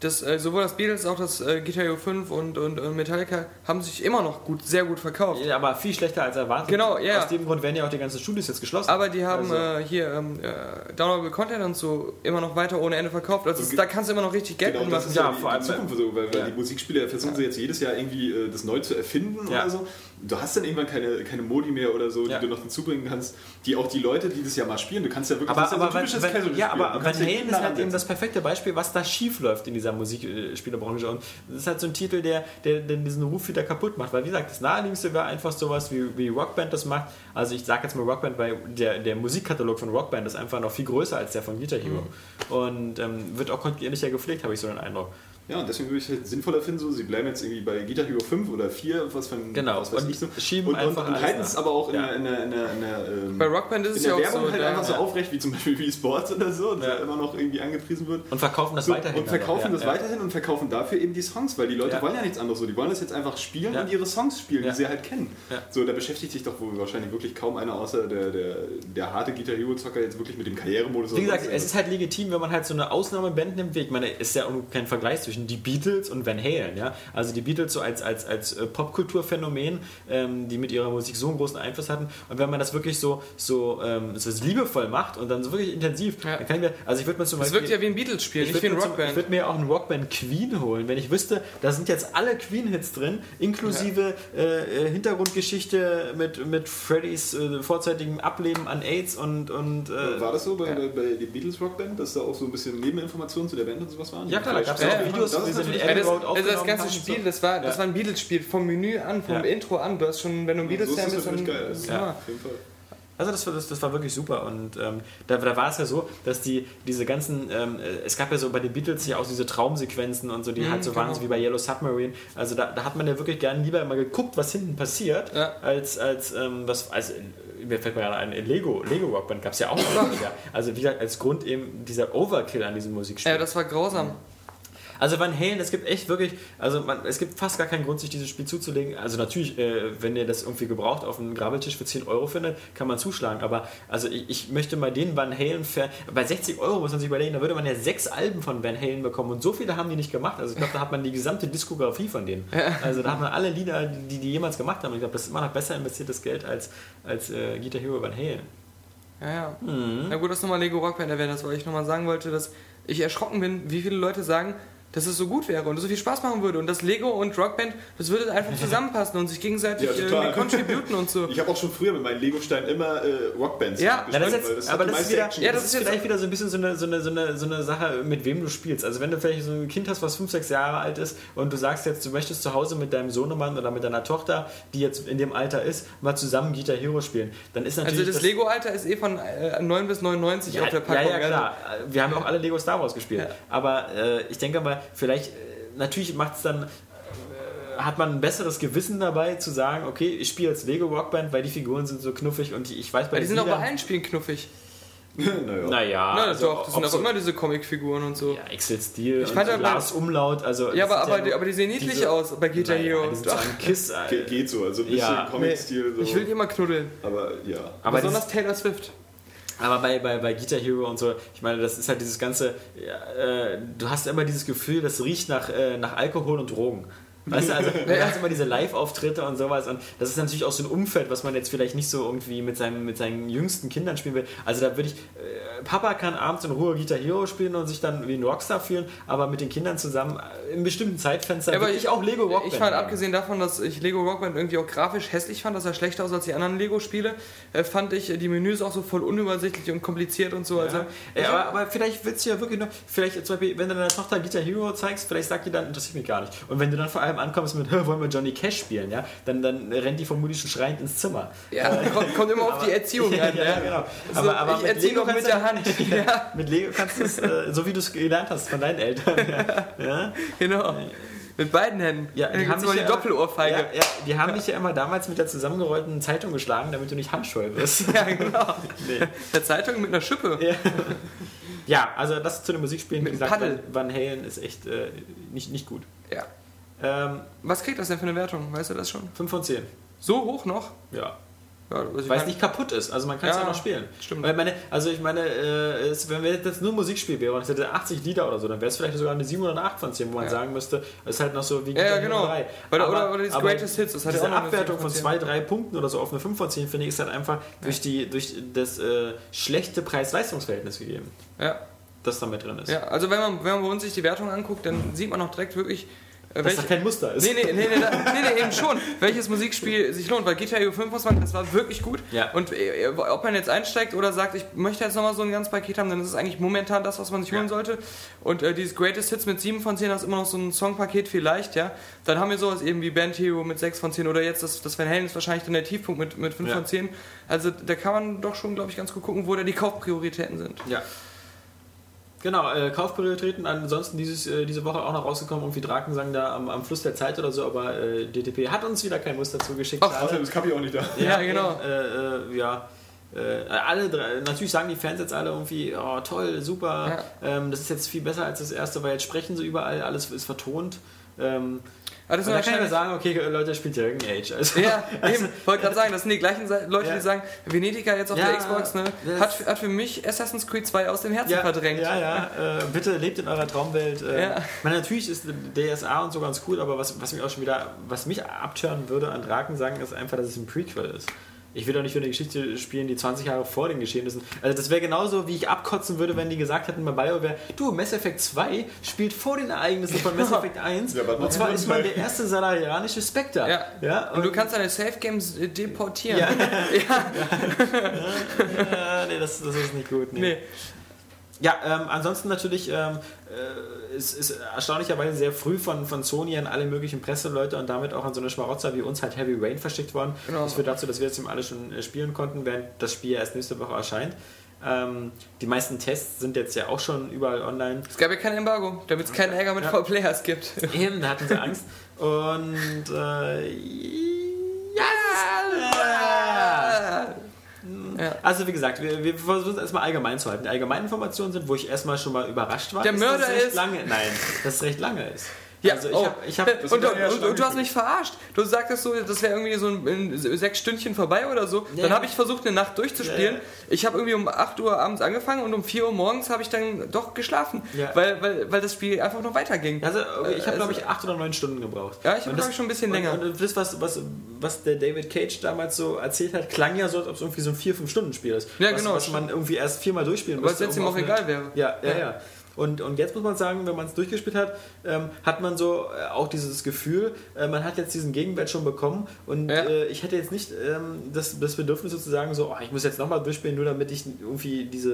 C: dass äh, sowohl das Beatles als auch das äh, Guitar Hero 5 und, und, äh, Metallica haben sich immer noch gut, sehr gut verkauft.
E: Ja, aber viel schlechter als erwartet.
C: Genau, ja, ja.
E: Aus dem Grund werden ja auch die ganzen Studios jetzt geschlossen.
C: Aber die haben
E: Also-
C: äh, hier ähm, äh, Downloadable Content und so immer noch weiter ohne Ende verkauft. Also
D: Okay.
C: da kannst du immer noch richtig Geld
D: Genau, das
C: mitmachen.
D: ist
E: Ja,
D: ja, die,
E: vor allem
D: die Zukunft so, weil, weil
E: ja.
D: die Musikspieler versuchen sie jetzt jedes Jahr irgendwie äh, das neu zu erfinden
E: Ja.
D: oder so. Du hast dann irgendwann keine, keine Modi mehr oder so,
E: Ja.
D: die du noch dazu bringen kannst, die auch die Leute, die das ja mal spielen, du kannst ja wirklich
E: Aber,
D: das ist ja
E: aber
D: so ein typisches
E: wenn, wenn,
D: Casual-Spiel.
E: ja,
D: Du
E: aber Van
D: kannst jeden
E: Halen ist halt
D: ansetzen.
E: eben das perfekte Beispiel, was da schief läuft in dieser Musikspielerbranche. Und das ist halt so ein Titel, der, der, der diesen Ruf wieder kaputt macht. Weil, wie gesagt, das Naheliegendste wäre einfach sowas, wie, wie Rockband das macht. Also, ich sage jetzt mal Rockband, weil der, der Musikkatalog von Rockband ist einfach noch viel größer als der von Guitar Hero.
D: Mhm.
E: Und ähm, wird auch kontinuierlicher gepflegt, habe ich so den Eindruck.
D: Ja, und deswegen würde ich es halt sinnvoller finden, so, sie bleiben jetzt irgendwie bei Guitar Hero 5 oder 4, was von
E: Genau,
D: was weiß
E: und
D: ich so.
E: schieben
D: und,
E: einfach
D: und, und
E: alles
D: halten
E: nach.
D: es aber auch in
E: Ja.
D: der, in der, in der, in der ähm,
C: Bei Rockband ist
D: in
C: es
D: der
C: ja auch
D: Werbung
C: so.
D: halt
C: da-
D: einfach so aufrecht, wie zum Beispiel Wii Sports oder so, das
E: Ja.
D: ja immer noch irgendwie angepriesen wird.
E: Und verkaufen das
D: So,
E: weiterhin.
D: Und verkaufen
E: also.
D: das weiterhin und verkaufen dafür eben die Songs, weil die Leute
E: Ja.
D: wollen ja nichts anderes so. Die wollen das jetzt einfach spielen
E: Ja.
D: und ihre Songs spielen,
E: Ja.
D: die sie halt kennen.
E: Ja.
D: So, da beschäftigt sich doch wohl wahrscheinlich wirklich kaum einer außer der, der, der harte Guitar Hero Zocker jetzt wirklich mit dem Karrieremodus.
E: Wie
D: oder
E: gesagt,
D: sonst
E: es ist halt legitim, wenn man halt so eine Ausnahmeband nimmt, wie ich meine, ist ja auch kein Vergleich zwischen die Beatles und Van Halen, ja. Also die Beatles so als, als, als äh, Popkulturphänomen, ähm, die mit ihrer Musik so einen großen Einfluss hatten. Und wenn man das wirklich so, so, ähm, so liebevoll macht und dann so wirklich intensiv,
C: Ja.
E: dann kann ich mir, also ich würde mir zum
C: Es
E: Beispiel.
C: wirkt ja wie ein Beatles-Spiel,
E: Ich
C: nicht wie
E: würde
C: ein
E: mir, zum- ich
C: Rockband.
E: würd mir auch einen Rockband Queen holen, wenn ich wüsste, da sind jetzt alle Queen-Hits drin, inklusive äh, äh, Hintergrundgeschichte mit, mit Freddys äh, vorzeitigem Ableben an AIDS und. und äh,
D: Also, War das so bei,
C: Ja.
D: bei, bei den Beatles Rockband, dass da auch so ein bisschen Nebeninformationen zu der Band und sowas waren?
E: Ja, klar, da gab's
D: ja
C: auch
E: Videos,
D: Das
E: wie
D: ist
E: sie den
D: natürlich
C: Ja, das,
E: Abbey Road
C: also das
E: aufgenommen
C: ganze
E: haben, so.
C: Spiel, das war, das
E: Ja.
C: war ein Beatles-Spiel. Vom Menü an, vom
E: Ja.
C: Intro an. Du hast schon, wenn du ein
D: so ist
C: Beatles-Fan
D: das
C: bist, dann.
D: natürlich geil.
C: Ja.
D: Ja, auf jeden Fall.
E: Also das war, das, das war wirklich super und ähm, da, da war es ja so, dass die diese ganzen, ähm, äh, es gab ja so bei den Beatles ja auch diese Traumsequenzen und so, die
C: Mhm,
E: halt so waren,
C: genau.
E: so wie bei Yellow Submarine. Also da, da hat man ja wirklich gerne lieber immer geguckt, was hinten passiert,
C: Ja.
E: als als ähm, was als äh, mir fällt mir gerade ein in Lego Lego Rockband gab es ja auch. noch, ja. Also wie gesagt als Grund eben dieser Overkill an diesem Musikspiel.
C: Ja, das war grausam.
E: Also Van Halen, es gibt echt wirklich, also man, es gibt fast gar keinen Grund, sich dieses Spiel zuzulegen. Also natürlich, äh, wenn ihr das irgendwie gebraucht auf einem Grabbeltisch für 10 Euro findet, kann man zuschlagen. Aber also ich, ich möchte mal den Van Halen, Fan- bei 60 Euro muss man sich überlegen, da würde man ja sechs Alben von Van Halen bekommen und so viele haben die nicht gemacht. Also ich glaube, da hat man die gesamte Diskografie von denen. Also da hat man alle Lieder, die die jemals gemacht haben. Ich glaube, das ist immer noch besser investiertes Geld als, als äh, Guitar Hero Van Halen.
C: Ja, ja.
E: Mhm.
C: Na gut, dass nochmal Lego Rockband erwähnt hast, weil ich nochmal sagen wollte, dass ich erschrocken bin, wie viele Leute sagen, dass es so gut wäre und so viel Spaß machen würde und dass Lego und Rockband, das würde einfach zusammenpassen und sich gegenseitig
D: Ja, total.
C: irgendwie contributen und so.
D: Ich habe auch schon früher mit meinen Lego-Steinen immer äh, Rockbands
C: Ja.
E: Ja, das
D: gespielt,
E: ist
D: weil
E: jetzt,
D: hat
E: aber
D: die
E: das ist
D: meiste
E: wieder,
D: Action.
E: ja,
C: Ja,
E: das
C: das
E: ist
C: ist jetzt-
E: vielleicht wieder so ein bisschen so eine, so, eine, so, eine, so eine Sache, mit wem du spielst. Also wenn du vielleicht so ein Kind hast, was fünf, sechs Jahre alt ist und du sagst jetzt, du möchtest zu Hause mit deinem Sohnemann oder mit deiner Tochter, die jetzt in dem Alter ist, mal zusammen Guitar Hero spielen, dann ist natürlich
C: Also das Lego-Alter ist eh von äh, 9 bis 99
E: ja,
C: auf der Packung. ne?
E: Ja, ja, klar. Wir haben auch alle Lego Star Wars gespielt.
C: Ja.
E: Aber äh, ich denke mal, vielleicht, äh, natürlich macht es dann, äh, hat man ein besseres Gewissen dabei, zu sagen, okay, ich spiele jetzt Lego Rockband, weil die Figuren sind so knuffig und die- ich weiß bei
C: Weil die sind auch bei
E: Liedern-
C: allen Spielen knuffig.
D: Naja.
E: Naja,
C: Na,
E: also
C: doch, das sind
E: ob
C: auch
E: so-
C: immer diese Comicfiguren und so.
E: Ja, Excel-Stil.
C: fand
E: und
C: aber-
E: Lars Umlaut, also.
C: Ja,
E: das
C: aber,
E: ist
C: aber, die,
E: nur
C: aber die sehen niedlich
E: diese-
C: aus bei Guitar
E: Naja,
C: Hero.
E: die sind
C: Doch.
E: zwar ein Kiss, Alter.
D: Ge geht so, also ein bisschen
E: Ja.
D: Comic-Stil. So.
C: Ich will die immer knuddeln.
D: aber ja.
E: aber,
C: Besonders
E: das,
C: Taylor Swift.
E: aber bei, bei, bei Guitar Hero und so, ich meine, das ist halt dieses ganze, ja, äh, du hast immer dieses Gefühl, das riecht nach, äh, nach Alkohol und Drogen. Weißt du, also du hast immer diese Live-Auftritte und sowas und das ist natürlich auch so ein Umfeld, was man jetzt vielleicht nicht so irgendwie mit, seinem, mit seinen jüngsten Kindern spielen will. Also da würde ich, äh, Papa kann abends in Ruhe Guitar Hero spielen und sich dann wie ein Rockstar fühlen, aber mit den Kindern zusammen äh, in bestimmten Zeitfenstern
C: Ja, aber
E: würde ich auch Lego Rockband
C: Ich fand,
E: machen.
C: abgesehen davon, dass ich Lego Rockband irgendwie auch grafisch hässlich fand, dass er schlechter aussah als die anderen Lego-Spiele, äh, fand ich äh, die Menüs auch so voll unübersichtlich und kompliziert und so. Also,
E: Ja. Ey, aber, aber vielleicht willst du ja wirklich noch, vielleicht zum Beispiel, wenn du deiner Tochter Guitar Hero zeigst, vielleicht sagt die dann, interessiert mich gar nicht. Und wenn du dann vor allem ankommst mit, "Hä, wollen wir Johnny Cash spielen, ja, dann, dann rennt die vermutlich schon schreiend ins Zimmer.
C: ja, kommt, kommt immer auf die Erziehung an. Ja,
E: genau.
C: Also,
E: aber, aber
C: ich
E: mit,
C: erziehe
E: Lego
C: noch mit
E: kannst
C: der Hand. ja,
E: du, mit Lego kannst du es, äh, so wie du es gelernt hast von deinen Eltern. Ja, ja?
C: genau. Mit beiden Händen.
E: Ja,
C: Dann gibt's immer die
E: ja-
C: Doppelohrfeige.
E: Ja, ja, die haben dich ja immer damals mit der zusammengerollten Zeitung geschlagen, damit du nicht handscheu wirst.
C: Ja, genau.
E: Nee.
C: Der Zeitung mit einer Schippe.
E: Ja, also das zu den Musikspielen,
C: Mit
E: wie
C: dem
E: gesagt, Van,
C: Paddel.
E: Van Halen ist echt äh, nicht, nicht gut.
C: Ja.
E: Ähm,
C: Was kriegt das denn für eine Wertung? Weißt du das schon?
E: 5 von 10.
C: So hoch noch?
E: Ja.
C: Ja, also ich
E: Weil es
C: mein-
E: nicht kaputt ist. Also man kann es ja,
C: Ja,
E: noch spielen.
C: stimmt.
E: Weil meine, also ich meine, äh, es, wenn wir jetzt nur Musikspiel wäre und es hätte 80 Lieder oder so, dann wäre es vielleicht sogar eine 7 oder eine 8 von 10, wo man
C: Ja.
E: sagen müsste, es ist halt noch so wie
C: Ja, ja,
E: Guitar Hero
C: genau.
E: 3.
C: Oder- oder- oder dieses Greatest Hits, das hat
E: diese
C: ja auch noch eine
E: Abwertung
C: 7
E: von
C: von 10.
E: 2, 3 Punkten oder so auf eine 5 von 10, finde ich, ist halt einfach durch, die, durch das äh, schlechte Preis-Leistungs-Verhältnis gegeben,
C: ja,
E: das da mit drin ist.
C: ja, also wenn man, wenn man bei uns sich die Wertung anguckt, dann sieht man auch direkt wirklich, äh,
E: Dass
C: welche,
E: da kein Muster ist.
C: Nee, nee, nee, nee, da- nee, nee, eben schon. Welches Musikspiel sich lohnt, weil GTA Hero 5 muss man, das war wirklich gut.
E: Ja.
C: Und äh, ob man jetzt einsteigt oder sagt, ich möchte jetzt nochmal so ein ganzes Paket haben, dann ist es eigentlich momentan das, was man sich holen sollte. Und äh, dieses Greatest Hits mit 7 von 10, das ist immer noch so ein Songpaket vielleicht, ja. Dann haben wir sowas eben wie Band Hero mit 6 von 10 oder jetzt das, das Van Halen ist wahrscheinlich dann der Tiefpunkt mit, mit 5
E: Ja.
C: von 10. Also da kann man doch schon, glaube ich, ganz gut gucken, wo da die Kaufprioritäten sind.
E: Ja. Genau, äh, Kaufprioritäten. Ansonsten dieses, äh, diese Woche auch noch rausgekommen, irgendwie Drakensang da am, am Fluss der Zeit oder so, aber äh, DTP hat uns wieder kein Muster zugeschickt.
C: Ach,
E: Schade.
D: Außerdem ist Kapi auch nicht da.
C: Ja, genau.
E: Äh, äh, ja. Äh, alle drei, natürlich sagen die Fans jetzt alle irgendwie, oh toll, super, ähm, das ist jetzt viel besser als das erste, weil jetzt sprechen sie überall, alles ist vertont. Ähm,
C: Aber das
E: und da kann
C: wahrscheinlich-
E: ich mir sagen, okay, Leute, spielt ja irgendein Age. Also,
C: Ja, eben. Wollte gerade sagen, das sind die gleichen Se- Leute,
E: Ja.
C: die sagen, Venetica jetzt auf
E: Ja,
C: der Xbox, ne,
E: das-
C: hat, hat für mich Assassin's Creed 2 aus dem Herzen
E: ja,
C: verdrängt.
E: Ja, ja, äh, bitte lebt in eurer Traumwelt. Äh,
C: Ja.
E: ich meine, natürlich ist DSA und so ganz cool, aber was, was mich auch schon wieder, was mich abtören würde an Draken sagen, ist einfach, dass es ein Prequel ist. Ich will doch nicht für eine Geschichte spielen, die 20 Jahre vor den Geschehnissen. Also das wäre genauso, wie ich abkotzen würde, wenn die gesagt hätten bei BioWare, du, Mass Effect 2 spielt vor den Ereignissen von Mass Effect 1
D: Ja, aber
E: und zwar ist man der erste salarianische Spectre.
C: Ja.
E: Ja,
C: Und du kannst deine Safe Games äh, deportieren.
E: Ja. äh, nee, das, das ist nicht gut. Nee.
C: Nee.
E: Ja, ähm, ansonsten natürlich ähm, äh, ist, ist erstaunlicherweise sehr früh von, von Sony an alle möglichen Presseleute und damit auch an so eine Schmarotzer wie uns halt Heavy Rain verschickt worden.
C: Genau.
E: Das führt dazu, dass wir jetzt eben alle schon äh, spielen konnten, während das Spiel ja erst nächste Woche erscheint. Ähm, die meisten Tests sind jetzt ja auch schon überall online.
C: Es gab ja kein Embargo, damit es keinen Ärger mit
E: Ja. Also,
C: ja. Players gibt.
E: Eben, da hatten sie Angst. Und äh, ja,
C: Ah. Ja.
E: Also wie gesagt, wir, wir versuchen es erstmal allgemein zu halten. Die allgemeinen Informationen sind, wo ich erstmal schon mal überrascht war.
C: Der
E: dass
C: Mörder
E: es recht
C: ist-
E: Lange, nein, dass es recht lange ist.
C: Ja,
E: also ich
C: oh.
E: hab, ich hab,
C: und,
B: ja
C: und, und du hast
B: Schlangenkönig.
C: mich verarscht. Du sagtest so, das wäre irgendwie so in, in sechs Stündchen vorbei oder so.
E: Ja,
C: dann
E: ja.
C: habe ich versucht, eine Nacht durchzuspielen.
E: Ja, ja.
C: Ich habe irgendwie um 8 Uhr abends angefangen und um 4 Uhr morgens habe ich dann doch geschlafen,
E: Ja.
C: weil, weil, weil das Spiel einfach noch weiterging.
E: Also, ich habe,
C: also-
E: glaube ich, acht oder neun Stunden gebraucht.
C: Ja, ich hab,
E: Und
C: glaub
E: das-
C: ich, schon ein bisschen
E: und,
C: länger.
E: Und das, was, was, was der David Cage damals so erzählt hat, klang ja so, als ob es irgendwie so ein 4-5-Stunden-Spiel ist.
C: Ja,
E: was,
C: genau,
E: Was man irgendwie erst viermal durchspielen
C: Was
E: müsste,
C: jetzt
E: um
C: ihm
E: auf
C: auch
E: eine-
C: egal wäre.
E: Ja, ja, ja. Und, und jetzt muss man sagen, wenn man es durchgespielt hat, ähm, hat man so äh, auch dieses Gefühl, äh, man hat jetzt diesen Gegenwert schon bekommen und
C: Ja.
E: äh, ich hätte jetzt nicht ähm, das, das Bedürfnis sozusagen so, oh, ich muss jetzt nochmal durchspielen, nur damit ich irgendwie diese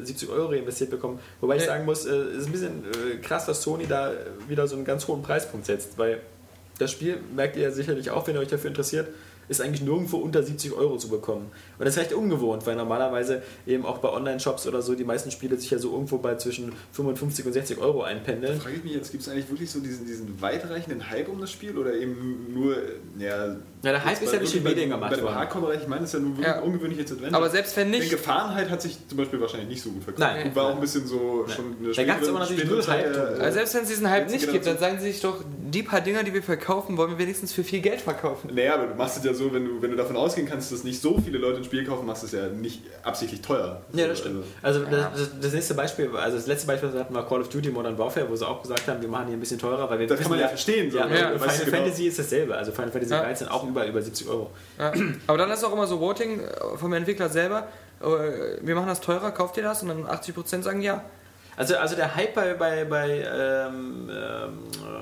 E: äh, 70 Euro reinvestiert bekomme. Wobei ich
C: Ja.
E: sagen muss, äh, ist ein bisschen äh, krass, dass Sony da äh, wieder so einen ganz hohen Preispunkt setzt, weil das Spiel, merkt ihr ja sicherlich auch, wenn ihr euch dafür interessiert, ist eigentlich nirgendwo unter 70 Euro zu bekommen. Und das ist recht ungewohnt, weil normalerweise eben auch bei Online-Shops oder so die meisten Spiele sich ja so irgendwo bei zwischen 55 und 60 Euro einpendeln.
D: Frage ich mich jetzt, gibt es eigentlich wirklich so diesen, diesen weitreichenden Hype um das Spiel oder eben nur, äh, ja...
E: Ja, der Hype ist ja durch die Medien gemacht
D: worden. Bei
E: worden.
D: dem Hardcore-Bereich, ich meine, das ist ja nun wirklich
C: Ja.
D: ungewöhnlich jetzt Adventure.
C: Aber selbst wenn
D: Die
C: nicht,
D: Gefahrenheit hat sich zum Beispiel wahrscheinlich nicht so gut verkauft.
E: Nein.
D: Und war auch ein bisschen so schon eine
E: Da gab's aber natürlich
D: spätere
E: null
D: Zeit
E: Hype
D: der,
E: drum.
D: äh,
C: also selbst wenn es diesen Hype
D: Jetzt
C: nicht
D: geht
C: gibt,
D: das-
C: dann sagen sie sich doch, die paar Dinger, die wir verkaufen, wollen wir wenigstens für viel Geld verkaufen.
D: Naja, aber du machst es ja so, wenn du, wenn du davon ausgehen kannst, dass nicht so viele Leute ein Spiel kaufen, machst du es ja nicht absichtlich teuer.
E: Ja, das
D: So,
E: stimmt.
D: also-
E: Also das, das nächste Beispiel, also das letzte Beispiel, was wir hatten, war Call of Duty Modern Warfare, wo sie auch gesagt haben, wir machen hier ein bisschen teurer, weil wir
D: äh, Das
E: wissen
D: kann man ja verstehen. So.
E: Ja,
D: weil
C: ja,
D: du
E: Final
D: weißt genau-
E: Fantasy ist dasselbe, also Final Fantasy
C: Ja.
E: 13 auch über, über 70 Euro.
C: Ja. Aber dann ist auch immer so Voting äh, vom Entwickler selber, äh, wir machen das teurer, kauft ihr das? Und dann 80% sagen ja.
E: Also, also der Hype bei, bei, bei, ähm, ähm, äh,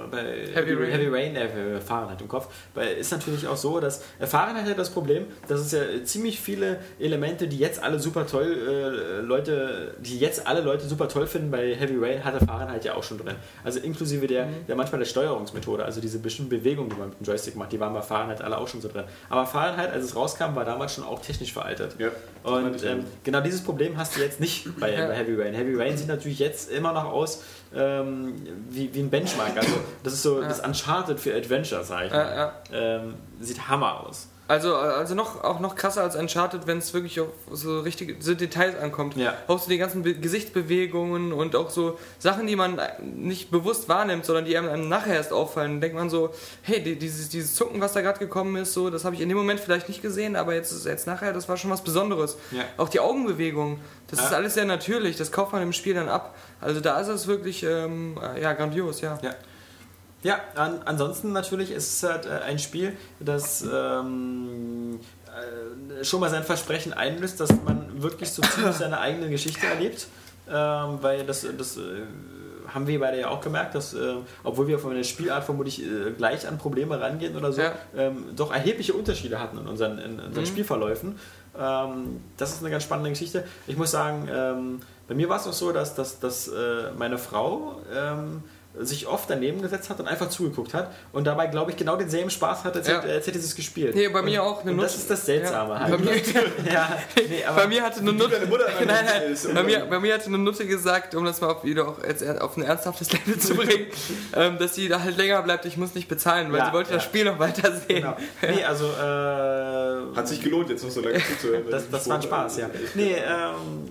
E: bei
C: Heavy Rain.
E: Heavy Rain äh, Fahrenheit im Kopf, weil ist natürlich auch so, dass äh, Fahrenheit hat das Problem, dass es ja äh, ziemlich viele Elemente, die jetzt alle super toll äh, Leute, die jetzt alle Leute super toll finden, bei Heavy Rain hatte Fahrenheit ja auch schon drin. Also inklusive der, der manchmal der Steuerungsmethode, also diese bestimmten Bewegungen, die man mit dem Joystick macht, die waren bei Fahrenheit alle auch schon so drin. Aber Fahrenheit, als es rauskam, war damals schon auch technisch veraltet.
D: Ja.
E: Und ähm, genau dieses Problem hast du jetzt nicht bei,
C: Ja.
E: bei Heavy Rain. Heavy Rain sieht natürlich jetzt immer noch aus ähm, wie, wie ein Benchmark. Also das ist so das Uncharted für Adventure, sag ich
C: Ja,
E: mal. Ähm, sieht Hammer aus.
C: Also, also noch, auch noch krasser als Uncharted, wenn es wirklich auf so richtige so Details ankommt.
E: Ja.
C: Auch so die ganzen Be Gesichtsbewegungen und auch so Sachen, die man nicht bewusst wahrnimmt, sondern die einem, einem nachher erst auffallen. Denkt man so, hey, die, dieses, dieses Zucken, was da gerade gekommen ist, so, das habe ich in dem Moment vielleicht nicht gesehen, aber jetzt, ist- jetzt nachher, das war schon was Besonderes.
E: Ja.
C: Auch die Augenbewegungen, das
E: Ja.
C: ist alles sehr natürlich, das kauft man im Spiel dann ab. Also da ist es wirklich, ähm, äh, ja, grandios, ja.
E: Ja. Ja, an, ansonsten natürlich ist es halt äh, ein Spiel, das ähm, äh, schon mal sein Versprechen einlöst, dass man wirklich so ziemlich seine eigene Geschichte erlebt. Ähm, weil das, das äh, haben wir beide ja auch gemerkt, dass äh, obwohl wir von der Spielart vermutlich äh, gleich an Probleme rangehen oder so,
C: Ja.
E: ähm, doch erhebliche Unterschiede hatten in unseren, in unseren
C: Mhm.
E: Spielverläufen. Ähm, das ist eine ganz spannende Geschichte. Ich muss sagen, ähm, bei mir war es auch so, dass, dass, dass äh, meine Frau ähm, sich oft daneben gesetzt hat und einfach zugeguckt hat und dabei, glaube ich, genau denselben Spaß hatte, als,
C: Ja.
E: hätte, als hätte sie es gespielt.
C: Nee, bei mir
E: und,
C: auch eine
E: Und das
C: Nuss-
E: ist das Seltsame
C: Ja.
E: halt.
C: Bei mir-
E: ja, nee, aber,
C: Bei mir hatte eine Nut
D: deine Mutter in einem
C: nein,
D: Hotel ist,
E: Also,
C: nein.
D: oder?
C: Bei,
E: ähm,
C: mir, bei mir hatte eine Nutte gesagt, um das mal auf, wieder auch jetzt er- auf ein ernsthaftes Level zu bringen, ähm, dass sie da halt länger bleibt, ich muss nicht bezahlen, weil
E: Ja,
C: sie wollte das
E: ja.
C: Spiel noch weiter sehen.
E: genau. nee, also äh,
D: Hat sich gelohnt, jetzt noch so lange zuzuhören.
E: das, das war ein Spaß, ja. Nee, ähm,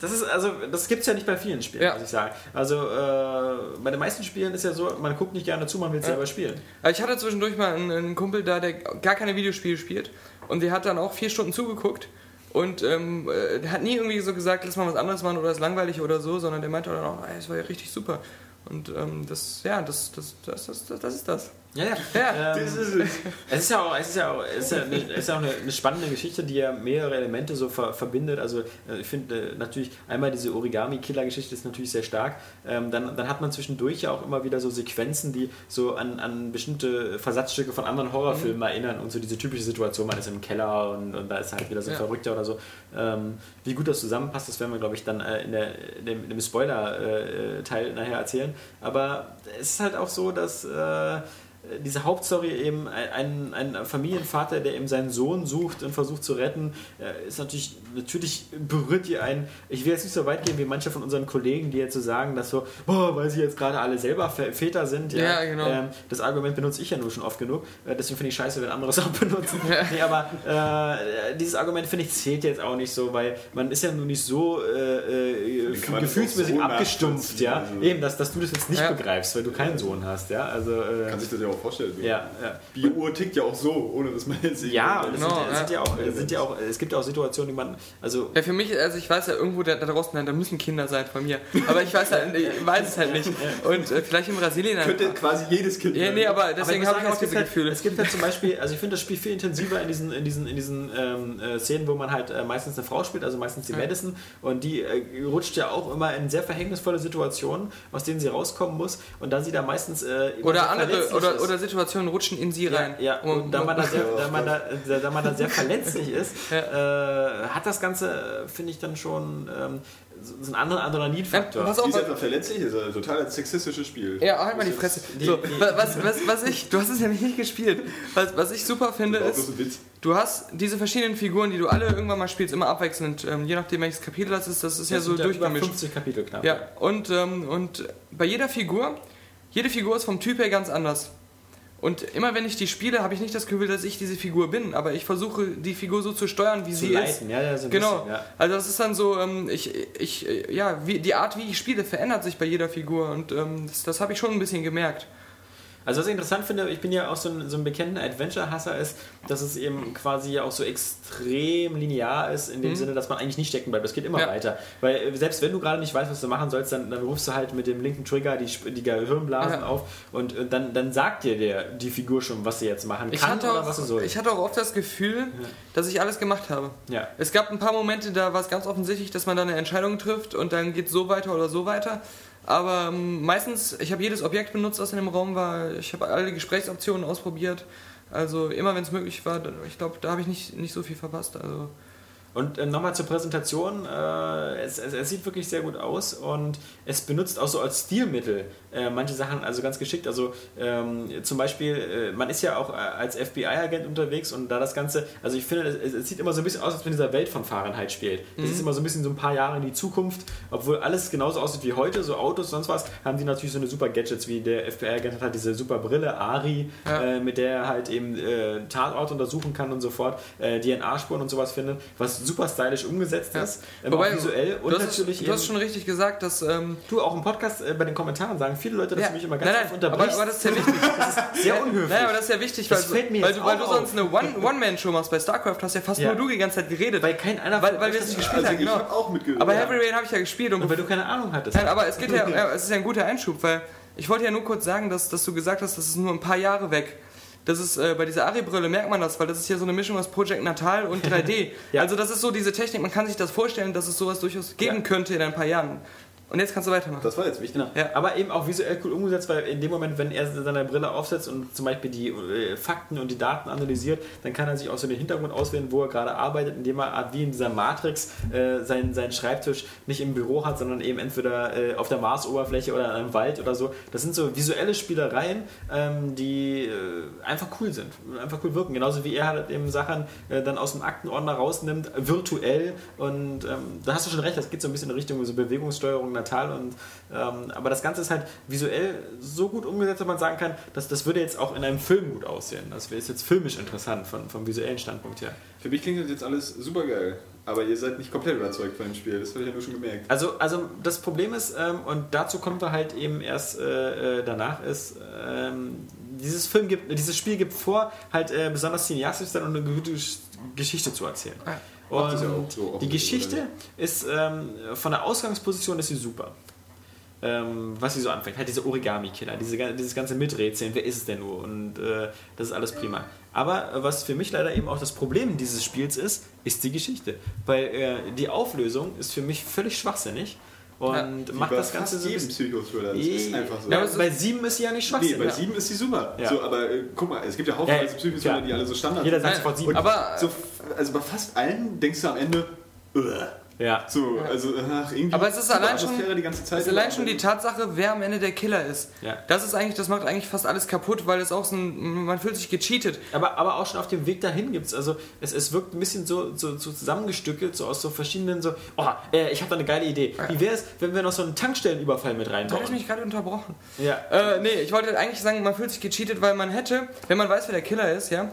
E: das ist also, das gibt's ja nicht bei vielen Spielen,
C: Ja.
E: muss ich sagen. Also äh, bei den meisten Spielen ist ja so, man guckt nicht gerne zu, man will selber spielen.
C: Aber Ich hatte zwischendurch mal einen, einen Kumpel da, der gar keine Videospiele spielt und der hat dann auch vier Stunden zugeguckt und ähm, äh, der hat nie irgendwie so gesagt, lass mal was anderes machen oder ist langweilig oder so, sondern der meinte dann auch, ey, es war ja richtig super. Und ähm, das, ja, das, das, das, das, das, das ist das.
E: Ja, ja.
C: Ja.
E: Ähm,
D: Das ist es.
E: es ist ja auch, es ist ja auch, es ist ja eine, es ist ja auch eine, eine spannende Geschichte, die ja mehrere Elemente so ver, verbindet. Also äh, ich finde äh, natürlich einmal diese Origami-Killer-Geschichte ist natürlich sehr stark. Ähm, dann, dann hat man zwischendurch ja auch immer wieder so Sequenzen, die so an, an bestimmte Versatzstücke von anderen Horrorfilmen erinnern und so diese typische Situation, man ist im Keller und, und da ist halt wieder so ein
C: Ja.
E: Verrückter oder so. Ähm, wie gut das zusammenpasst, das werden wir, glaube ich, dann äh, in, der, in dem, in dem Spoiler-Teil nachher erzählen. Aber es ist halt auch so, dass äh, diese Hauptstory eben ein, ein ein Familienvater, der eben seinen Sohn sucht und versucht zu retten, äh, ist natürlich, natürlich berührt die einen. Ich will jetzt nicht so weit gehen wie manche von unseren Kollegen, die jetzt so sagen, dass so, boah, weil sie jetzt gerade alle selber Vä- Väter sind.
C: Ja, genau.
E: ähm, das Argument benutze ich ja nur schon oft genug. Äh, deswegen finde ich scheiße, wenn andere es auch benutzen. nee, aber äh, dieses Argument finde ich zählt jetzt auch nicht so, weil man ist ja nun nicht so äh, äh,
D: kann man
E: gefühlsmäßig
D: so
E: abgestumpft,
D: nachvollziehen,
E: ja.
D: also.
E: Eben, dass, dass du das jetzt nicht
C: Ja.
E: begreifst, weil du keinen Sohn hast, ja. Also äh,
D: Kann sich das ja auch vorstellen.
E: ja, ja.
D: Die Uhr tickt ja auch so, ohne dass man jetzt.
E: Ja,
D: irgendwie-
E: und es
C: Genau,
E: sind, es sind
C: ja.
E: ja auch, es sind ja auch, es gibt ja auch Situationen, die man, also
C: Ja, für mich, also ich weiß ja irgendwo da, da draußen, nein, da müssen Kinder sein von mir. Aber ich weiß, halt, ich weiß es halt nicht. Und äh, vielleicht in Brasilien. dann-
D: Könnte quasi jedes Kind.
C: ja,
D: sein.
C: nee, aber
E: Aber
C: deswegen
E: muss
C: habe ich
E: sagen,
C: auch diese
E: es gibt
C: Gefühle.
E: Halt, es gibt halt zum Beispiel, also ich finde das Spiel viel intensiver in diesen, in diesen, in diesen ähm, äh, Szenen, wo man halt äh, meistens eine Frau spielt, also meistens die Madison, und die äh, rutscht ja auch immer in sehr verhängnisvolle Situationen, aus denen sie rauskommen muss, und dann sie da meistens äh, immer sehr
C: Oder andere,
E: verletzlich
C: oder, Um-
E: ist.
C: oder Situationen rutschen in sie rein.
E: Ja, ja. und da man da sehr, da man da, da, da man da sehr verletzlich ist, äh, hat das Ganze, finde ich, dann schon ähm, so so einen anderen Adrenalinfaktor.
C: Ja, pass auf,
D: Die ist einfach verletzlich, ist ein total sexistisches Spiel.
C: Ja, halt mal die
D: Das
C: Fresse.
D: ist
C: So, wa- was, was, was ich, du hast es ja nicht gespielt. Was, was ich super finde
D: überhaupt
C: ist,
D: bloß ein Witz.
C: du hast diese verschiedenen Figuren, die du alle irgendwann mal spielst, immer abwechselnd. Ähm, je nachdem, welches Kapitel das ist, das ist ja
E: Das
C: so
E: sind über
C: durchgemischt.
E: 50 Kapitel knapp.
C: Ja, und, ähm, und bei jeder Figur, jede Figur ist vom Typ her ganz anders. Und immer wenn ich die spiele, habe ich nicht das Gefühl, dass ich diese Figur bin, aber ich versuche, die Figur so zu steuern, wie
E: zu
C: sie ist.
E: leiten, ja, ja, so ein
C: Genau.
E: bisschen, ja.
C: Also das ist dann so, ähm, ich, ich, äh, ja, wie, die Art, wie ich spiele, verändert sich bei jeder Figur und ähm, das, das habe ich schon ein bisschen gemerkt.
E: Also was ich interessant finde, ich bin ja auch so ein, so ein bekennender Adventure-Hasser, ist, dass es eben quasi ja auch so extrem linear ist, in dem Sinne, dass man eigentlich nicht stecken bleibt. Es geht immer
C: Mhm. Ja.
E: weiter. Weil äh, selbst wenn du gerade nicht weißt, was du machen sollst, dann, dann rufst du halt mit dem linken Trigger die, Sp- die Gehirnblasen
C: Ja.
E: auf und äh, dann, dann sagt dir der, die Figur schon, was sie jetzt machen
C: Ich
E: kann
C: hatte,
E: oder
C: auch,
E: was sie soll.
C: ich hatte auch oft das Gefühl, dass ich alles gemacht habe.
E: ja.
C: Es gab ein paar Momente, da war es ganz offensichtlich, dass man da eine Entscheidung trifft und dann geht so weiter oder so weiter. Aber ähm, meistens, ich habe jedes Objekt benutzt, was in dem Raum war. Ich habe alle Gesprächsoptionen ausprobiert. Also immer, wenn es möglich war. dann- Ich glaube, da habe ich nicht, nicht so viel verpasst. Also
E: Und äh, nochmal zur Präsentation. Äh, es, es, es sieht wirklich sehr gut aus und es benutzt auch so als Stilmittel äh, manche Sachen also ganz geschickt. Also ähm, zum Beispiel, äh, man ist ja auch äh, als FBI-Agent unterwegs und da das Ganze, also ich finde, es, es sieht immer so ein bisschen aus, als wenn dieser Welt von Fahrenheit spielt.
C: Mhm.
E: Das ist immer so ein bisschen so ein paar Jahre in die Zukunft, obwohl alles genauso aussieht wie heute, so Autos, sonst was, haben die natürlich so eine super Gadgets, wie der FBI-Agent hat halt diese super Brille, Ari,
C: Ja.
E: äh, mit der er halt eben äh, Tatort untersuchen kann und so fort, äh, DNA-Spuren und sowas findet, was super stylisch umgesetzt ist, ähm,
C: Wobei,
E: auch visuell und
C: du hast,
E: natürlich
C: Du hast
E: eben,
C: schon richtig gesagt, dass. Ähm,
E: du auch im Podcast äh, bei den Kommentaren sagen viele Leute, dass du mich immer ganz oft
C: aber,
E: unterbrichst.
C: aber das ist ja wichtig.
E: sehr unhöflich.
C: Naja, aber das ist ja wichtig, weil,
E: Das fällt mir
C: weil,
E: jetzt
C: du, weil du
E: auch
C: sonst eine One- One-Man-Show machst. Bei StarCraft hast ja fast
E: Ja.
C: nur du die ganze Zeit geredet.
E: weil kein einer
C: weil,
E: von
C: weil
E: euch
C: wir es
E: das
C: nicht
E: nicht-
C: gespielt
D: Also
C: haben,
D: ich
C: genau.
D: hab auch mitgehört.
C: Aber Heavy Rain habe ich ja gespielt und
E: weil du keine Ahnung hattest.
C: Nein, aber es geht ja, ja, es ist ja ein guter Einschub, weil ich wollte ja nur kurz sagen, dass, dass du gesagt hast, das ist nur ein paar Jahre weg. Das ist äh, bei dieser Ari-Brille merkt man das, weil das ist ja so eine Mischung aus Project Natal und 3D.
E: Ja.
C: Also das ist so diese Technik, man kann sich das vorstellen, dass es sowas durchaus geben
E: Ja.
C: könnte in ein paar Jahren. Und jetzt kannst du weitermachen.
D: Das war jetzt ne? wichtig.
C: Ja.
E: Aber eben auch visuell cool umgesetzt, weil in dem Moment, wenn er seine Brille aufsetzt und zum Beispiel die äh, Fakten und die Daten analysiert, dann kann er sich auch so den Hintergrund auswählen, wo er gerade arbeitet, indem er Art wie in dieser Matrix äh, seinen, seinen Schreibtisch nicht im Büro hat, sondern eben entweder äh, auf der Marsoberfläche oder in einem Wald oder so. Das sind so visuelle Spielereien, ähm, die äh, einfach cool sind, und einfach cool wirken. Genauso wie er halt eben Sachen äh, dann aus dem Aktenordner rausnimmt, virtuell. Und ähm, da hast du schon recht, das geht so ein bisschen in Richtung so Bewegungssteuerung natal. Und, ähm, aber das Ganze ist halt visuell so gut umgesetzt, dass man sagen kann, dass das würde jetzt auch in einem Film gut aussehen. Das wäre- ist jetzt filmisch interessant von, vom visuellen Standpunkt her.
D: Für mich klingt das jetzt alles super geil. Aber ihr seid nicht komplett überzeugt von dem Spiel. Das habe ich ja nur schon gemerkt.
E: Also, also das Problem ist, ähm, und dazu kommen wir halt eben erst äh, äh, danach, ist, ähm, dieses, Film gibt, äh, dieses Spiel gibt vor, halt äh, besonders cineastisch dann eine gute Gesch- Geschichte zu erzählen.
D: Macht
E: Und
D: es ja Ah, auch so offen,
E: die
D: oder
E: Geschichte ist ähm, von der Ausgangsposition ist sie super. Ähm, was sie so anfängt, halt diese Origami-Killer, diese, gan- dieses ganze Miträtseln, wer ist es denn nur? Und äh, das ist alles prima. Aber äh, was für mich leider eben auch das Problem dieses Spiels ist, ist die Geschichte. Weil äh, die Auflösung ist für mich völlig schwachsinnig und macht
D: Bei
E: das Ganze
D: fast
E: so. ein
D: jedem
E: bisschen-
D: Psychothriller. Das ist einfach so.
E: Ja,
C: aber
E: aber bei sieben ist sie ja nicht
D: Nee,
E: schwachsinnig.
D: bei
E: ja.
D: sieben ist sie super.
E: Ja.
D: So, aber äh, guck mal, es gibt ja haufenweise
E: Ja, ja.
D: Psychothriller,
E: Ja.
D: die alle so Standard
E: Jeder
D: sind.
E: sagt sofort sieben.
C: aber
D: So, f- also bei fast allen denkst du am Ende, "Uah."
E: Ja.
D: So, also ach, irgendwie.
C: Aber es ist allein schon-
D: Atmosphäre die ganze Zeit
C: Das ist allein schon die Tatsache, wer am Ende der Killer ist.
E: Ja.
C: Das ist eigentlich, das macht eigentlich fast alles kaputt, weil es auch so ein, man fühlt sich gecheatet.
E: Aber, aber auch schon auf dem Weg dahin gibt es, also es, es wirkt ein bisschen so, so, so zusammengestückelt, so aus so verschiedenen, so, oh, äh, ich habe da eine geile Idee. Wie wäre es, wenn wir noch so einen Tankstellenüberfall mit
C: Da habe ich
E: reinbauen?
C: mich gerade unterbrochen.
E: Ja.
C: Äh, nee, ich wollte eigentlich sagen, man fühlt sich gecheatet, weil man hätte, wenn man weiß, wer der Killer ist, ja,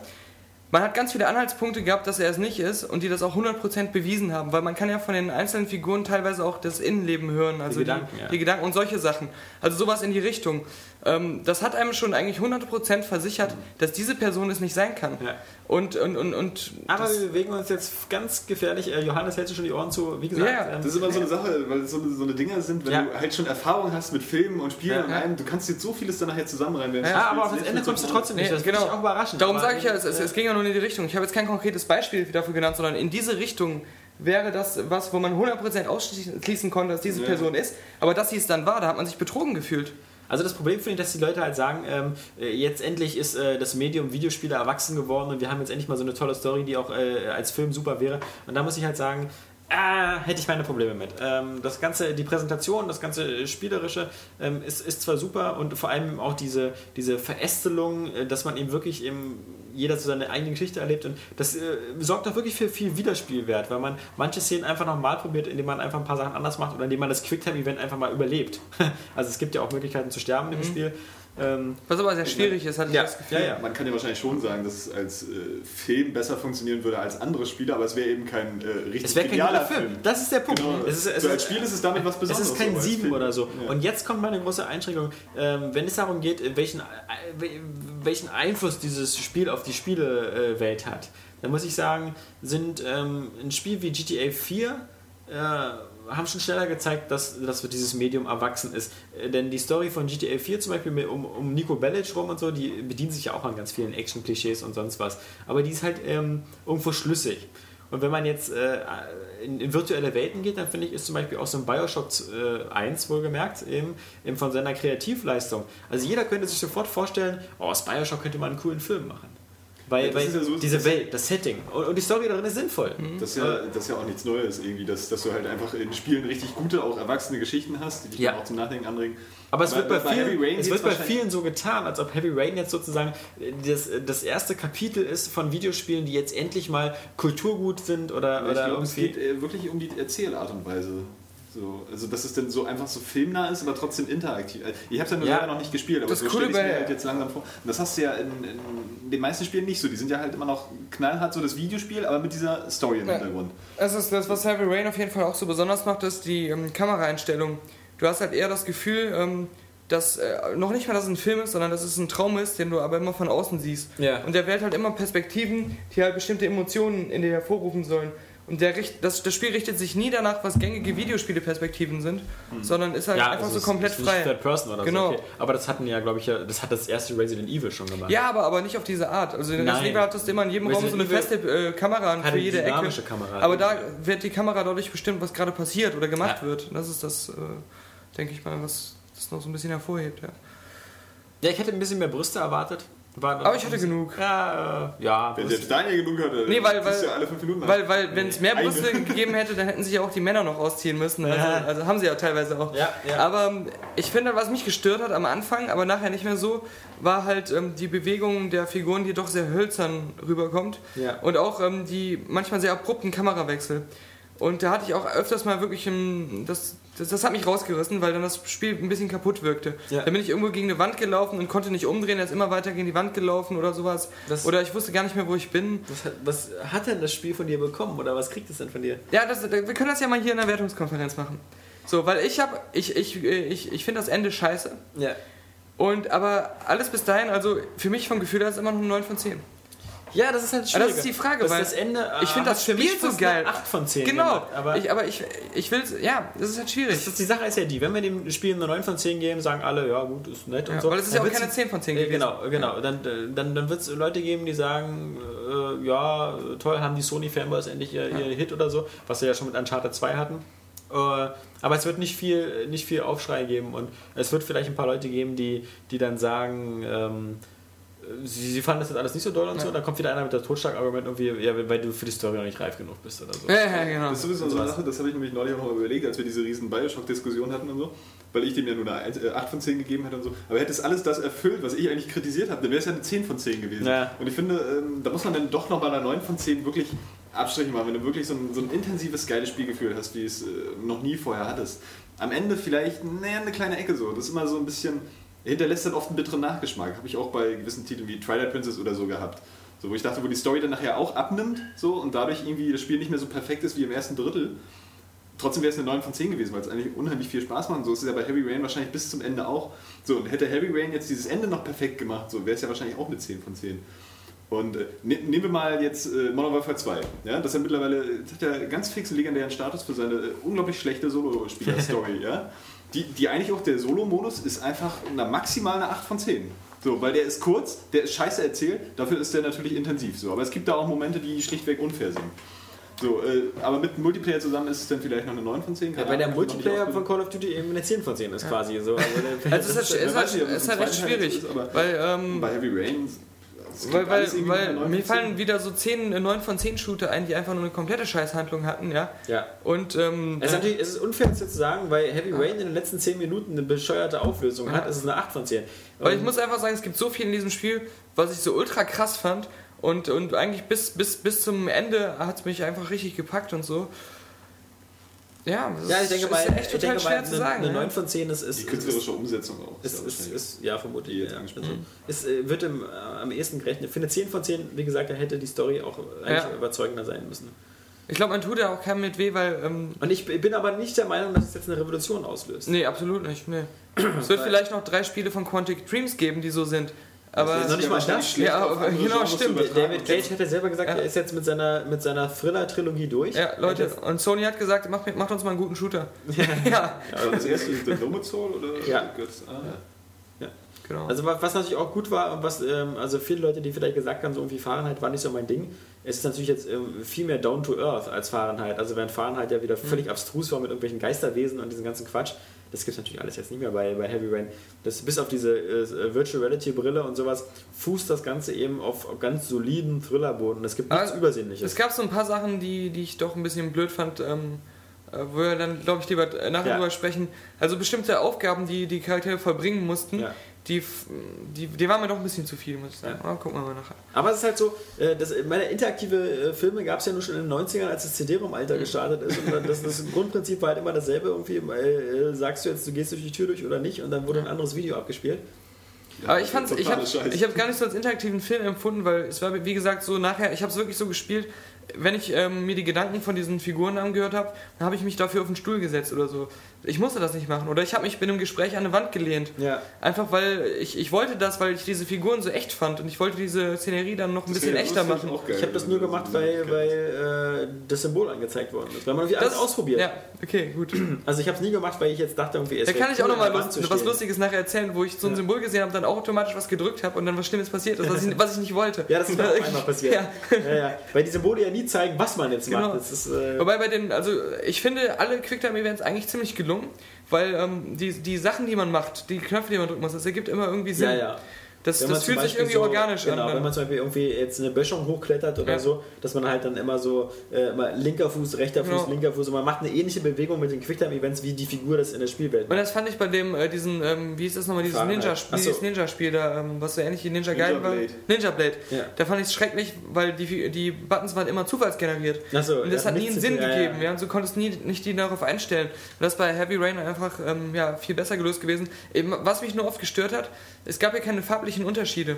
C: man hat ganz viele Anhaltspunkte gehabt, dass er es nicht ist und die das auch 100% bewiesen haben, weil man kann ja von den einzelnen Figuren teilweise auch das Innenleben hören, also die
E: Gedanken, ja.
C: die Gedanken und solche Sachen. Also sowas in die Richtung. Ähm, das hat einem schon eigentlich 100% versichert, dass diese Person es nicht sein kann.
E: Ja.
C: Und, und, und, und
E: Aber
C: das-
E: wir bewegen uns jetzt ganz gefährlich. Äh, Johannes hält sich schon die Ohren zu. Wie gesagt,
C: Ja, ja.
E: ähm,
D: Das ist immer so eine Sache, weil es so eine, so eine Dinger sind, wenn
E: Ja.
D: du halt schon Erfahrung hast mit Filmen und Spielen
E: Ja.
D: und allem, du kannst jetzt so vieles dann nachher zusammenreimen. während du
E: ja, aber auf
D: spielst.
E: das Ende
D: Jetzt wird's
E: kommst du
D: auch-
E: trotzdem nicht.
C: Nee,
E: das
C: genau.
E: finde ich auch überraschend.
C: Darum
E: Aber- äh,
C: sage ich ja, es, es, es ging ja nur in die Richtung. Ich habe jetzt kein konkretes Beispiel dafür genannt, sondern in diese Richtung wäre das was, wo man 100% ausschließen konnte, dass diese Person ist. Aber dass sie es dann war, da hat man sich betrogen gefühlt.
E: Also das Problem finde ich, dass die Leute halt sagen, ähm, äh, jetzt endlich ist äh, das Medium Videospiele erwachsen geworden und wir haben jetzt endlich mal so eine tolle Story, die auch äh, als Film super wäre. Und da muss ich halt sagen, ah, hätte ich meine Probleme mit. Ähm, das ganze, die Präsentation, das ganze äh, spielerische ähm, ist, ist zwar super und vor allem auch diese, diese Verästelung, äh, dass man eben wirklich eben jeder so seine eigene Geschichte erlebt und das äh, sorgt auch wirklich für viel Wiederspielwert, weil man manche Szenen einfach nochmal probiert, indem man einfach ein paar Sachen anders macht oder indem man das Quicktime-Event einfach mal überlebt. also es gibt ja auch Möglichkeiten zu sterben im Spiel. Ähm,
C: Was aber sehr schwierig ist, hatte ich das Gefühl.
E: Mhm. ja, ja.
D: Man kann ja wahrscheinlich schon sagen, dass es als äh, Film besser funktionieren würde als andere Spiele, aber es wäre eben kein äh, richtig
E: Es wäre kein
D: genialer
E: guter Film. Das ist der Punkt.
D: Genau.
E: Es ist, es
D: so,
E: ist,
D: als Spiel ist es damit was
E: es
D: Besonderes.
E: ist kein
D: aber als
E: 7
D: Film-
E: oder so.
D: Ja.
E: Und jetzt kommt meine große Einschränkung. Ähm, wenn es darum geht, äh, welchen, äh, wel- welchen Einfluss dieses Spiel auf die Spielewelt hat, dann muss ich sagen, sind ähm, ein Spiel wie GTA 4 äh, haben schon schneller gezeigt, dass, dass dieses Medium erwachsen ist. Äh, denn die Story von GTA 4 zum Beispiel mit- um, um Nico Bellic rum und so, die bedient sich ja auch an ganz vielen Action-Klischees und sonst was. Aber die ist halt ähm, irgendwo schlüssig. Und wenn man jetzt äh, in, in virtuelle Welten geht, dann finde ich, ist zum Beispiel auch so ein Bioshock äh, 1 wohlgemerkt, eben, eben von seiner Kreativleistung. Also jeder könnte sich sofort vorstellen, oh, aus Bioshock könnte man einen coolen Film machen. Weil,
D: Ja, das
E: weil
D: ist ja so-
E: diese
D: das- Mhm.
E: Welt, das Setting und, und die Story darin ist sinnvoll.
D: Das ist,
E: äh,
D: ja, das ist ja auch nichts Neues irgendwie, dass, dass du halt einfach in Spielen richtig gute, auch erwachsene Geschichten hast, die dich
E: Ja.
D: dann auch zum Nachdenken anregen.
E: Aber es wird bei,
D: Heavy
E: vielen,
D: Rain
E: es
D: geht's
E: wird bei
D: wahrscheinlich-
E: vielen so getan, als ob Heavy Rain jetzt sozusagen äh, das, das erste Kapitel ist von Videospielen, die jetzt endlich mal Kulturgut sind oder,
D: Ich
E: oder
D: glaube, es
E: irgendwie.
D: geht äh, wirklich um die Erzählart und Weise. So, also dass es dann so einfach so filmnah ist, aber trotzdem interaktiv. Also, Ich habe es ja nur
E: Ja.
D: leider noch nicht gespielt, aber
C: Das
D: so
C: Coole
D: stelle ich mir
C: bei-
D: halt jetzt langsam vor. Und das hast du ja in, in den meisten Spielen nicht so. Die sind ja halt immer noch knallhart so das Videospiel, aber mit dieser Story im
C: Ja.
D: Hintergrund.
C: Das ist das, was Heavy Rain auf jeden Fall auch so besonders macht, ist die ähm, Kameraeinstellung. Du hast halt eher das Gefühl, ähm, dass äh, noch nicht mal, dass es ein Film ist, sondern dass es ein Traum ist, den du aber immer von außen siehst.
E: Ja.
C: Und der wählt halt immer Perspektiven, die halt bestimmte Emotionen in dir hervorrufen sollen. Und der richt, das, das Spiel richtet sich nie danach, was gängige Videospiele-Perspektiven sind, sondern ist halt einfach
E: also
C: so
E: es
C: komplett
E: ist nicht
C: frei.
E: Third Person oder
C: Genau.
E: so. Okay. Aber das hatten ja, glaube ich, ja- das hat das erste Resident Evil schon gemacht.
C: Ja, aber, aber nicht auf diese Art. Also in
E: Nein.
C: Resident Evil hattest du immer in jedem Raum so eine
E: Resident
C: feste äh, Kamera
E: Hatte
C: für jede Ecke.
E: dynamische Kamera.
C: Aber da wird die Kamera dadurch bestimmt, was gerade passiert oder gemacht
E: Ja.
C: wird. Das ist das, äh, denke ich mal, was das noch so ein bisschen hervorhebt. Ja.
E: Ja, ich hätte ein bisschen mehr Brüste erwartet. War-
C: Aber ich hatte genug.
E: Ja, äh, ja
D: Wenn
E: Brüste.
D: selbst Daniel genug hatte,
C: Nee, weil-
D: dann ziehst du
C: weil-
D: ja alle fünf Minuten an.
C: Weil, weil wenn es mehr
D: Eine.
C: Brüste gegeben hätte, dann hätten sich ja auch die Männer noch ausziehen müssen. Also,
E: Ja.
C: also haben sie ja teilweise auch.
E: Ja, ja.
C: Aber ähm, ich finde, was mich gestört hat am Anfang, aber nachher nicht mehr so, war halt ähm, die Bewegung der Figuren, die doch sehr hölzern rüberkommt.
E: Ja.
C: Und auch ähm, die manchmal sehr abrupten Kamerawechsel. Und da hatte ich auch öfters mal wirklich, ähm, das, das, das hat mich rausgerissen, weil dann das Spiel ein bisschen kaputt wirkte.
E: Ja.
C: Dann bin ich irgendwo gegen eine Wand gelaufen und konnte nicht umdrehen, er ist immer weiter gegen die Wand gelaufen oder sowas.
E: Das-
C: oder ich wusste gar nicht mehr, wo ich bin.
E: Was hat- Was hat denn das Spiel von dir bekommen oder was kriegt es denn von dir?
C: Ja, das, wir können das ja mal hier in der Wertungskonferenz machen. So, weil ich habe, ich, ich, äh, ich, ich finde das Ende scheiße.
E: Ja.
C: Und aber alles bis dahin, also für mich vom Gefühl her ist immer noch eine 9 von 10.
E: Ja, das ist halt schwierig.
C: Aber das ist die Frage, weil-
E: das Ende. äh,
C: ich finde
E: hat
C: das
E: für mich
C: Spiel so
E: fast eine
C: geil.
E: 8 von 10.
C: genau.
E: Gemacht, aber
C: ich, aber ich, ich will, ja, das ist halt schwierig.
E: das ist die Sache ist ja die, wenn wir dem Spiel eine 9 von 10 geben, sagen alle, ja gut, ist nett und
C: ja,
E: so.
C: weil es ist ja
E: Dann
C: auch
E: wird's-
C: keine 10 von 10
E: Äh,
C: gewesen.
E: genau, genau. Dann, äh, dann, dann wird es Leute geben, die sagen, äh, ja, äh, toll, haben die Sony-Fanboys endlich ihr, ihr Hit oder so, was sie ja schon mit Uncharted 2 hatten. Äh, aber es wird nicht viel, nicht viel Aufschrei geben und es wird vielleicht ein paar Leute geben, die, die dann sagen, ähm, äh, sie, sie fanden das jetzt alles nicht so doll und so, und dann kommt wieder einer mit der Totschlagargument irgendwie, ja, weil du für die Story noch nicht reif genug bist oder so.
C: Ja, ja, genau.
D: Das ist sowieso so eine Sache, das habe ich nämlich neulich auch noch überlegt, als wir diese riesen Bioshock-Diskussion hatten und so, weil ich dem ja nur eine 1, äh, 8 von 10 gegeben hätte und so. Aber hätte es alles das erfüllt, was ich eigentlich kritisiert habe, dann wäre es ja eine 10 von 10 gewesen.
E: Ja.
D: Und ich finde, ähm, da muss man dann doch noch bei einer 9 von 10 wirklich Abstriche machen, wenn du wirklich so ein, so ein intensives, geiles Spielgefühl hast, wie es äh, noch nie vorher hattest. Am Ende vielleicht, naja, eine kleine Ecke so. Das ist immer so ein bisschen, hinterlässt dann oft einen bitteren Nachgeschmack. Habe ich auch bei gewissen Titeln wie Twilight Princess oder so gehabt. So, wo ich dachte, wo die Story dann nachher auch abnimmt so, und dadurch irgendwie das Spiel nicht mehr so perfekt ist wie im ersten Drittel. Trotzdem wäre es eine 9 von 10 gewesen, weil es eigentlich unheimlich viel Spaß macht. Und so ist es ja bei Heavy Rain wahrscheinlich bis zum Ende auch. So, und hätte Heavy Rain jetzt dieses Ende noch perfekt gemacht, so wäre es ja wahrscheinlich auch eine 10 von 10. Und äh, ne, nehmen wir mal jetzt äh, Modern Warfare 2. Ja? Das ist ja mittlerweile das hat ja ganz fix einen legendären Status für seine äh, unglaublich schlechte Solo-Spieler-Story. ja? die, die eigentlich auch der Solo-Modus ist einfach na, maximal eine 8 von 10. So, weil der ist kurz, der ist scheiße erzählt, dafür ist der natürlich intensiv. So. Aber es gibt da auch Momente, die schlichtweg unfair sind. So, äh, aber mit Multiplayer zusammen ist es dann vielleicht noch eine 9 von 10.
E: Ja,
D: keine
E: weil der
D: Ahnung, hab ich noch nicht
E: Multiplayer von
D: ausprobiert.
E: Call of Duty eben eine 10 von 10 ist quasi so. Also, der-
C: Also es ist halt,
D: weiß
C: es ist
D: nicht,
C: halt,
D: ob es
C: es ist halt
D: im
C: recht
D: zweiten Teil
C: schwierig,
D: ist, aber-
C: weil, ähm,
D: Bei Heavy Rain. es klingt
C: weil, weil,
D: alles irgendwie nach
C: weil
D: einer 9
C: mir
D: von
C: fallen
D: 10.
C: wieder so 10, äh, 9 von 10 Shooter ein, die einfach nur eine komplette Scheißhandlung hatten, ja.
E: ja.
C: Und ähm,
D: Also
E: Es ist, natürlich, es ist unfair, das jetzt zu sagen, weil Heavy Rain in den letzten 10 Minuten eine bescheuerte Auflösung hat. Es ist eine 8 von 10.
C: Weil ich muss einfach sagen, es gibt so viel in diesem Spiel, was ich so ultra krass fand. Und, und eigentlich bis, bis, bis zum Ende hat es mich einfach richtig gepackt und so. Ja, das
E: ja, ich
C: ist-
E: denke
C: ist
E: mal,
C: echt
E: ich
C: total
E: denke mal
C: schwer
E: eine,
C: zu sagen. ne?
E: eine
C: ja.
E: 9 von 10 ist, ist,
D: Die
E: ist,
D: künstlerische Umsetzung auch.
E: ist, ist,
D: wahrscheinlich.
E: ist ja vermutlich.
D: jetzt
E: Ja.
D: angesprochen
E: Also, es äh, wird im, äh, am ehesten gerechnet. Für eine 10 von 10, wie gesagt, da hätte die Story auch eigentlich
C: Ja.
E: überzeugender sein müssen.
C: Ich glaube, man tut ja auch keinem mit weh, weil. Ähm,
E: Und ich bin aber nicht der Meinung, dass es jetzt eine Revolution auslöst.
C: nee, absolut nicht. Nee. es wird vielleicht noch drei Spiele von Quantic Dreams geben, die so sind. Aber.
E: ist noch nicht mal
D: wahrscheinlich
E: das.
D: schlecht
C: Ja,
D: auf
C: aber-
D: andere
C: genau,
D: Genres zu
C: stimmt.
D: übertragen.
E: David Cage hat ja selber gesagt,
C: Ja.
E: er ist jetzt mit seiner, mit seiner Thriller-Trilogie durch.
C: Ja, Leute, und Sony hat gesagt, macht, macht uns mal einen guten Shooter. ja,
D: Also das erste ist der Nomozol oder?
E: Ja.
D: Götz- ah, ja.
C: genau.
E: Also wa- was natürlich auch gut war und was ähm, also viele Leute, die vielleicht gesagt haben, so irgendwie Fahrenheit war nicht so mein Ding, es ist natürlich jetzt ähm, viel mehr down to earth als Fahrenheit. Also während Fahrenheit ja wieder völlig abstrus war mit irgendwelchen Geisterwesen und diesem ganzen Quatsch, das gibt es natürlich alles jetzt nicht mehr bei, bei Heavy Rain. Das, bis auf diese äh, Virtual Reality Brille und sowas fußt das Ganze eben auf, auf ganz soliden Thrillerboden. Es gibt nichts
C: Aber
E: Übersinnliches.
C: Es gab so ein paar Sachen, die, die ich doch ein bisschen blöd fand, ähm, äh, wo wir dann, glaube ich, lieber äh, nachher
E: Ja.
C: drüber sprechen. Also bestimmte Aufgaben, die die Charaktere vollbringen mussten,
E: Ja.
C: die, f- die, die waren mir doch ein bisschen zu viel, muss ich sagen. Aber gucken wir mal nachher.
E: Aber es ist halt so, äh, das, meine interaktive äh, Filme gab es ja nur schon in den 90ern, als das
C: Mhm.
E: CD-ROM-Alter gestartet ist. Und dann, das, das Grundprinzip war halt immer dasselbe. Irgendwie äh, äh, sagst du jetzt, du gehst durch die Tür durch oder nicht und dann wurde ein anderes Video abgespielt.
C: Aber ich fand's, ich habe
D: totale Scheiße.
C: ich hab gar nicht so als interaktiven Film empfunden, weil es war, wie gesagt, so nachher, ich habe es wirklich so gespielt, wenn ich ähm, mir die Gedanken von diesen Figuren angehört habe, dann habe ich mich dafür auf den Stuhl gesetzt oder so. Ich musste das nicht machen. Oder ich habe mich bei einem Gespräch an eine Wand gelehnt.
E: Ja.
C: Einfach weil ich, ich wollte das, weil ich diese Figuren so echt fand und ich wollte diese Szenerie dann noch ein bisschen
D: Deswegen,
C: echter
D: das finde
C: machen.
D: auch geil,
E: Ich habe das
D: wenn
E: nur
D: du
E: gemacht,
D: so eine
E: weil,
D: Möglichkeit hast.
E: weil äh, das Symbol angezeigt worden ist. Weil man irgendwie alles ausprobiert.
C: Ja, okay, gut.
E: Also ich habe es nie gemacht, weil ich jetzt dachte, irgendwie es
C: Da
E: wär
C: kann ich auch
E: cool,
C: nochmal
E: an der Wand
C: lust,
E: zu
C: was
E: stehen.
C: Lustiges nachher erzählen, wo ich so ein Symbol gesehen habe, dann auch automatisch was gedrückt habe und dann was Schlimmes passiert ist, was ich, was ich nicht wollte.
E: Ja, das ist mir auch einmal passiert.
C: Ja.
E: Ja, ja. Weil die Symbole ja nie zeigen, was man jetzt
C: Genau.
E: macht. Das ist, äh,
C: Wobei bei den, also ich finde alle Quicktime-Events eigentlich ziemlich gelungen, weil ähm, die, die Sachen, die man macht, die Knöpfe, die man drücken muss, das ergibt immer irgendwie Sinn.
E: ja, ja.
C: Das,
E: Wenn man
C: das
E: zum
C: fühlt sich
E: Beispiel
C: irgendwie
E: so,
C: organisch
E: genau,
C: an. ne?
E: Wenn man zum Beispiel irgendwie jetzt eine Böschung hochklettert oder
C: Ja.
E: so, dass man halt dann immer so äh, immer linker Fuß, rechter Fuß,
C: Genau.
E: linker Fuß und man macht eine ähnliche Bewegung mit den Quicktime-Events, wie die Figur das in der Spielwelt
C: Und
E: macht.
C: das fand ich bei dem, äh, diesen, ähm, wie ist das nochmal, dieses
E: Fahrenheit.
C: Ninja-Spiel,
E: Ach so.
C: dieses Ninja-Spiel da, ähm, was so ähnlich wie Ninja,
D: Ninja
C: Gaiden war.
D: Blade.
C: Ninja Blade.
E: Ja.
C: Da fand ich es schrecklich, weil die, die Buttons waren immer zufallsgeneriert.
E: Ach so,
C: Und das
E: ja,
C: hat nie
E: Also, nichts
C: einen
E: zu
C: Sinn
E: tun, ja,
C: gegeben,
E: ja.
C: ja. Und du konntest nie, nicht die darauf einstellen. Und das ist bei Heavy Rain einfach ähm, ja, viel besser gelöst gewesen. Eben, was mich nur oft gestört hat, es gab ja keine farblichen Unterschiede.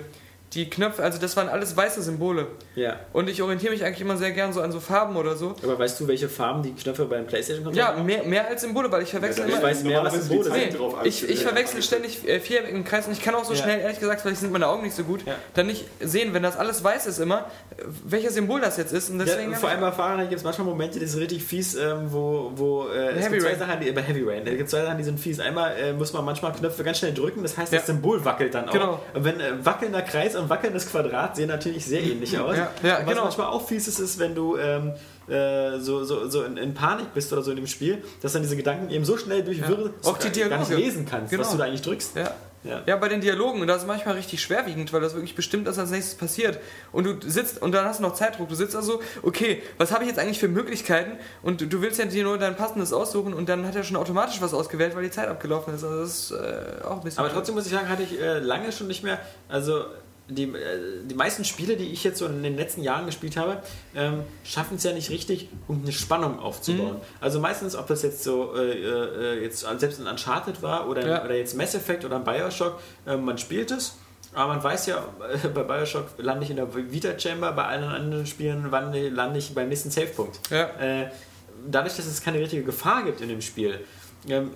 C: Die Knöpfe, also das waren alles weiße Symbole.
E: Ja.
C: Und ich orientiere mich eigentlich immer sehr gern so an so Farben oder so.
E: Aber weißt du, welche Farben die Knöpfe beim PlayStation-Controller
C: Ja, mehr, mehr als Symbole, weil ich verwechsel
E: Ich
C: immer.
E: weiß mehr, was Symbole
D: Normalerweise
C: Nee,
D: die Zeit drauf
C: ich, ich
D: einstellen.
C: verwechsel ständig äh, Viereck im Kreis und ich kann auch so
E: Ja.
C: schnell, ehrlich gesagt, vielleicht sind meine Augen nicht so gut,
E: Ja.
C: dann nicht sehen, wenn das alles weiß ist immer, äh, welches Symbol das jetzt ist. Und
E: Ja,
C: deswegen
E: und vor allem bei Fahrenheit gibt es manchmal Momente, die sind richtig fies, ähm, wo, wo äh, es
C: Heavy
E: gibt zwei
C: Rain.
E: Sachen, die, bei Heavy Rain, es gibt zwei Sachen, die sind fies. Einmal äh, muss man manchmal Knöpfe ganz schnell drücken, das heißt, das
C: Ja.
E: Symbol wackelt dann auch.
C: Genau.
E: Und wenn äh, wackelnder Kreis und wackelndes Quadrat sehen natürlich sehr ähnlich aus.
C: Ja, ja,
E: und was
C: genau.
E: manchmal auch fies ist, ist, wenn du ähm, äh, so, so, so in, in Panik bist oder so in dem Spiel, dass dann diese Gedanken eben so schnell durchwirren, dass
C: Auch die
E: du gar nicht
C: Dialoge.
E: lesen kannst,
C: Genau.
E: was du da eigentlich drückst.
C: ja.
E: Ja.
C: Ja, bei den Dialogen. Und das ist manchmal richtig schwerwiegend, weil das wirklich bestimmt ist, was als nächstes passiert. Und du sitzt und dann hast du noch Zeitdruck. Du sitzt also, okay, was habe ich jetzt eigentlich für Möglichkeiten? Und du, du willst ja dir nur dein passendes aussuchen und dann hat er schon automatisch was ausgewählt, weil die Zeit abgelaufen ist. Also das ist äh, auch ein bisschen.
E: Aber trotzdem muss ich sagen, hatte ich äh, lange schon nicht mehr. Also die, äh, die meisten Spiele, die ich jetzt so in den letzten Jahren gespielt habe, ähm, schaffen es ja nicht richtig, um eine Spannung aufzubauen.
C: Mhm.
E: Also meistens, ob das jetzt so äh, äh, jetzt selbst in Uncharted war oder,
C: Ja.
E: oder jetzt Mass Effect oder in Bioshock, äh, man spielt es. Aber man weiß ja, äh, bei Bioshock lande ich in der Vita-Chamber, bei allen anderen Spielen lande lande ich beim nächsten Savepunkt.
C: Ja.
E: Äh, dadurch, dass es keine richtige Gefahr gibt in dem Spiel, ähm,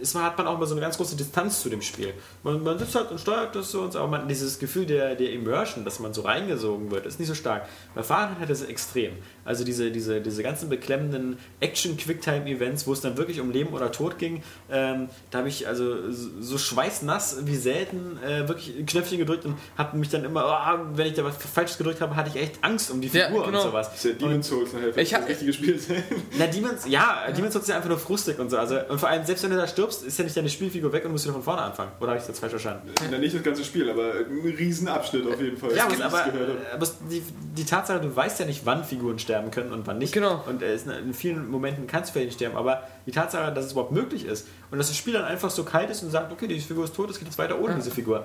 E: ist man, hat man auch immer so eine ganz große Distanz zu dem Spiel. Man, man sitzt halt und steuert das so und so, aber man, dieses Gefühl der, der Immersion, dass man so reingesogen wird, ist nicht so stark. Bei Fahrenheit hat das extrem. Also diese, diese, diese ganzen beklemmenden Action-Quicktime-Events, wo es dann wirklich um Leben oder Tod ging, ähm, da habe ich also so so schweißnass wie selten äh, wirklich ein Knöpfchen gedrückt und habe mich dann immer, ah, wenn ich da was Falsches gedrückt habe, hatte ich echt Angst um die
C: Ja,
E: Figur
C: genau.
E: und sowas.
D: Das ist ja Demon's Souls nachher, wenn
C: Ich
D: das
C: hab-
D: richtige Spiel sein.
E: Na, Demons, ja, Demons Souls ist ja einfach nur frustig und so. Also, und vor allem, selbst wenn du da stirbst, ist ja nicht deine Spielfigur weg und musst wieder von vorne anfangen. Oder habe ich das falsch verstanden?
D: Na, nicht das ganze Spiel, aber ein Riesenabschnitt auf jeden Fall.
E: Ja,
D: wie
E: aber,
D: ich
E: aber,
D: das gehört habe.
E: aber es- die, die Tatsache, du weißt ja nicht, wann Figuren sterben können und wann nicht.
C: Genau.
E: Und äh, es- in vielen Momenten kannst du vielleicht nicht sterben, aber die Tatsache, dass es überhaupt möglich ist und dass das Spiel dann einfach so kalt ist und sagt, okay, diese Figur ist tot, es geht jetzt weiter ohne diese Figur.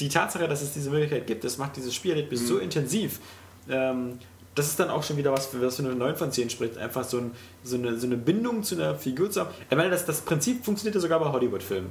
E: Die Tatsache, dass es diese Möglichkeit gibt, das macht dieses Spielerlebnis so intensiv. Ähm, das ist dann auch schon wieder was, für was für eine 9 von 10 spricht, einfach so, ein, so, eine, so eine Bindung zu einer Figur zu haben. Ich meine, das, das Prinzip funktioniert ja sogar bei Hollywood-Filmen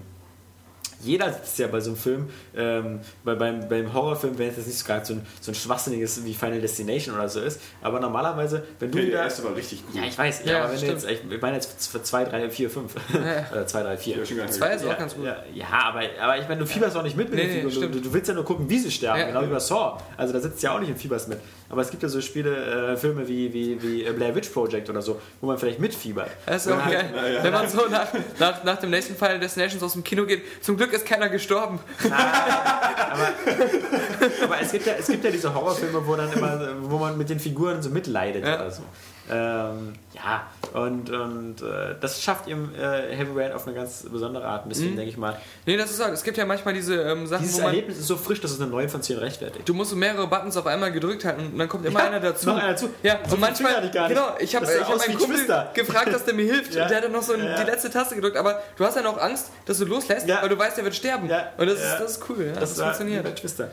E: jeder sitzt ja bei so einem Film, ähm, bei, beim, beim Horrorfilm, wenn es jetzt nicht gerade so ein, so ein schwachsinniges wie Final Destination oder so ist, aber normalerweise, wenn du
D: Nee, der
E: wieder.
D: erste war richtig gut.
E: Ja, ich weiß, ja,
C: Ja,
E: aber wenn du
C: stimmt.
E: jetzt, ich ich meine jetzt für 2, 3, 4, 5 oder 2, 3, 4.
D: Ja, schon gar nicht.
C: Zwei ist
E: Ja,
C: auch ganz gut.
E: ja, ja aber, aber ich meine, du fieberst auch nicht mit mit
C: Nee,
E: den
C: nee,
E: Figuren. Du-
C: stimmt.
E: du, du willst ja nur gucken, wie sie sterben,
C: Ja.
E: genau wie bei Saw. Also da sitzt ja auch nicht im Fiebers mit. Aber es gibt ja so Spiele, äh, Filme wie, wie, wie äh, Blair Witch Project oder so, wo man vielleicht mitfiebert.
C: Das ist auch geil. Wenn man so nach, nach, nach dem nächsten Final Destinations aus dem Kino geht, zum Glück ist keiner gestorben.
E: Aber es gibt ja, es gibt ja diese Horrorfilme, wo dann immer, wo man mit den Figuren so mitleidet
C: Ja.
E: oder so. Ähm, ja, und, und äh, das schafft eben äh, Heavy Rain auf eine ganz besondere Art. Ein bisschen, denke ich mal.
C: Nee, das ist halt, es gibt ja manchmal diese ähm, Sachen,
E: Dieses
C: wo Mhm. man.
E: Erlebnis ist so frisch, dass es eine 9 von 10 rechtfertigt.
C: Du musst mehrere Buttons auf einmal gedrückt halten und dann kommt immer
E: Ja,
C: einer dazu.
E: noch einer dazu.
C: Ja,
E: So
C: und
E: viel Finger hatte
C: manchmal.
E: ich gar nicht.
C: Genau, ich habe
E: Das sah
C: hab
E: aus wie
C: meinen Kumpel
E: Twister.
C: gefragt, dass der mir hilft.
E: Ja.
C: Und der hat dann noch so ein-
E: Ja, ja.
C: die letzte Taste gedrückt. Aber du hast ja noch Angst, dass du loslässt,
E: Ja.
C: weil du weißt, der wird sterben.
E: Ja.
C: Und das,
E: Ja.
C: ist, das ist cool. Ja, das
E: war wie bei
C: funktioniert.
E: Twister.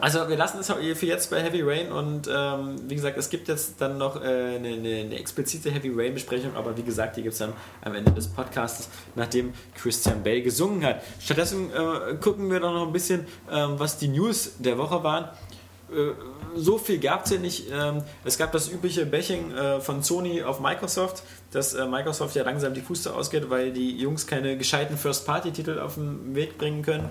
E: Also wir lassen es für jetzt bei Heavy Rain und ähm, wie gesagt, es gibt jetzt dann noch äh, eine, eine, eine explizite Heavy Rain Besprechung, aber wie gesagt, die gibt es dann am Ende des Podcasts, nachdem Christian Bale gesungen hat. Stattdessen äh, gucken wir doch noch ein bisschen, ähm, was die News der Woche waren äh, so viel gab es ja nicht. Ähm, es gab das übliche Bashing äh, von Sony auf Microsoft, dass äh, Microsoft ja langsam die Puste ausgeht, weil die Jungs keine gescheiten First-Party-Titel auf den Weg bringen können.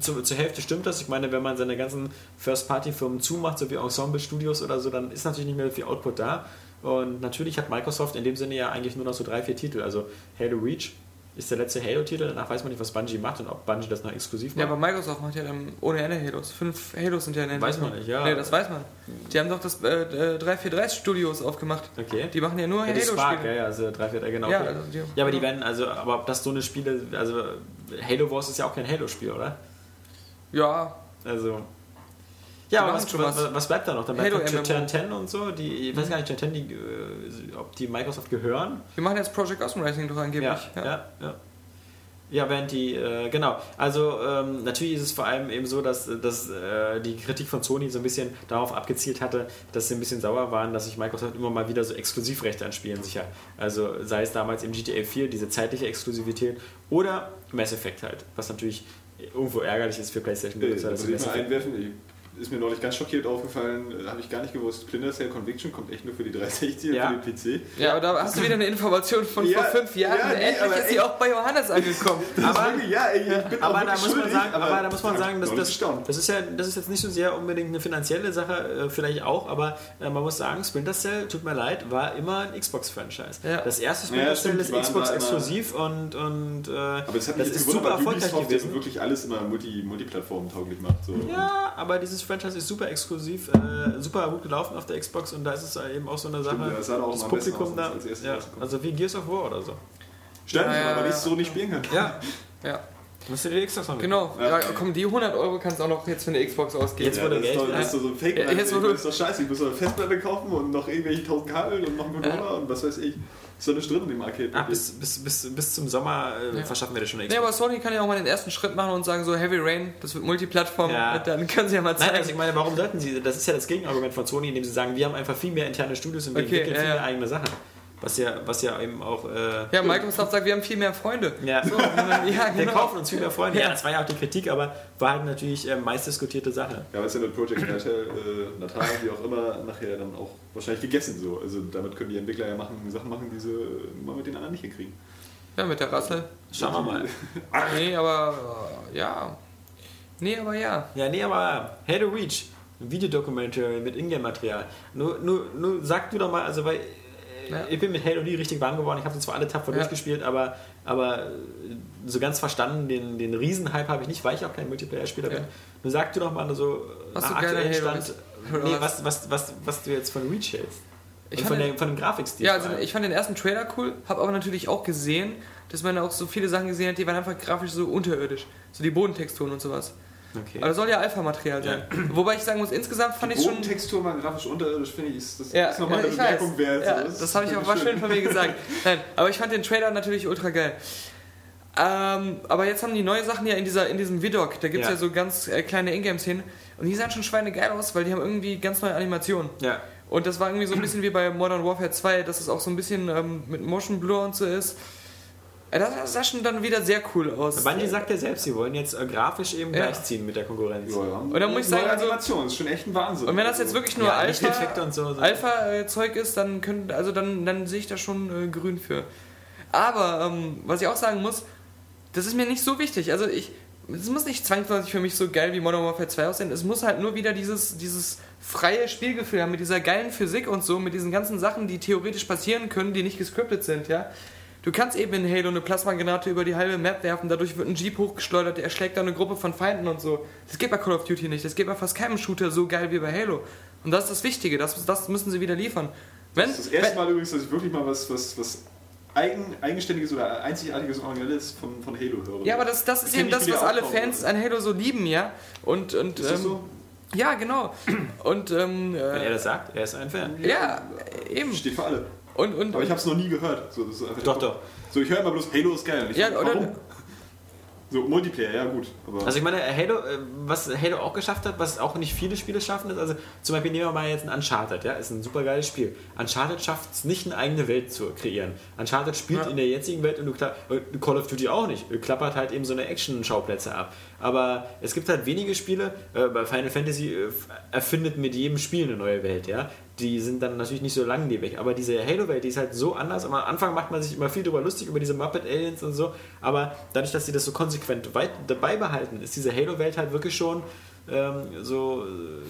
E: Zu, zur Hälfte stimmt das. Ich meine, wenn man seine ganzen First-Party-Firmen zumacht, so wie Ensemble Studios oder so, dann ist natürlich nicht mehr viel Output da. Und natürlich hat Microsoft in dem Sinne ja eigentlich nur noch so drei, vier Titel. Also Halo Reach ist der letzte Halo-Titel, danach weiß man nicht, was Bungie macht und ob Bungie das noch exklusiv macht.
C: Ja, aber Microsoft macht ja dann ohne Ende Halos. Fünf Halos sind ja in
E: Weiß man nicht, ja.
C: Nee, das weiß man. Die haben doch das äh, äh, 343-Studios aufgemacht.
E: okay.
C: Die machen ja nur
E: Ja, die Spark, ja,
C: Halo-Spiele.
E: ja, also 3, 4, 3, genau.
C: Ja,
E: okay.
C: also die-
E: ja, aber die werden, also, aber ob das so eine Spiele, also Halo Wars ist ja auch kein Halo-Spiel, oder?
C: Ja,
E: Also. Ja, aber
C: machen
E: was,
C: schon was.
E: was, was bleibt da noch? Dann bleibt
C: Halo
E: noch Turn
C: MMO.
E: 10 10 und so, die, ich weiß gar nicht, Turn 10, die, äh, ob die Microsoft gehören.
C: wir machen jetzt Project Awesome Racing doch angeblich.
E: ja, ja. ja. Ja, während die, äh, genau. Also ähm, natürlich ist es vor allem eben so, dass, dass äh, die Kritik von Sony so ein bisschen darauf abgezielt hatte, dass sie ein bisschen sauer waren, dass sich Microsoft immer mal wieder so Exklusivrechte an Spielen sicher. Also sei es damals im GTA 4 diese zeitliche Exklusivität oder Mass Effect halt, was natürlich irgendwo ärgerlich ist für
D: Äh,
E: PlayStation-Benutzer.
D: da
E: dass
D: muss
E: sie
D: ich
E: Mass
D: mal
E: Effect-
D: einwerfen. Ich, ist mir neulich ganz schockiert aufgefallen, äh, habe ich gar nicht gewusst. Splinter Cell Conviction kommt echt nur für die 360
E: Ja.
D: und für den PC.
C: Ja, aber da hast du wieder eine Information von
D: Ja,
C: vor fünf Jahren.
D: ja, nee,
C: Endlich
D: aber
C: ist sie
D: echt.
C: auch bei Johannes angekommen.
D: Aber, ja, ey, ich bin
E: aber
D: auch
E: da
D: wirklich
E: muss man
D: schuldig,
E: sagen, aber, da muss man
D: hab ich
E: sagen, dass
D: neulich
E: das,
D: gestaunt.
E: das ist ja, das ist jetzt nicht so sehr unbedingt eine finanzielle Sache, äh, vielleicht auch, aber äh, man muss sagen, Splinter Cell, tut mir leid, war immer ein Xbox-Franchise.
C: Ja.
E: Das erste Splinter
D: Ja,
E: Cell
D: stimmt,
E: ist
D: die waren da immer-
E: Xbox-exklusiv und, und äh,
D: Aber das hat mich
E: das
D: jetzt
E: ist
D: gewundert,
E: super
D: weil
E: erfolgreich
D: Ubisoft
E: gewesen.
D: jetzt wirklich alles immer multi, multiplattform tauglich macht. So.
E: Ja, aber dieses Franchise ist super exklusiv, äh, super gut gelaufen auf der Xbox und da ist es eben auch so eine Sache,
D: Stimmt, ja, es sah doch auch
E: das
D: mal am besten
E: Publikum
D: aus, als es
E: da,
D: als erstes
E: ja,
D: rausgekommen
E: also wie Gears of War oder so.
D: Stimmt,
C: Ja, ja,
D: aber weil ich
C: ja.
D: so nicht spielen kann.
E: Ja,
C: Ja.
E: Musst du dir die Xbox noch mitnehmen.
C: Genau, ja, komm, die 100 Euro kannst du auch noch jetzt für eine Xbox ausgeben.
E: Jetzt, wo du
D: das ist
E: Geld
D: doch, das ist
E: hast.
D: doch so ein fake
C: Ja, jetzt, wo du-
D: Das ist doch scheiße. Ich muss doch eine Festplatte kaufen und noch irgendwelche tausend Kabel und noch einen Controller und was weiß ich. Ist doch nicht drin in dem Arcade.
E: Ah, bis, bis, bis, bis zum Sommer äh,
C: Ja.
E: verschaffen wir dir schon eine
C: Ja,
E: Xbox.
C: aber Sony kann ja auch mal den ersten Schritt machen und sagen so Heavy Rain, das wird Multiplattform,
E: Ja.
C: dann können sie ja mal
E: Nein,
C: zeigen.
E: also ich meine, warum sollten sie, das ist ja das Gegenargument von Sony, indem sie sagen, wir haben einfach viel mehr interne Studios und wir
C: Okay,
E: entwickeln
C: ja,
E: viel
C: ja.
E: mehr eigene Sachen. Was ja, was ja eben auch, äh,
C: ja, Microsoft sagt, wir haben viel mehr Freunde.
E: ja.
C: So, ja,
E: wir
C: genau.
E: kaufen uns viel mehr Freunde. Ja, das war ja auch die Kritik, aber war halt natürlich äh, meist diskutierte Sache.
D: Ja, aber ist ja mit Project Natal, äh, Natal, wie auch immer, nachher dann auch wahrscheinlich gegessen so. Also damit können die Entwickler ja machen, Sachen machen, die sie mal mit den anderen nicht hinkriegen.
C: Ja, mit der Rassel.
E: Schauen wir mal.
C: Nee, aber äh, ja. Nee, aber ja.
E: Ja, nee, aber Halo Reach, ein Videodokumentary mit Ingame-Material. Nur, nur, nur sag du doch mal, also weil äh,
C: Ja.
E: ich bin mit Halo nie richtig warm geworden, ich habe zwar alle tapfer
C: Ja.
E: durchgespielt, aber, aber äh, so ganz verstanden, den, den Riesenhype habe ich nicht, weil ich auch kein Multiplayer-Spieler
C: Ja.
E: bin. Nur sag du doch mal so äh,
C: Was
E: nach
C: du gerne
E: aktuellem
C: Halo bist.
E: nee, was, was, was, was du jetzt von Reach hältst.
C: Ich
E: Und
C: fand
E: von,
C: den-
E: der, von dem Grafikstil.
C: Ja,
E: vor
C: also
E: allem.
C: ich fand den ersten Trailer cool, habe aber natürlich auch gesehen, dass man auch so viele Sachen gesehen hat, die waren einfach grafisch so unterirdisch. So die Bodentexturen und sowas.
E: okay.
C: Aber das soll ja Alpha-Material sein. Wobei ich sagen muss, insgesamt fand ich schon.
D: Bodentextur mal grafisch unterirdisch, finde ich, ist, das
C: Ja,
D: ist nochmal
C: ja,
D: eine
C: ich weiß.
D: Bemerkung wert.
C: Ja,
D: so.
C: das
D: ist
C: habe ich auch mal schön
D: schön.
C: von mir gesagt. Nein, aber ich fand den Trailer natürlich ultra geil. Ähm, aber jetzt haben die neue Sachen ja in, dieser, in diesem Vidoc, da gibt es ja.
E: Ja.
C: so ganz äh, kleine Ingame-Szenen und die sahen schon schweinegeil aus, weil die haben irgendwie ganz neue Animationen.
E: ja.
C: Und das war irgendwie so ein bisschen wie bei Modern Warfare 2, dass es auch so ein bisschen ähm, mit Motion Blur und so ist. Äh, Das das sah schon dann wieder sehr cool aus.
E: Bungie sagt ja selbst, sie wollen jetzt äh, grafisch eben
C: Ja.
E: gleichziehen mit der Konkurrenz.
D: Ja, ja.
C: Und dann muss ich sagen,
D: Neue
C: also-
D: Animation, ist schon echt ein Wahnsinn.
C: Und wenn das jetzt
D: Also,
C: wirklich nur
E: Ja, nicht Effekte
C: Alpha,
E: und so, sondern-
C: Alpha-Zeug ist, dann, könnt, also dann, dann sehe ich da schon äh, grün für. Aber ähm, was ich auch sagen muss, das ist mir nicht so wichtig. Also ich, es muss nicht zwangsläufig für mich so geil wie Modern Warfare 2 aussehen. Es muss halt nur wieder dieses, dieses freie Spielgefühl haben mit dieser geilen Physik und so, mit diesen ganzen Sachen, die theoretisch passieren können, die nicht gescriptet sind, ja. Du kannst eben in Halo eine Plasmagranate über die halbe Map werfen, dadurch wird ein Jeep hochgeschleudert, der erschlägt da eine Gruppe von Feinden und so. Das geht bei Call of Duty nicht, das geht bei fast keinem Shooter so geil wie bei Halo. Und das ist das Wichtige, das, das müssen sie wieder liefern. Wenn,
D: Das ist das erste
C: wenn-
D: Mal übrigens, dass ich wirklich mal was, was, was eigen, eigenständiges oder einzigartiges und Originelles von, von Halo höre.
C: Ja, aber das, das ist
D: kenn
C: eben
D: ich
C: das,
D: wieder
C: was
D: auch
C: alle
D: kaum,
C: Fans an Halo so lieben, ja. Und, und
D: ist das
C: ähm,
D: so?
C: ja, genau. Und ähm,
E: Wenn er
C: äh,
E: das sagt, er ist ein Fan.
C: ja, eben.
D: Steht für alle.
C: Und und
D: Aber ich habe es noch nie gehört. So, das ist einfach
E: Doch, doch.
D: So, ich höre immer bloß Halo ist geil. Und Ich
C: Ja,
D: denk,
C: oder-
D: warum? So, Multiplayer, ja gut. Aber
E: Also ich meine, Halo, äh, was Halo auch geschafft hat, was auch nicht viele Spiele schaffen, ist, also zum Beispiel nehmen wir mal jetzt ein Uncharted, ja, ist ein super geiles Spiel. Uncharted schafft es nicht, eine eigene Welt zu kreieren. Uncharted spielt in der jetzigen Welt und du kla- äh, Call of Duty auch nicht. Klappert halt eben so eine Action-Schauplätze ab. Aber es gibt halt wenige Spiele, äh, bei Final Fantasy äh, erfindet mit jedem Spiel eine neue Welt, ja. Die sind dann natürlich nicht so langlebig. Aber diese Halo-Welt, die ist halt so anders. Am Anfang macht man sich immer viel drüber lustig, über diese Muppet-Aliens und so. Aber dadurch, dass sie das so konsequent weit dabei behalten, ist diese Halo-Welt halt wirklich schon ähm, so, so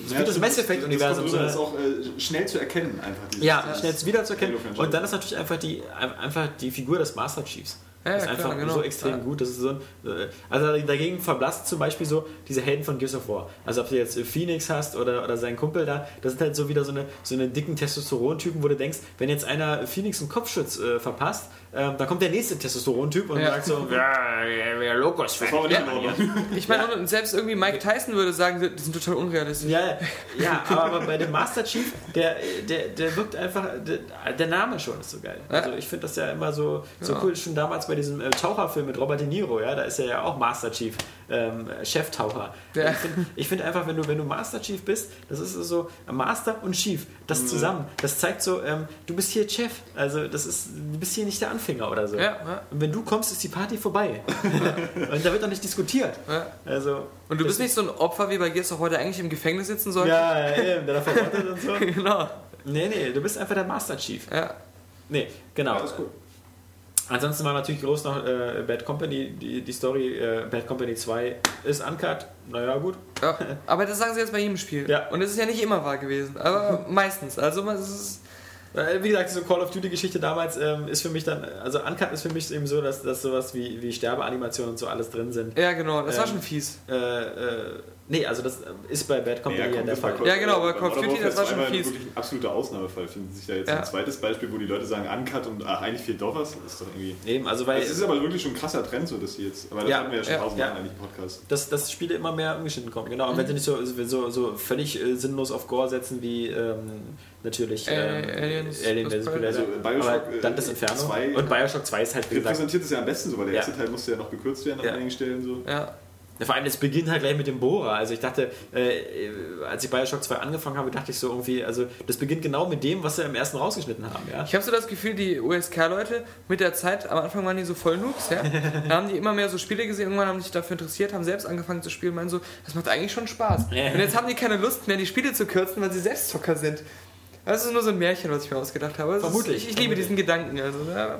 E: wie das
D: stimmt,
E: Mass Effect-Universum.
D: Das,
E: so
D: kommt
E: eine-
D: rüber, ist auch äh, schnell zu erkennen einfach. dieses-
E: ja,
D: dieses-
E: schnell wiederzuerkennen.
D: Halo-Franchise.
E: Und dann ist natürlich einfach die, ein- einfach die Figur des Master Chiefs.
C: Ja,
E: das ist
C: ja,
E: einfach
C: klar, genau.
E: so extrem
C: Ja.
E: gut. Das ist so ein, äh, also dagegen verblasst zum Beispiel so diese Helden von Gears of War. Also ob du jetzt äh, Phoenix hast oder, oder seinen Kumpel da, das sind halt so wieder so eine, so eine dicken Testosteron-Typen, wo du denkst, wenn jetzt einer Phoenix einen Kopfschutz äh, verpasst, ähm, dann kommt der nächste Testosteron-Typ und
C: Ja.
E: sagt so, ja, ja, ja, Locos,
D: Das war aber nicht in Ordnung.
C: ich meine, und selbst irgendwie Mike Tyson würde sagen, das sind total unrealistisch.
E: Ja, ja aber, aber bei dem Master Chief, der, der, der wirkt einfach, der, der Name schon ist so geil. Also ich finde das ja immer so, so
C: Ja.
E: cool, schon damals bei diesem äh, Taucherfilm mit Robert De Niro, ja, da ist er ja auch Master Chief, ähm, Cheftaucher.
C: Ja.
E: Ich finde ich find einfach, wenn du, wenn du Master Chief bist, das ist so Master und Chief,
C: Mhm.
E: das zusammen, das zeigt so, ähm, du bist hier Chef, also das ist, du bist hier nicht der Anfänger oder so.
C: Ja, ja.
E: Und wenn du kommst, ist die Party vorbei. und da wird doch nicht diskutiert.
C: Ja.
E: Also,
C: Und du bist nicht so ein Opfer wie bei Gears of War, der eigentlich im Gefängnis sitzen sollte.
E: ja, ja, eben, der da verrottet und so.
C: genau.
E: Nee, nee, du bist einfach der Master Chief.
C: Ja.
E: Nee, genau.
D: Alles gut.
E: Ansonsten war natürlich groß noch äh, Bad Company, die, die Story äh, Bad Company 2 ist uncut. Naja, gut.
C: ja. Aber das sagen sie jetzt bei jedem Spiel.
E: Ja.
C: Und es ist ja nicht immer wahr gewesen, aber meistens. Also es ist,
E: Weil, Äh, Wie gesagt, so Call of Duty-Geschichte damals ähm, ist für mich dann, also Uncut ist für mich eben so, dass, dass sowas wie, wie Sterbeanimationen und so alles drin sind.
C: Ja, genau, das war
E: Ähm,
C: schon fies.
E: Äh, äh, nee, also das ist bei Bad Company ja, der Fall.
C: Ja, genau, aber Call of
D: Modern
C: Duty, das
D: Warfare
C: war schon
D: 2
C: fies.
D: wirklich ein absoluter Ausnahmefall. Finden Sie sich da jetzt
C: Ja.
D: ein zweites Beispiel, wo die Leute sagen, Uncut und ach, eigentlich fehlt doch was? Das ist doch irgendwie...
E: Eben, also weil
D: Es ist aber wirklich schon ein krasser Trend, so dass sie jetzt... Aber das
E: Ja,
D: hatten wir ja schon
C: ja,
D: tausendmal
E: ja.
D: eigentlich im Podcast.
E: dass, dass Spiele immer mehr umgeschnitten kommen. Genau, und
C: Mhm.
E: wenn sie nicht so, so, so völlig äh, sinnlos auf Gore setzen wie ähm, natürlich
C: Äh,
E: ähm,
C: Aliens
E: Alien
C: vs.
E: vs. Predator.
D: Also, Bioshock,
E: aber dann das
D: äh,
E: Inferno.
D: zwei-
E: und Bioshock 2 ist halt, wie gesagt,
D: Repräsentiert es ja am besten so, weil der
E: Ja.
D: letzte Teil musste ja noch gekürzt werden an
E: Ja.
D: einigen Stellen so.
C: Ja.
E: Ja, Vor allem, es beginnt halt gleich mit dem Bohrer. Also ich dachte, äh, als ich Bioshock 2 angefangen habe, dachte ich so irgendwie, also das beginnt genau mit dem, was sie im ersten rausgeschnitten haben. Ja?
C: Ich habe so das Gefühl, die USK-Leute mit der Zeit, am Anfang waren die so voll Noobs, ja. Da haben die immer mehr so Spiele gesehen, irgendwann haben sich dafür interessiert, haben selbst angefangen zu spielen, meinen so, das macht eigentlich schon Spaß.
E: Ja.
C: Und jetzt haben die keine Lust mehr, die Spiele zu kürzen, weil sie selbst Zocker sind. Das ist nur so ein Märchen, was ich mir ausgedacht habe. Das
E: Vermutlich.
C: Ist, ich, ich liebe diesen Gedanken. Also, ja.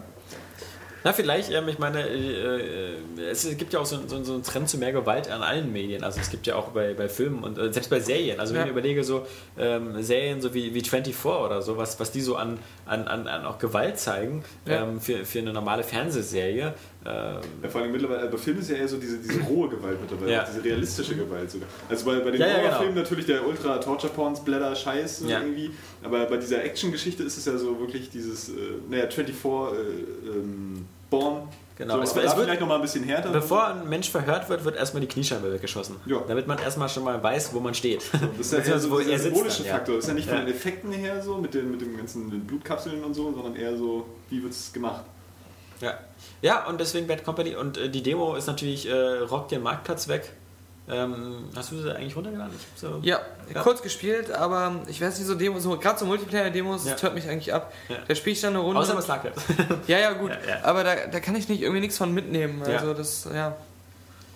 E: Na, vielleicht, ähm, ich meine, äh, äh, es gibt ja auch so, so, so einen Trend zu mehr Gewalt an allen Medien. Also es gibt ja auch bei, bei Filmen und äh, selbst bei Serien. Also wenn
C: Ja.
E: ich überlege, so ähm, Serien so wie, wie 24 oder so, was, was die so an, an, an, an auch Gewalt zeigen
C: Ja.
E: ähm, für, für eine normale Fernsehserie. ähm,
D: Ja, vor allem mittlerweile, also bei Filmen ist ja eher so diese, diese rohe Gewalt mittlerweile,
E: Ja.
D: diese realistische Gewalt sogar. Also bei, bei den
E: Ja, ja,
D: Horrorfilmen
E: genau.
D: natürlich der ultra torture porn splatter scheiß
E: Ja.
D: irgendwie, aber bei dieser Action-Geschichte ist es ja so wirklich dieses, äh, naja, 24 äh, ähm, Born.
E: Genau,
D: so,
E: es-
D: es, aber
E: es
D: da
E: wird-
D: vielleicht nochmal ein bisschen härter.
E: Bevor ein Mensch verhört wird, wird erstmal die Kniescheibe weggeschossen.
D: Ja.
E: Damit man erstmal schon mal weiß, wo man steht.
D: das ist ja eher
E: beziehungsweise
D: so
E: wo
D: dieser
E: er sitzt
D: symbolische
E: dann, ja.
D: Faktor. Das ist ja nicht von
E: Ja.
D: den Effekten her so, mit den, mit den ganzen Blutkapseln und so, sondern eher so, wie wird es gemacht?
E: Ja. ja, und deswegen Bad Company. Und äh, die Demo ist natürlich, äh, rockt den Marktplatz weg. Ähm, hast du sie eigentlich runtergeladen? Ich hab so
C: Ja,
E: Ja.
C: kurz gespielt, aber ich weiß nicht, so Demos, so, gerade so Multiplayer-Demos,
E: Ja.
C: das hört mich eigentlich ab.
E: Ja.
C: Da spiele ich dann eine Runde.
E: Außer was lag
C: Ja, ja, gut.
E: Ja, ja.
C: Aber da, da kann ich nicht irgendwie nichts von mitnehmen.
E: Ja.
C: Also das, ja.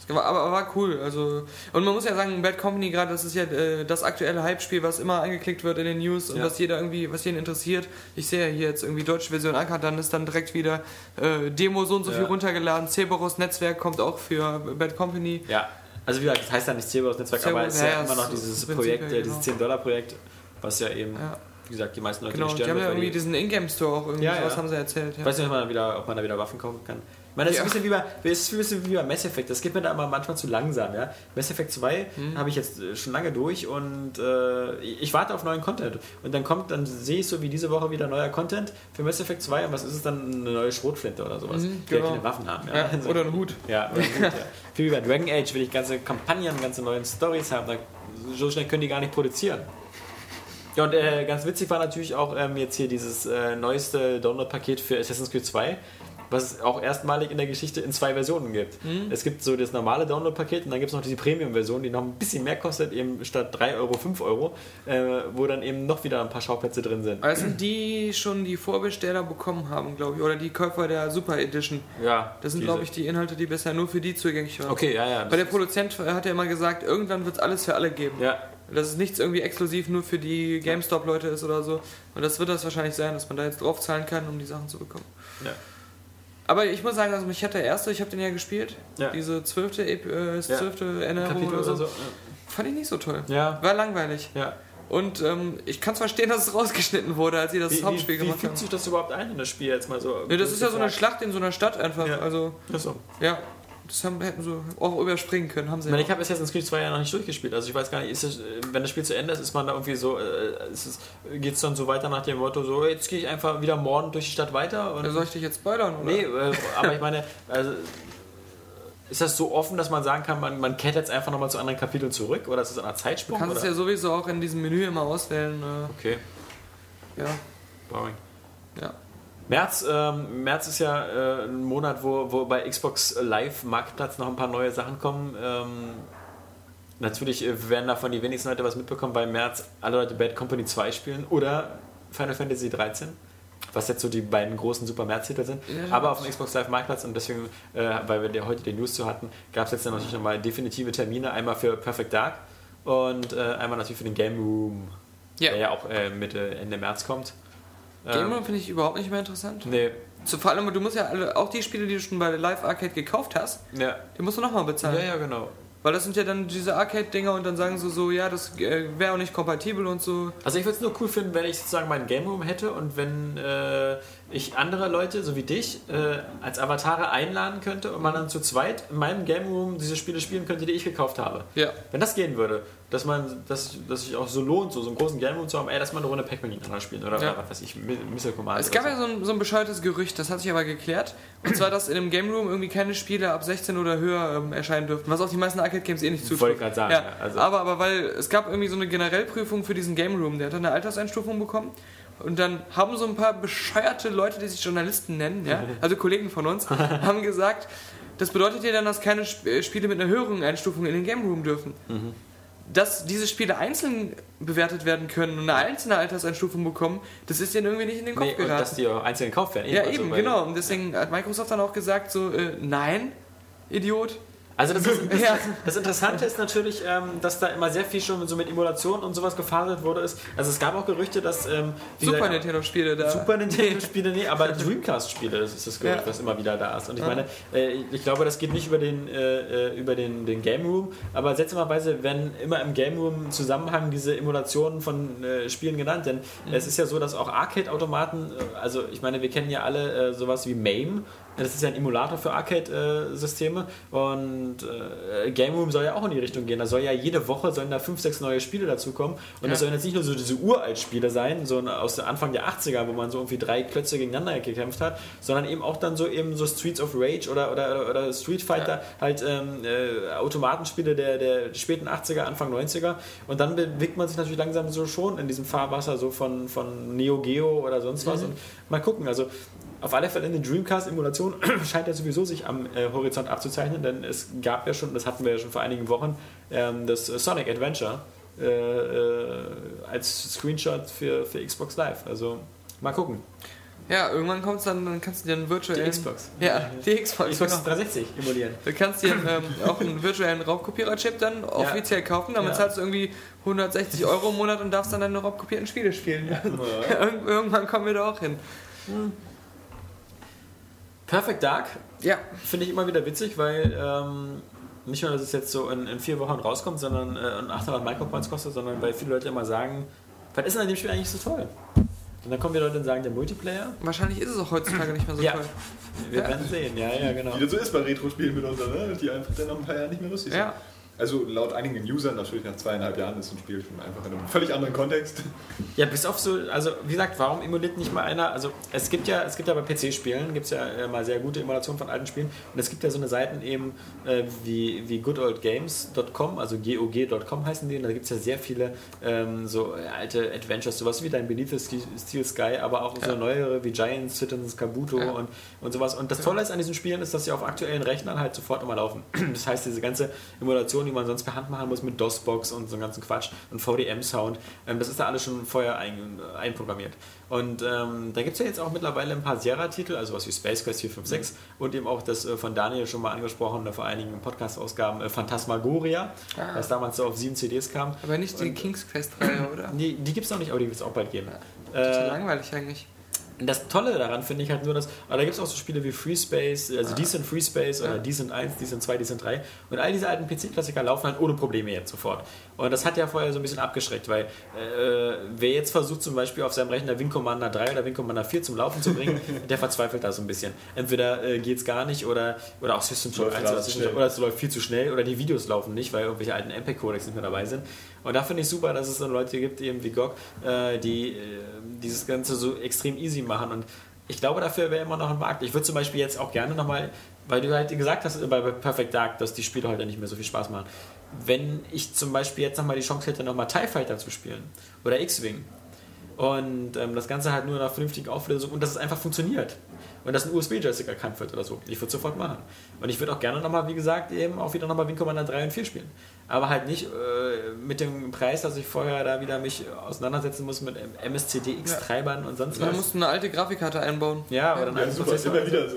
C: Das war, aber, aber war cool. Also, und man muss ja sagen, Bad Company gerade, das ist ja äh, das aktuelle Hype-Spiel, was immer angeklickt wird in den News und
E: Ja.
C: was jeder irgendwie, was jeden interessiert. Ich sehe ja hier jetzt irgendwie deutsche Version Anker, dann ist dann direkt wieder äh, Demo so und so
E: Ja.
C: viel runtergeladen. Cerberus Netzwerk kommt auch für Bad Company.
E: Ja. Also wie gesagt, das heißt ja nicht Zebra aus Netzwerk,
C: Zero,
E: aber es ist
C: ja,
E: ja,
C: ja,
E: immer
C: es
E: noch
C: ist
E: dieses
C: im Prinzip
E: Projekt,
C: ja
E: äh,
C: genau.
E: dieses 10-Dollar-Projekt, was ja eben,
C: Ja.
E: wie gesagt, die meisten Leute
C: Genau,
E: nicht
C: die haben
E: sterben
C: ja
E: wird, weil
C: irgendwie
E: die-
C: diesen In-Game-Store auch irgendwie,
E: Ja,
C: sowas
E: ja.
C: haben sie erzählt. Halt, Ja.
E: Ich weiß nicht, ob man, da wieder, ob man da wieder Waffen kaufen kann. Ich meine, das
C: Ja.
E: ist, ein bisschen wie bei, das ist ein bisschen wie bei Mass Effect. Das geht mir da immer manchmal zu langsam. Ja? Mass Effect 2
C: Hm.
E: habe ich jetzt äh, schon lange durch und äh, ich ich warte auf neuen Content. Und dann kommt, dann sehe ich so wie diese Woche wieder neuer Content für Mass Effect 2 und was ist es dann? Eine neue Schrotflinte oder sowas.
C: Mhm,
E: die ja
C: genau.
E: keine Waffen haben. Ja?
C: ja,
E: Also-
C: oder ein Hut.
E: ja, oder gut, ja. Viel wie bei Dragon Age will ich ganze Kampagnen, ganze neuen Stories haben. Da, so schnell können die gar nicht produzieren. Ja, und äh, ganz witzig war natürlich auch ähm, jetzt hier dieses äh, neueste Download-Paket für Assassin's Creed 2, was es auch erstmalig in der Geschichte in zwei Versionen gibt.
C: Mhm.
E: Es gibt so das normale Download-Paket und dann gibt es noch diese Premium-Version, die noch ein bisschen mehr kostet, eben statt 3 Euro 5 Euro, äh, wo dann eben noch wieder ein paar Schauplätze drin sind.
C: Aber das sind die schon die Vorbesteller bekommen haben, glaube ich. Oder die Käufer der Super Edition.
E: Ja,
C: Das sind,
E: diese-
C: glaube ich, die Inhalte, die bisher nur für die zugänglich waren.
E: Okay, ja, ja.
C: Weil der Produzent hat ja immer gesagt, irgendwann wird es alles für alle geben.
E: ja,
C: Dass es nichts irgendwie exklusiv nur für die GameStop-Leute ist oder so. Und das wird das wahrscheinlich sein, dass man da jetzt drauf zahlen kann, um die Sachen zu bekommen.
E: Ja.
C: Aber ich muss sagen, also mich hat der erste, ich habe den ja gespielt,
E: Ja.
C: diese zwölfte, Ep- äh, das
E: Ja.
C: zwölfte Erinnerung
E: Kapitel
C: oder so,
E: oder so.
C: fand ich nicht so toll.
E: Ja,
C: War langweilig.
E: ja.
C: Und ähm, ich kann es verstehen, dass es rausgeschnitten wurde, als sie das
E: Wie,
C: Hauptspiel
E: wie, wie
C: gemacht
E: fügt
C: haben.
E: sich das überhaupt ein in das Spiel jetzt mal so?
C: Ne, das ist ja so eine Schlacht in so einer Stadt einfach.
E: Ja.
C: Also,
E: Ach so.
C: ja, das haben, hätten sie auch überspringen können, haben sie
E: Ich meine,
C: ja.
E: ich habe Assassin's Creed 2 ja noch nicht durchgespielt. Also ich weiß gar nicht, ist es, äh, wenn das Spiel zu Ende ist, ist man da irgendwie so, äh, ist es, geht's dann so weiter nach dem Motto, so jetzt gehe ich einfach wieder morden durch die Stadt weiter? Und
C: Ja, Soll ich dich jetzt spoilern? Oder?
E: nee, äh, aber ich meine, also, ist das so offen, dass man sagen kann, man, man kehrt jetzt einfach nochmal zu anderen Kapiteln zurück? Oder ist es ein
C: Du
E: Zeitsprung?
C: kannst es
E: oder?
C: ja sowieso auch in diesem Menü immer auswählen. Äh,
E: okay,
C: ja,
E: boring.
C: ja.
E: März, ähm, März ist ja äh, ein Monat, wo, wo bei Xbox Live Marktplatz noch ein paar neue Sachen kommen. Ähm, natürlich äh, werden davon die wenigsten Leute was mitbekommen, weil im März alle Leute Bad Company 2 spielen oder Final Fantasy 13, was jetzt so die beiden großen Super März-Titel sind.
C: Ja,
E: Aber auf dem Xbox Live Marktplatz und deswegen, äh, weil wir der heute die News zu hatten, gab es jetzt natürlich nochmal definitive Termine. Einmal für Perfect Dark und äh, einmal natürlich für den Game Room,
C: ja.
E: der ja auch äh, Mitte, Ende März kommt.
C: Game
E: Ähm,
C: Room finde ich überhaupt nicht mehr interessant.
E: Nee,
C: Zu, vor allem, du musst ja alle, auch die Spiele, die du schon bei der Live Arcade gekauft hast,
E: ja.
C: die musst du nochmal bezahlen.
E: Ja, ja, genau.
C: Weil das sind ja dann diese Arcade-Dinger und dann sagen sie so, ja, das äh, wäre auch nicht kompatibel und so.
E: Also ich würde es nur cool finden, wenn ich sozusagen meinen Game Room hätte und wenn äh, ich andere Leute, so wie dich, äh, als Avatare einladen könnte und man dann zu zweit in meinem Game Room diese Spiele spielen könnte, die ich gekauft habe.
C: Ja.
E: Wenn das gehen würde, dass man, dass, dass sich auch so lohnt, so, so einen großen Game Room zu haben, ey, dass man eine Runde Pac-Man gegeneinander spielen oder,
C: Ja.
E: oder was weiß ich, Mi- Missile Command.
C: Es gab
E: oder
C: ja so ein, so ein bescheuertes Gerücht, das hat sich aber geklärt. Und zwar, dass in einem Game Room irgendwie keine Spiele ab 16 oder höher ähm, erscheinen dürften, was auf die meisten Arcade-Games eh nicht zutrifft.
E: Wollte gerade sagen,
C: Ja,
E: ja, also-
C: aber, aber weil es gab irgendwie so eine Generellprüfung für diesen Game Room, der hat dann eine Alterseinstufung bekommen. Und dann haben so ein paar bescheuerte Leute, die sich Journalisten nennen, ja, also Kollegen von uns, haben gesagt, das bedeutet ja dann, dass keine Sp äh, Spiele mit einer höheren Einstufung in den Game Room dürfen dass diese Spiele einzeln bewertet werden können und eine einzelne Alterseinstufung bekommen, das ist denen irgendwie nicht in den Kopf
E: nee, und
C: geraten.
E: dass die auch einzeln gekauft werden.
C: Ja,
E: Also,
C: eben,
E: weil-
C: genau. Und deswegen hat Microsoft dann auch gesagt, so, äh, nein, Idiot.
E: Also das, ist, das,
C: Ja.
E: das Interessante ist natürlich, ähm, dass da immer sehr viel schon so mit Emulation und sowas gefaselt wurde. Ist. Also es gab auch Gerüchte, dass ähm, wie
C: Super
E: gesagt,
C: Nintendo-Spiele da.
E: Super Nintendo-Spiele, nee, aber Dreamcast-Spiele, das ist das Gerücht,
C: Ja.
E: was immer wieder da ist. Und ich meine, äh, ich glaube, das geht nicht über den, äh, äh, über den, den Game Room, aber seltsamerweise werden immer im Game Room im Zusammenhang diese Emulationen von äh, Spielen genannt, denn
C: Mhm.
E: es ist ja so, dass auch Arcade-Automaten, äh, also ich meine, wir kennen ja alle äh, sowas wie MAME, das ist ja ein Emulator für äh, Arcade-Systeme und äh, Game Room soll ja auch in die Richtung gehen. Da soll ja jede Woche sollen da fünf, sechs neue Spiele dazukommen. Und das
C: Ja.
E: sollen jetzt nicht nur so diese Uralt-Spiele sein, so aus der Anfang der 80er, wo man so irgendwie drei Klötze gegeneinander gekämpft hat, sondern eben auch dann so eben so Streets of Rage oder, oder, oder Street Fighter, halt ähm, äh, Automatenspiele der, der späten 80er, Anfang 90er. Und dann bewegt man sich natürlich langsam so schon in diesem Fahrwasser so von, von Neo Geo oder sonst was. Und mal gucken, also auf alle Fälle eine Dreamcast-Emulation scheint ja sowieso sich am äh, Horizont abzuzeichnen, denn es gab ja schon, das hatten wir ja schon vor einigen Wochen, ähm, das äh, Sonic Adventure äh, äh, als Screenshot für, für Xbox Live. Also mal gucken.
C: Ja, irgendwann kommt es dann, dann kannst du dir einen virtuellen.
E: Die Xbox.
C: Ja, die Xbox.
E: Xbox
C: Genau.
E: 360 emulieren.
C: Du kannst dir ähm, auch einen virtuellen Raubkopierer-Chip dann offiziell kaufen, damit
E: Ja.
C: zahlst du irgendwie 160 Euro im Monat und darfst dann deine raubkopierten Spiele spielen. Irgend- irgendwann kommen wir da auch hin.
E: Perfect Dark
C: Ja,
E: finde ich immer wieder witzig, weil ähm, nicht nur, dass es jetzt so in, in vier Wochen rauskommt, sondern äh, und 800 Micropoints kostet, sondern weil viele Leute immer sagen, was ist denn an dem Spiel eigentlich so toll? Und dann kommen die Leute und sagen, der Multiplayer?
C: wahrscheinlich ist es auch heutzutage nicht mehr so
E: Ja.
C: toll.
E: Wir
C: Ja.
E: werden sehen, ja, ja, genau.
D: Wie das so ist bei Retro-Spielen mitunter, ne? die einfach dann nach ein paar Jahren nicht mehr lustig
C: Ja.
D: sind. Also laut einigen Usern natürlich nach zweieinhalb Jahren ist ein Spiel schon einfach in einem völlig anderen Kontext.
E: Ja, bis auf so, also wie gesagt, warum emuliert nicht mal einer? Also es gibt ja, es gibt ja bei PC-Spielen, gibt es ja äh, mal sehr gute Emulationen von alten Spielen und es gibt ja so eine Seiten eben äh, wie, wie goodoldgames.com, also gog.com heißen die und da gibt es ja sehr viele ähm, so äh, alte Adventures, sowas wie dein Beneath the Steel Sky, aber auch so neuere wie Giant Citizens Kabuto
C: Ja.
E: und, und sowas. Und das Tolle ist an diesen Spielen ist, dass sie auf aktuellen Rechnern halt sofort immer laufen. Das heißt, diese ganze Emulation, die man sonst per Hand machen muss mit DOS-Box und so einen ganzen Quatsch und VDM-Sound, ähm, das ist da alles schon vorher ein, äh, einprogrammiert. Und ähm, da gibt es ja jetzt auch mittlerweile ein paar Sierra-Titel, also was wie Space Quest 456 und eben auch das äh, von Daniel schon mal angesprochene vor einigen Podcast-Ausgaben äh, Phantasmagoria, was damals so auf sieben CDs kam.
C: Aber nicht die
E: Und-
C: King's Quest-Reihe, oder?
E: Die, die gibt es noch nicht, aber die wird es auch bald geben.
C: Das ist ja
E: Äh,
C: langweilig eigentlich.
E: das Tolle daran finde ich halt nur, dass, aber da gibt es auch so Spiele wie Free Space, also
D: Ah.
E: Decent Free Space oder Decent 1, Decent 2, Decent 3 und all diese alten PC-Klassiker laufen halt ohne Probleme jetzt sofort. Und das hat ja vorher so ein bisschen abgeschreckt, weil äh, wer jetzt versucht zum Beispiel auf seinem Rechner Wing Commander 3 oder Wing Commander 4 zum Laufen zu bringen, der verzweifelt da so ein bisschen. Entweder äh, geht es gar nicht oder, oder auch System Shock
D: Läuft
E: 1 oder
D: gerade
E: System
D: schnell.
E: Shock oder es läuft viel zu schnell oder die Videos laufen nicht, weil irgendwelche alten MPEG-Codecs nicht mehr dabei sind. Und da finde ich super, dass es dann Leute gibt, eben wie GOG, äh, die äh, dieses Ganze so extrem easy machen. Und ich glaube, dafür wäre immer noch ein Markt. Ich würde zum Beispiel jetzt auch gerne nochmal, weil du halt gesagt hast äh, bei bei Perfect Dark, dass die Spiele heute nicht mehr so viel Spaß machen. Wenn ich zum Beispiel jetzt nochmal die Chance hätte, nochmal TIE Fighter zu spielen oder X-Wing, und ähm, das Ganze halt nur in einer vernünftigen Auflösung und dass es einfach funktioniert. Und dass ein USB-Joystick erkannt wird oder so. Ich würde sofort machen. Und ich würde auch gerne nochmal, wie gesagt, eben auch wieder nochmal Wing Commander 3 und 4 spielen. Aber halt nicht äh, mit dem Preis, dass ich vorher da wieder mich auseinandersetzen muss mit ähm, MSCDX-Treibern und sonst
C: Man
E: was.
C: muss eine alte Grafikkarte einbauen.
E: Ja, oder dann
D: Ja,
E: einen
D: super,
E: Prozessor.
D: immer wieder so.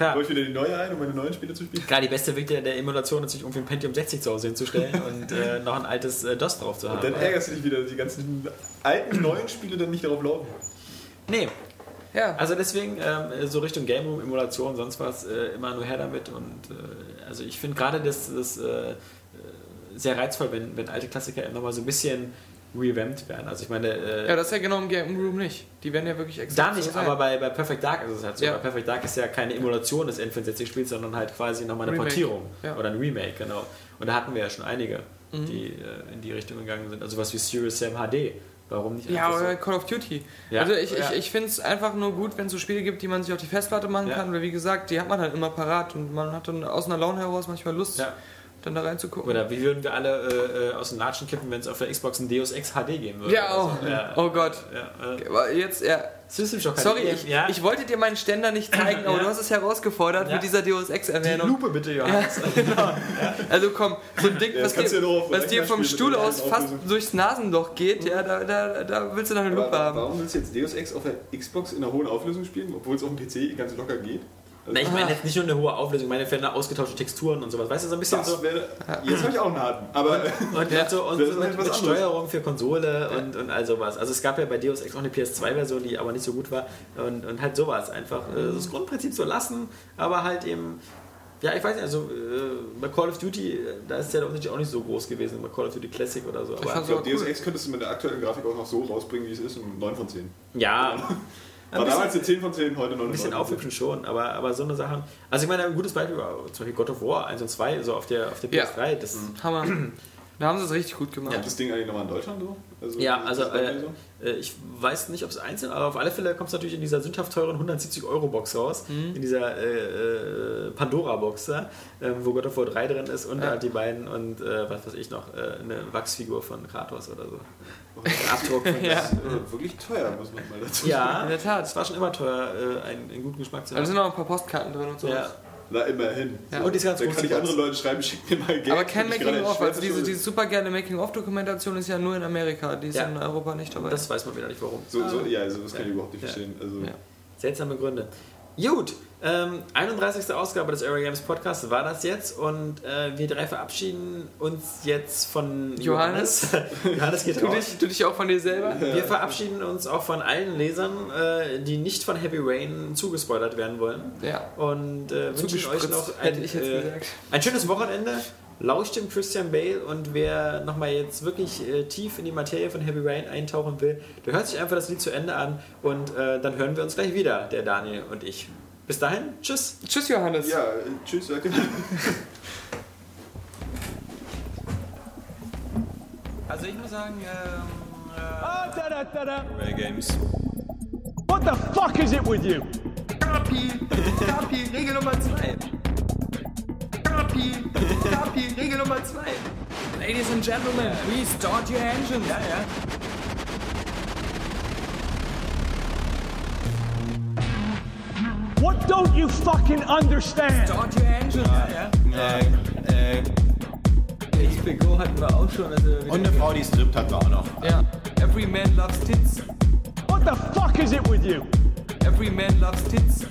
E: Ja.
D: Wollte ich wieder die neue ein, um meine neuen Spiele zu spielen?
E: Klar, die beste Weg der, der Emulation ist, sich irgendwie ein Pentium 60 zu Hause hinzustellen und äh, noch ein altes äh, DOS drauf zu haben.
D: Dann ärgerst du dich wieder, dass die ganzen alten, neuen Spiele dann nicht darauf laufen.
E: nee,
C: Ja.
E: Also deswegen, ähm, so Richtung Game Room, Emulation, sonst was, äh, immer nur her damit. Und äh, also ich finde gerade das, das äh, sehr reizvoll, wenn, wenn alte Klassiker eben nochmal so ein bisschen revamped werden. Also ich meine, äh,
C: Ja, das ist ja genau im Game Room nicht. Die werden ja wirklich extra.
E: da nicht, aber bei, bei Perfect Dark ist es halt so.
C: Ja.
E: Bei Perfect Dark ist ja keine Emulation des N64-Spiels, sondern halt quasi nochmal eine
C: Remake.
E: Portierung
C: Ja. Mhm.
E: oder ein Remake, genau. Und da hatten wir ja schon einige, die äh, in die Richtung gegangen sind. Also was wie Serious Sam HD. Warum nicht
C: Ja,
E: einfach
C: oder Call of Duty.
E: Ja.
C: Also ich,
E: Ja.
C: ich, ich finde es einfach nur gut, wenn es so Spiele gibt, die man sich auf die Festplatte machen
E: Ja.
C: kann, weil wie gesagt, die hat man halt immer parat und man hat dann aus einer Laune heraus manchmal Lust,
E: so? Ja.
C: dann da reinzugucken.
E: Oder wie würden wir alle äh, äh, aus den Latschen kippen, wenn es auf der Xbox ein Deus Ex HD geben würde?
C: ja, oh,
E: Also, ja,
C: oh Gott.
E: ja, äh,
C: Aber jetzt, ja.
E: System Shock HD.
C: Sorry, ich,
E: ja.
C: ich wollte dir meinen Ständer nicht zeigen, aber
E: Ja.
C: du hast es herausgefordert
E: Ja.
C: mit dieser Deus
E: die
C: Ex-Erwähnung.
E: Lupe bitte, Johannes.
C: Also komm, so ein Ding,
D: Ja, das
C: was,
D: kannst
C: dir,
D: du ja nur auf dem
C: was dir
D: Rechner
C: vom
D: spielen,
C: Stuhl
D: wenn du
C: aus
D: einen
C: fast
D: aufgesucht
C: durchs Nasenloch geht,
E: Mhm.
C: ja, da, da, da willst du noch eine Lupe
D: Aber
C: haben.
D: warum willst du jetzt Deus Ex auf der Xbox in einer hohen Auflösung spielen, obwohl es auf dem PC ganz locker geht? Also,
E: Na, ich
C: Ah.
E: meine jetzt nicht nur eine hohe Auflösung, ich meine ferner ausgetauschte Texturen und sowas. Weißt du, so ein bisschen
D: das
E: so.
D: wäre, jetzt habe ich auch einen harten. Aber
E: Und,
C: Ja,
E: und so,
D: das
E: und so
D: ist
E: mit,
D: etwas
E: mit
D: anderes.
E: Steuerung für Konsole und, und all sowas. Also es gab ja bei Deus Ex auch eine PS2-Version, die aber nicht so gut war. Und, und halt sowas einfach. Äh, Das Grundprinzip so lassen, aber halt eben. Ja, ich weiß nicht, also äh, bei Call of Duty, äh, da ist ja der Unterschied auch nicht so groß gewesen, bei Call of Duty Classic oder so.
C: fand's
E: Aber,
D: ich glaube,
C: cool.
D: Deus Ex könntest du mit der aktuellen Grafik auch noch so rausbringen, wie es ist, um 9 von 10.
E: ja,
D: War damals eine 10 von 10, heute noch
E: Ein
D: eine 9 von
E: bisschen
D: 10.
E: aufhübschen schon, aber, aber so eine Sachen. Also ich meine, ein gutes Beispiel war zum Beispiel God of War 1 und 2, so auf der, auf der
C: Ja. Mhm.
E: PS3. Das,
C: Hammer. Da haben sie es richtig gut gemacht.
D: Kommt das Ding eigentlich nochmal in Deutschland so?
E: Ja, also
D: ist das bei
E: äh,
D: mir so?
E: äh, ich weiß nicht, ob es einzeln, aber auf alle Fälle kommt es natürlich in dieser sündhaft teuren 170-Euro-Box raus, in dieser äh, äh, Pandora-Box, da, ähm, wo God of War 3 drin ist und
C: Ja.
E: halt die beiden und äh, was weiß ich noch, äh, eine Wachsfigur von Kratos oder so. Ein Abdruck von
C: Ja.
D: Das ist äh, wirklich teuer, muss man mal dazu
E: ja,
C: In der Tat.
E: es war schon immer teuer, äh, einen, einen guten Geschmack zu
C: Da
E: haben.
C: sind noch ein paar Postkarten drin und so.
E: ja.
D: Na, immerhin.
C: Ja.
E: Und die ist ganz
D: Dann
E: groß,
D: kann
E: die
D: ich anderen
E: Box.
D: Leuten schreiben, schickt mir mal Geld.
C: Aber kein
D: wenn ich gerade
C: Making-of,
D: in
C: also diese,
D: Schmerzen
C: diese super gerne Making-of-Dokumentation ist ja nur in Amerika, die ist
E: Ja.
C: in Europa nicht dabei.
E: Das weiß man wieder nicht warum.
D: so, so, ja, also das kann ich überhaupt nicht
E: Ja.
D: verstehen. Also,
C: Ja.
E: Seltsame Gründe. Gut, ähm, 31. Ausgabe des Area Games Podcasts war das jetzt und äh, wir drei verabschieden uns jetzt von
C: Johannes.
E: Johannes, Johannes geht
C: du,
E: raus.
C: dich, du dich auch von dir selber?
E: Wir verabschieden uns auch von allen Lesern, äh, die nicht von Happy Rain zugespoilert werden wollen.
C: Ja.
E: Und äh, wünschen euch
C: Zugespritzt,
E: noch
C: hätte
E: ein,
C: ich jetzt
E: äh,
C: gesagt.
E: ein schönes Wochenende. Lauscht dem Christian Bale und wer nochmal jetzt wirklich äh, tief in die Materie von Happy Rain eintauchen will, der hört sich einfach das Lied zu Ende an und äh, dann hören wir uns gleich wieder, der Daniel und ich. Bis dahin, tschüss.
C: Tschüss, Johannes.
D: ja, äh, tschüss, danke.
C: Also ich muss sagen, ähm,
F: What the fuck is it with you?
C: Kapi, Kapi, Regel Nummer 2. Kapi, Kapi, Regel Nummer 2. Ladies and Gentlemen, please start your engine. Ja, ja.
F: What don't you fucking understand?
C: Start your engine. Ja, ja.
E: HBO hatten wir auch schon.
G: Und eine Frau, die strippt, hat wir auch noch.
C: ja. Every man loves tits.
F: What the fuck is it with you?
C: Every man loves tits.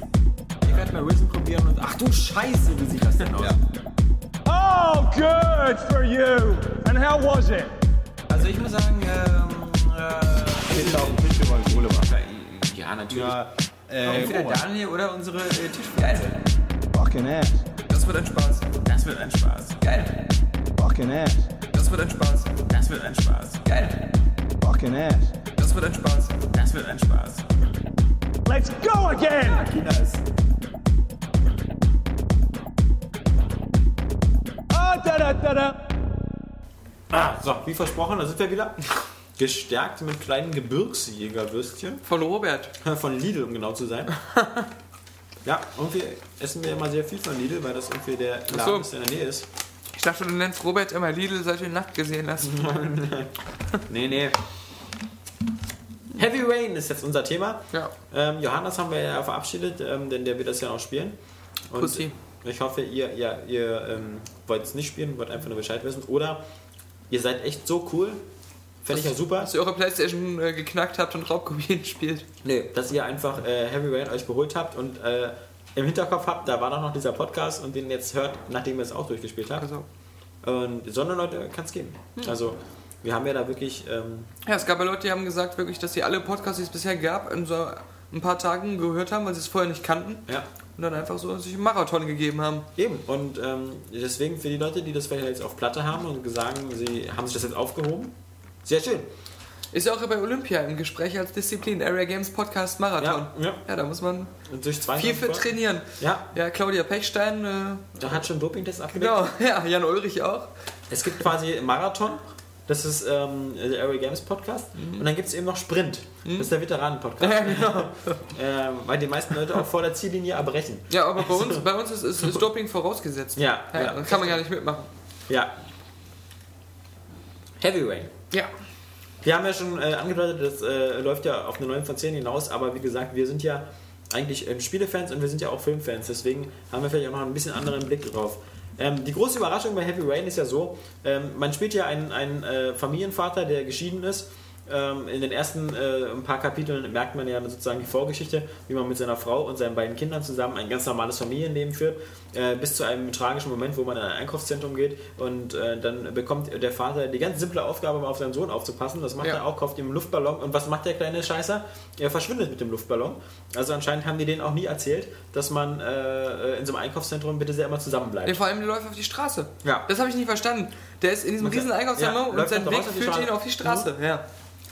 E: ich werde mal Risen probieren und ach du Scheiße, wie sieht das denn aus?
F: Oh, good for you. And how was it?
C: Also ich muss sagen, ähm, äh,
G: Kinder auf dem Tisch, wir wollen Kohle machen.
E: Ja, natürlich.
G: Ja, äh,
C: entweder Daniel oder unsere äh, Tischgeil.
F: Fucking ass.
C: Das wird ein Spaß.
G: das wird ein Spaß.
C: Geil.
F: Fucking ass.
C: Das wird ein Spaß.
G: Das wird ein Spaß.
C: Geil.
F: Fucking ass.
C: Das wird ein Spaß.
G: Das wird ein Spaß.
F: Let's go again. Ah, da da da da.
E: Ah, so, wie versprochen, da sind wir wieder. Gestärkt mit kleinen Gebirgsjägerwürstchen.
C: Von Robert.
E: Von Lidl, um genau zu sein. Ja, irgendwie essen wir immer sehr viel von Lidl, weil das irgendwie der Laden
C: so.
E: ist, der in der Nähe ist.
C: Ich dachte, du nennst Robert immer Lidl, seit du ihn nackt gesehen hast.
E: Mhm. Nee, nee. Heavy Rain ist jetzt unser Thema.
C: Ja.
E: Ähm, Johannes haben wir ja verabschiedet, ähm, denn der wird das ja noch spielen. Und
C: Pussy.
E: Ich hoffe, ihr, ihr, ihr ähm, wollt es nicht spielen, wollt einfach nur Bescheid wissen. Oder ihr seid echt so cool. Fände ich ja super.
C: Dass ihr eure Playstation äh, geknackt habt und Raubkopien spielt.
E: Nee, dass ihr einfach äh, Heavy Rain euch geholt habt und äh, im Hinterkopf habt, da war doch noch dieser Podcast und den jetzt hört, nachdem ihr es auch durchgespielt habt.
C: Also. Hm.
E: Und so eine Leute kann es geben. Also, wir haben ja da wirklich. Ähm,
C: Ja, es gab ja Leute, die haben gesagt, wirklich, dass sie alle Podcasts, die es bisher gab, in so ein paar Tagen gehört haben, weil sie es vorher nicht kannten.
E: ja.
C: und dann einfach so sich einen Marathon gegeben haben.
E: Eben. Und ähm, deswegen für die Leute, die das vielleicht jetzt auf Platte haben und sagen, sie haben sich das jetzt aufgehoben, sehr schön.
C: Ist ja auch bei Olympia im Gespräch als Disziplin, Area Games Podcast Marathon.
E: Ja, ja.
C: da muss man
E: Und durch zwei
C: viel für trainieren.
E: Ja,
C: Ja, Claudia Pechstein, äh,
E: da hat schon Dopingtests abgedeckt.
C: genau, ja, Jan Ulrich auch.
E: Es gibt quasi Marathon, das ist ähm, der Aero Games Podcast.
C: Mhm.
E: Und dann gibt es eben noch Sprint, das ist der Veteranen-Podcast.
C: Ja, genau.
E: Ähm, weil die meisten Leute auch vor der Ziellinie erbrechen.
C: Ja, aber bei uns, bei uns ist, ist, ist Doping vorausgesetzt.
E: Ja,
C: ja,
E: ja.
C: Dann kann man gar nicht mitmachen.
E: Ja. Heavy Rain.
C: Ja.
E: Wir haben ja schon äh, angedeutet, das äh, läuft ja auf eine 9 von 10 hinaus, aber wie gesagt, wir sind ja eigentlich ähm, Spielefans und wir sind ja auch Filmfans, deswegen haben wir vielleicht auch noch ein bisschen anderen Blick drauf. Ähm, die große Überraschung bei Heavy Rain ist ja so, ähm, man spielt ja einen, einen äh, Familienvater, der geschieden ist. Ähm, in den ersten äh, ein paar Kapiteln merkt man ja sozusagen die Vorgeschichte, wie man mit seiner Frau und seinen beiden Kindern zusammen ein ganz normales Familienleben führt, äh, bis zu einem tragischen Moment, wo man in ein Einkaufszentrum geht und äh, dann bekommt der Vater die ganz simple Aufgabe, mal auf seinen Sohn aufzupassen. Das macht
C: Ja.
E: er auch, kauft ihm einen Luftballon. Und was macht der kleine Scheißer? Er verschwindet mit dem Luftballon. Also anscheinend haben die denen auch nie erzählt, dass man äh, in so einem Einkaufszentrum bitte sehr immer
C: Ja,
E: zusammenbleibt.
C: vor allem der läuft auf die Straße.
E: Ja.
C: Das habe ich nicht verstanden. Der ist in diesem riesen
E: Ja,
C: Einkaufszentrum und
E: läuft
C: sein
E: dann
C: Weg
E: raus auf die
C: führt ihn
E: Straße. Mhm.
C: auf die Straße. Ja.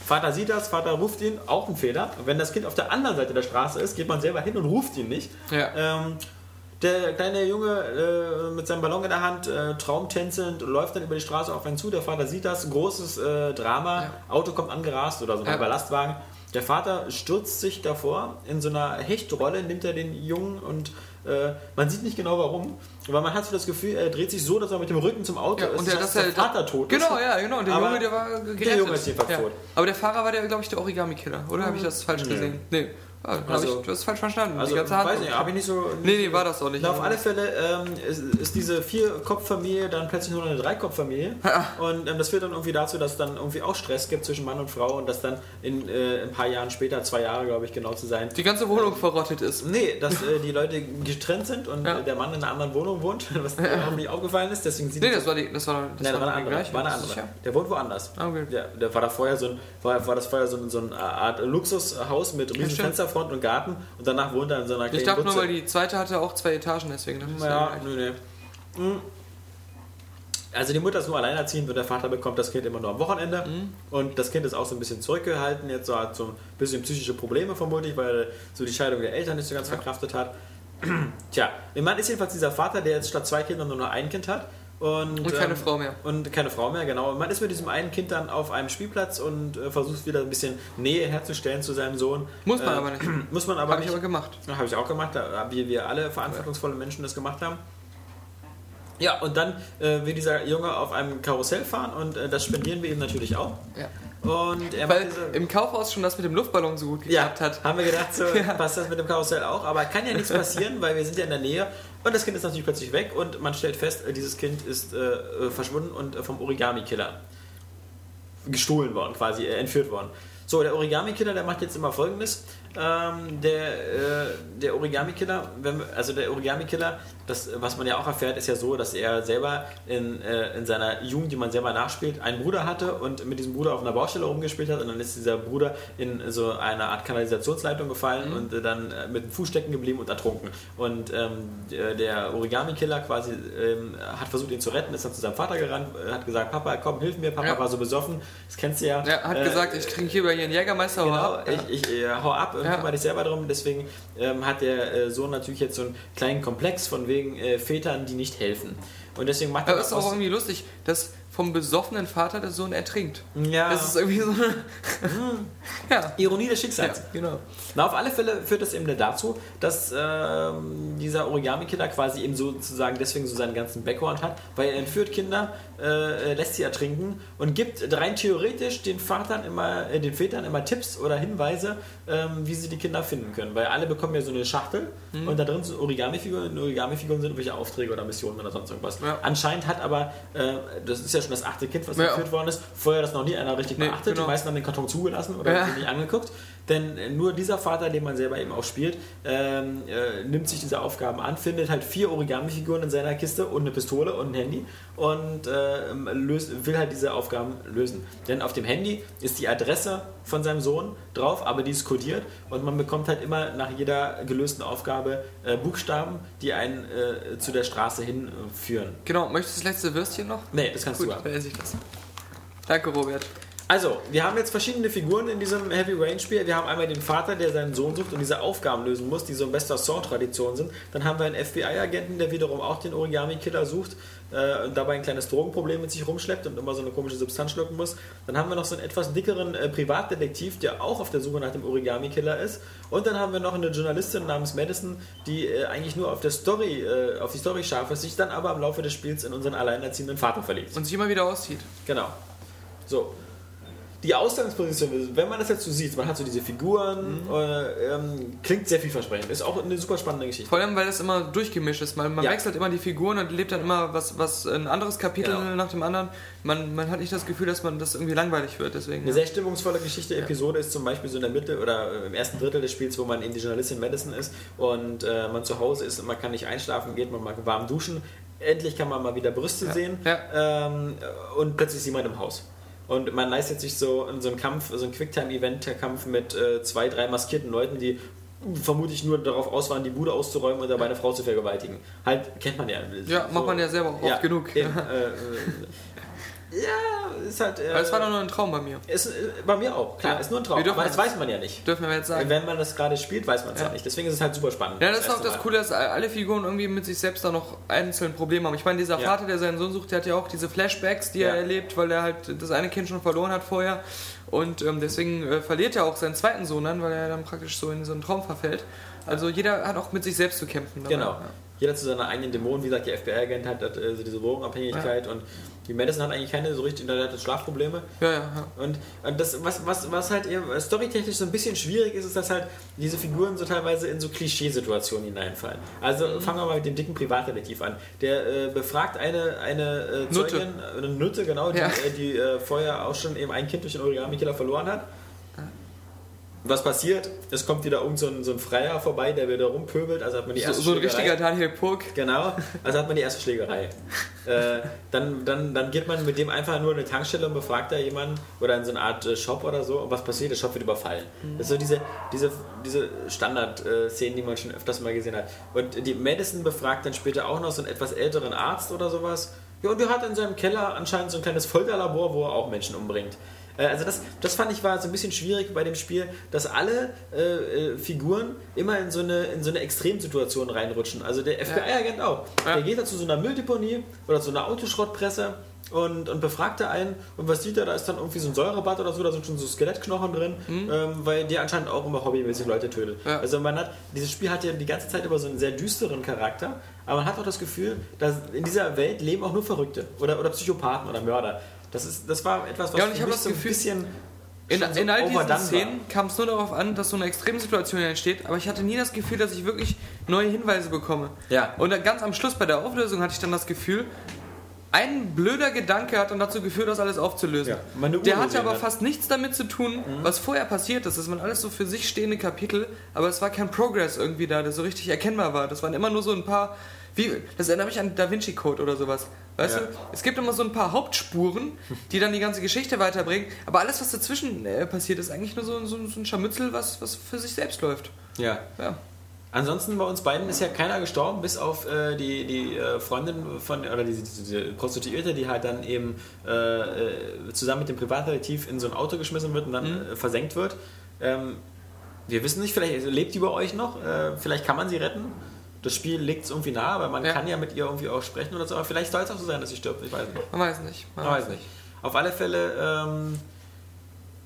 E: Vater sieht das, Vater ruft ihn, auch ein Fehler. Und wenn das Kind auf der anderen Seite der Straße ist, geht man selber hin und ruft ihn nicht.
C: Ja.
E: Ähm, der kleine Junge äh, mit seinem Ballon in der Hand, äh, traumtänzelnd, läuft dann über die Straße auf einen zu. Der Vater sieht das, großes äh, Drama. Auto kommt angerast oder so ein
C: Ja.
E: Ballastwagen. Der Vater stürzt sich davor. In so einer Hechtrolle nimmt er den Jungen und äh, man sieht nicht genau warum. Aber man hat so das Gefühl, er dreht sich so, dass er mit dem Rücken zum Auto
C: Ja,
E: ist.
C: und der,
E: dass
C: dass er,
E: der Vater tot ist.
C: Genau, ja, genau. Und der
E: Aber
C: Junge, der war gerettet.
E: Der Junge ist jedenfalls
C: ja.
E: tot. Mhm.
C: Aber der Fahrer war der, glaube ich, der Origami-Killer. Oder habe ich das falsch gesehen? Nee. Ah, hab
E: Also-
C: ich, du hast falsch verstanden.
E: Also,
C: die ganze Hand.
E: weiß nicht, habe ich nicht so.
C: Nee, nee, war das doch nicht.
E: Na, auf alle Fälle ähm, ist, ist diese Vier-Kopf-Familie dann plötzlich nur noch eine Drei-Kopf-Familie. und ähm, das führt dann irgendwie dazu, dass es dann irgendwie auch Stress gibt zwischen Mann und Frau und dass dann in äh, ein paar Jahren später, zwei Jahre, glaube ich, genau zu sein.
C: Die ganze Wohnung verrottet ist.
E: Nee, dass äh, die Leute getrennt sind und
C: Ja.
E: äh, der Mann in einer anderen Wohnung wohnt, was mir auch nicht aufgefallen ist. Deswegen sieht
C: Nee,
E: es-
C: das war die. Das war, das
E: Nein, da war eine
C: die
E: andere.
C: gleiche.
E: War eine
C: Das ist
E: andere.
C: ja-
E: Der wohnt woanders.
C: Ah, okay.
E: Der, der war da vorher so ein, war, war das vorher so, ein, so eine Art Luxushaus mit riesen
C: stimmt.
E: Fensterfront und Garten und danach wohnt er in so einer kleinen
C: Ich dachte nur, weil
E: Butze.
C: die zweite hatte auch zwei Etagen, deswegen dachte ich, das
E: Ja,
C: wäre-
E: nö, nö. Hm. Also die Mutter ist nur alleinerziehend und der Vater bekommt das Kind immer nur am Wochenende.
C: Mhm.
E: Und das Kind ist auch so ein bisschen zurückgehalten, jetzt so hat so ein bisschen psychische Probleme vermutlich, weil so die Scheidung der Eltern nicht so ganz verkraftet hat. Tja, im Mann ist jedenfalls dieser Vater, der jetzt statt zwei Kindern nur noch ein Kind hat. Und, ähm,
C: Und keine Frau mehr.
E: Und keine Frau mehr, genau. Und man ist mit diesem einen Kind dann auf einem Spielplatz und äh, versucht wieder ein bisschen Nähe herzustellen zu seinem Sohn.
C: Muss man
E: Äh,
C: aber nicht.
E: Muss man aber
C: Habe
E: nicht.
C: ich aber gemacht.
E: Ja, Habe ich auch gemacht, da- wie wir alle verantwortungsvolle Menschen das gemacht haben. Ja, und dann äh, will dieser Junge auf einem Karussell fahren und äh, das spendieren wir ihm natürlich auch.
C: Ja.
E: Und er
C: Weil
E: macht diese,
C: im Kaufhaus schon das mit dem Luftballon so gut
E: ja,
C: geklappt hat.
E: haben wir gedacht, so passt das mit dem Karussell auch, aber kann ja nichts passieren, weil wir sind ja in der Nähe und das Kind ist natürlich plötzlich weg und man stellt fest, äh, dieses Kind ist äh, äh, verschwunden und äh, vom Origami-Killer gestohlen worden, quasi äh, entführt worden. So, der Origami-Killer, der macht jetzt immer folgendes. Ähm, der äh, der Origami-Killer, wenn wir- also der Origami-Killer, das, was man ja auch erfährt, ist ja so, dass er selber in, äh, in seiner Jugend, die man selber nachspielt, einen Bruder hatte und mit diesem Bruder auf einer Baustelle rumgespielt hat und dann ist dieser Bruder in so eine Art Kanalisationsleitung gefallen
C: Mhm.
E: und äh, dann äh, mit dem Fuß stecken geblieben und ertrunken. Und ähm, der- der Origami-Killer quasi ähm, hat versucht, ihn zu retten, ist dann zu seinem Vater gerannt, äh, hat gesagt, Papa, komm, hilf mir, Papa
C: Ja.
E: war so besoffen, das kennst du ja.
C: Er hat
E: Äh,
C: gesagt, ich trinke hier bei Ihren Jägermeister.
E: Genau,
C: aber-
E: ich, ich äh, hau ab, äh,
C: Ja.
E: kümmere dich selber drum. Deswegen ähm, hat der äh, Sohn natürlich jetzt so einen kleinen Komplex von wegen äh, Vätern, die nicht helfen. Und deswegen macht
C: Aber
E: er
C: ist auch irgendwie lustig, dass vom besoffenen Vater der Sohn ertrinkt.
E: Ja,
C: Das ist irgendwie so eine. ja.
E: Ironie des Schicksals.
C: genau.
E: Na, auf alle Fälle führt das eben dazu, dass ähm, dieser Origami-Killer quasi eben sozusagen deswegen so seinen ganzen Background hat, weil er entführt Kinder, äh, äh, lässt sie ertrinken und gibt rein theoretisch den Vatern immer, äh, den Vätern immer Tipps oder Hinweise, ähm, wie sie die Kinder finden können. Weil alle bekommen ja so eine Schachtel
C: Mhm.
E: und da drin sind Origami-Figuren. In Origami-Figuren sind irgendwelche Aufträge oder Missionen oder sonst irgendwas.
C: Ja.
E: Anscheinend hat aber, äh, das ist ja schon das achte Kind, was
C: Ja.
E: entführt worden ist, vorher das noch nie einer richtig
C: Nee,
E: beachtet.
C: genau.
E: Die meisten haben den Karton zugelassen oder
C: Ja.
E: haben ihn nicht angeguckt. Denn äh, nur dieser Vater, den man selber eben auch spielt, ähm, äh, nimmt sich diese Aufgaben an, findet halt vier Origami-Figuren in seiner Kiste und eine Pistole und ein Handy und äh, ähm, löst, will halt diese Aufgaben lösen. Denn auf dem Handy ist die Adresse von seinem Sohn drauf, aber die ist kodiert und man bekommt halt immer nach jeder gelösten Aufgabe äh, Buchstaben, die einen äh, zu der Straße hinführen.
C: Genau, möchtest du das letzte Würstchen noch?
E: Nee, das kannst
C: Gut,
E: du haben.
C: dann esse ich das. Danke, Robert.
E: Also, wir haben jetzt verschiedene Figuren in diesem Heavy Rain Spiel. Wir haben einmal den Vater, der seinen Sohn sucht und diese Aufgaben lösen muss, die so in bester Saw-Tradition sind. Dann haben wir einen FBI-Agenten, der wiederum auch den Origami-Killer sucht äh, und dabei ein kleines Drogenproblem mit sich rumschleppt und immer so eine komische Substanz schlucken muss. Dann haben wir noch so einen etwas dickeren äh, Privatdetektiv, der auch auf der Suche nach dem Origami-Killer ist. Und dann haben wir noch eine Journalistin namens Madison, die äh, eigentlich nur auf der Story, äh, auf die Story scharf ist, sich dann aber im Laufe des Spiels in unseren alleinerziehenden Vater verliebt.
C: Und sich immer wieder auszieht.
E: Genau. So. Die Ausgangsposition, wenn man das jetzt so sieht, man hat so diese Figuren, äh, ähm, klingt sehr vielversprechend. Ist auch eine super spannende Geschichte.
C: Vor allem, weil das immer durchgemischt ist. Man, man
E: Ja.
C: wechselt immer die Figuren und lebt dann immer was, was ein anderes Kapitel
E: Genau.
C: nach dem anderen. Man, man hat nicht das Gefühl, dass man das irgendwie langweilig wird. Deswegen.
E: Eine sehr stimmungsvolle Geschichte. Episode ist zum Beispiel so in der Mitte oder äh, im ersten Drittel des Spiels, wo man eben die Journalistin Madison ist und äh, man zu Hause ist und man kann nicht einschlafen, geht man mal warm duschen. Endlich kann man mal wieder Brüste sehen Ähm, und plötzlich ist jemand im Haus. Und man leistet sich so in so einen Kampf, so einen Quicktime-Event-Kampf mit äh, zwei, drei maskierten Leuten, die vermutlich nur darauf aus waren, die Bude auszuräumen und dabei eine Frau zu vergewaltigen. Halt, kennt man ja.
C: Ja, macht man ja selber auch oft genug.
E: Eben, äh, äh, ja, ist halt. Äh,
C: Aber es war doch nur ein Traum bei mir.
E: ist, äh, bei mir auch, klar, ist nur ein Traum.
C: Wir dürfen
E: Aber das
C: alles-
E: weiß man ja nicht.
C: Dürfen wir jetzt sagen.
E: Wenn man das gerade spielt, weiß man es ja.
C: Ja.
E: nicht. Deswegen ist es halt super spannend.
C: Ja, das ist auch
E: erste
C: das
E: Mal.
C: Coole, dass alle Figuren irgendwie mit sich selbst da noch einzeln Probleme haben. Ich meine, dieser
E: Ja.
C: Vater, der seinen Sohn sucht, der hat ja auch diese Flashbacks, die er
E: Ja.
C: erlebt, weil er halt das eine Kind schon verloren hat vorher. Und ähm, deswegen äh, verliert er auch seinen zweiten Sohn dann, weil er dann praktisch so in so einen Traum verfällt. Also jeder hat auch mit sich selbst zu kämpfen. dabei.
E: Genau. Jeder zu seiner eigenen Dämonen, wie gesagt, der FBI-Agent hat, hat äh, so diese Drogenabhängigkeit und die Madison hat eigentlich keine so richtig, der hat Schlafprobleme.
C: Ja, ja, ja.
E: Und, und das, was, was, was halt eben storytechnisch so ein bisschen schwierig ist, ist, dass halt diese Figuren so teilweise in so Klischeesituationen hineinfallen. Also
C: Mhm.
E: fangen wir mal mit dem dicken Privatdetektiv an. Der äh, befragt eine, eine äh,
C: Nutte.
E: Zeugin, äh, eine Nutte, genau, die,
C: Ja.
E: äh, die äh, vorher auch schon eben ein Kind durch den Origami-Killer verloren hat.
C: Ah.
E: Was passiert? Es kommt wieder irgend so ein, so ein Freier vorbei, der wieder rumpöbelt. Also hat man die
C: So,
E: erste
C: so ein
E: Schlägerei.
C: richtiger Daniel Puck.
E: Genau, also hat man die erste Schlägerei. äh, dann, dann, dann geht man mit dem einfach nur in eine Tankstelle und befragt da jemanden oder in so eine Art äh, Shop oder so. Und was passiert? Der Shop wird überfallen. Das ist so diese, diese, diese Standard-Szenen, die man schon öfters mal gesehen hat. Und die Madison befragt dann später auch noch so einen etwas älteren Arzt oder sowas. Ja, und der hat in seinem Keller anscheinend so ein kleines Folterlabor, wo er auch Menschen umbringt. Äh, Also das, das fand ich war so ein bisschen schwierig bei dem Spiel, dass alle äh, äh, Figuren immer in so eine, in so eine Extremsituation reinrutschen. Also der FBI-Agent auch. Der geht da zu so einer Mülldeponie oder zu einer Autoschrottpresse und, und befragt da einen und was sieht er, da ist dann irgendwie so ein Säurebad oder so, da sind schon so Skelettknochen drin, ähm, weil der anscheinend auch immer hobbymäßig Leute tötet.
C: Ja.
E: Also man hat, dieses Spiel hat ja die ganze Zeit über so einen sehr düsteren Charakter, aber man hat auch das Gefühl, dass in dieser Welt leben auch nur Verrückte oder, oder Psychopathen oder Mörder. Das, ist, das war etwas, was
C: Ja, und ich
E: für
C: hab
E: mich
C: das
E: so ein
C: Gefühl-
E: bisschen
C: In,
E: schon so
C: in all diesen
E: overdone
C: Szenen kam es nur darauf an, dass so eine Extremsituation entsteht, aber ich hatte nie das Gefühl, dass ich wirklich neue Hinweise bekomme.
E: Ja.
C: Und dann ganz am Schluss bei der Auflösung hatte ich dann das Gefühl, ein blöder Gedanke hat dann dazu geführt, das alles aufzulösen.
E: Ja, meine Uhr
C: der hatte
E: gesehen
C: aber
E: hat.
C: fast nichts damit zu tun,
E: Mhm.
C: was vorher passiert ist. Das waren alles so für sich stehende Kapitel, aber es war kein Progress irgendwie da, der so richtig erkennbar war. Das waren immer nur so ein paar. Wie, das erinnert mich an Da Vinci Code oder sowas. Weißt du, es gibt immer so ein paar Hauptspuren, die dann die ganze Geschichte weiterbringen, aber alles, was dazwischen äh, passiert, ist eigentlich nur so, so, so ein Scharmützel, was, was für sich selbst läuft.
E: Ja.
C: Ja.
E: Ansonsten bei uns beiden ist ja keiner gestorben, bis auf äh, die, die äh, Freundin von, oder die, die, die Prostituierte, die halt dann eben äh, äh, zusammen mit dem Privatdetektiv in so ein Auto geschmissen wird und dann äh, versenkt wird. Ähm, wir wissen nicht, vielleicht lebt die bei euch noch, äh, vielleicht kann man sie retten. Das Spiel legt es irgendwie nahe, weil man
C: Ja.
E: kann ja mit ihr irgendwie auch sprechen oder so, aber vielleicht soll es auch so sein, dass sie stirbt, ich weiß nicht.
C: Man weiß nicht. Man
E: Man Ah, weiß nicht. Auf alle Fälle, ähm,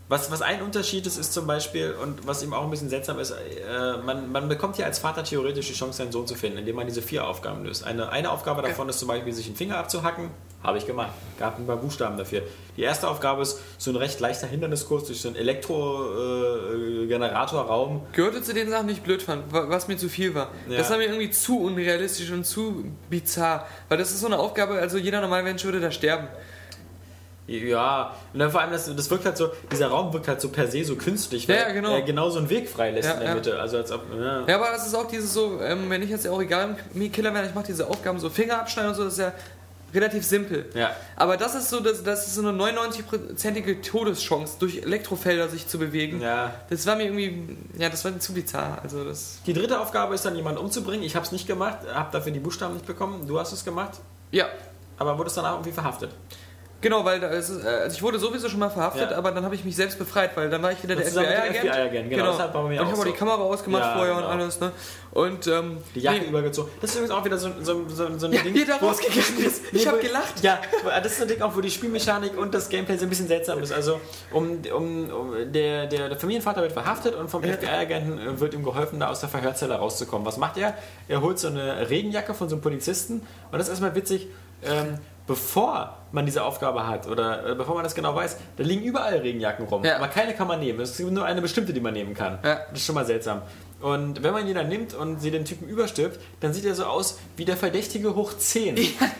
E: was, was ein Unterschied ist, ist zum Beispiel, und was eben auch ein bisschen seltsam ist, äh, man, man bekommt ja als Vater theoretisch die Chance, seinen Sohn zu finden, indem man diese vier Aufgaben löst. Eine, eine Aufgabe davon ist zum Beispiel, sich einen Finger abzuhacken. Habe ich gemacht. Gab ein paar Buchstaben dafür. Die erste Aufgabe ist so ein recht leichter Hinderniskurs durch so einen Elektrogeneratorraum. Äh, Generatorraum.
C: gehörte zu den Sachen, die ich blöd fand, wa- was mir zu viel war.
E: Ja.
C: Das war mir irgendwie zu unrealistisch und zu bizarr, weil das ist so eine Aufgabe, also jeder normale Mensch würde da sterben.
E: Ja, und dann vor allem, das, das wirkt halt so, dieser Raum wirkt halt so per se so künstlich,
C: Ja, ja, genau.
E: er genau so einen Weg freilässt
C: Ja,
E: in der
C: ja.
E: Mitte. Also als ob, ja.
C: Ja, aber es ist auch dieses so, ähm, wenn ich jetzt ja auch egal mir Killer wäre, ich mache diese Aufgaben so Finger abschneiden und so, das ist ja relativ simpel.
E: Ja.
C: Aber das ist so, das, das ist so eine 99-prozentige Todeschance, durch Elektrofelder sich zu bewegen.
E: Ja.
C: Das war mir irgendwie, ja, das war mir zu bizarr. Also das,
E: Die dritte Aufgabe ist dann, jemanden umzubringen. Ich habe es nicht gemacht, habe dafür die Buchstaben nicht bekommen. Du hast es gemacht,
C: ja.
E: aber wurdest danach irgendwie verhaftet.
C: Genau, weil da ist, es- äh, also ich wurde sowieso schon mal verhaftet,
E: Ja.
C: aber dann habe ich mich selbst befreit, weil dann war ich wieder der
E: Und zusammen mit dem
C: FBI-Agent.
E: FBI-Agent, genau, das hat bei mir
C: Und ich habe
E: auch
C: auch
E: so.
C: die Kamera ausgemacht
E: Ja,
C: vorher
E: genau.
C: und alles, ne? Und ähm,
E: Die Jacke
C: nee.
E: übergezogen. Das ist übrigens auch wieder so, so, so, so ein
C: Ja,
E: Ding.
C: wie er da
E: wo es-
C: rausgegangen ist. Ich
E: Nee,
C: habe
E: wo-
C: gelacht.
E: Ja, das ist ein Ding auch, wo die Spielmechanik und das Gameplay so ein bisschen seltsam ist. Also um, um, um der, der, der Familienvater wird verhaftet und vom FBI-Agenten äh, wird ihm geholfen, da aus der Verhörzelle rauszukommen. Was macht er? Er holt so eine Regenjacke von so einem Polizisten und das ist erstmal witzig. Ähm, Bevor man diese Aufgabe hat oder äh, bevor man das genau weiß, da liegen überall Regenjacken rum.
C: Ja.
E: Aber keine kann man nehmen. Es gibt nur eine bestimmte, die man nehmen kann.
C: Ja.
E: Das ist schon mal seltsam. Und wenn man die dann nimmt und sie den Typen überstirbt, dann sieht er so aus wie der Verdächtige hoch 10.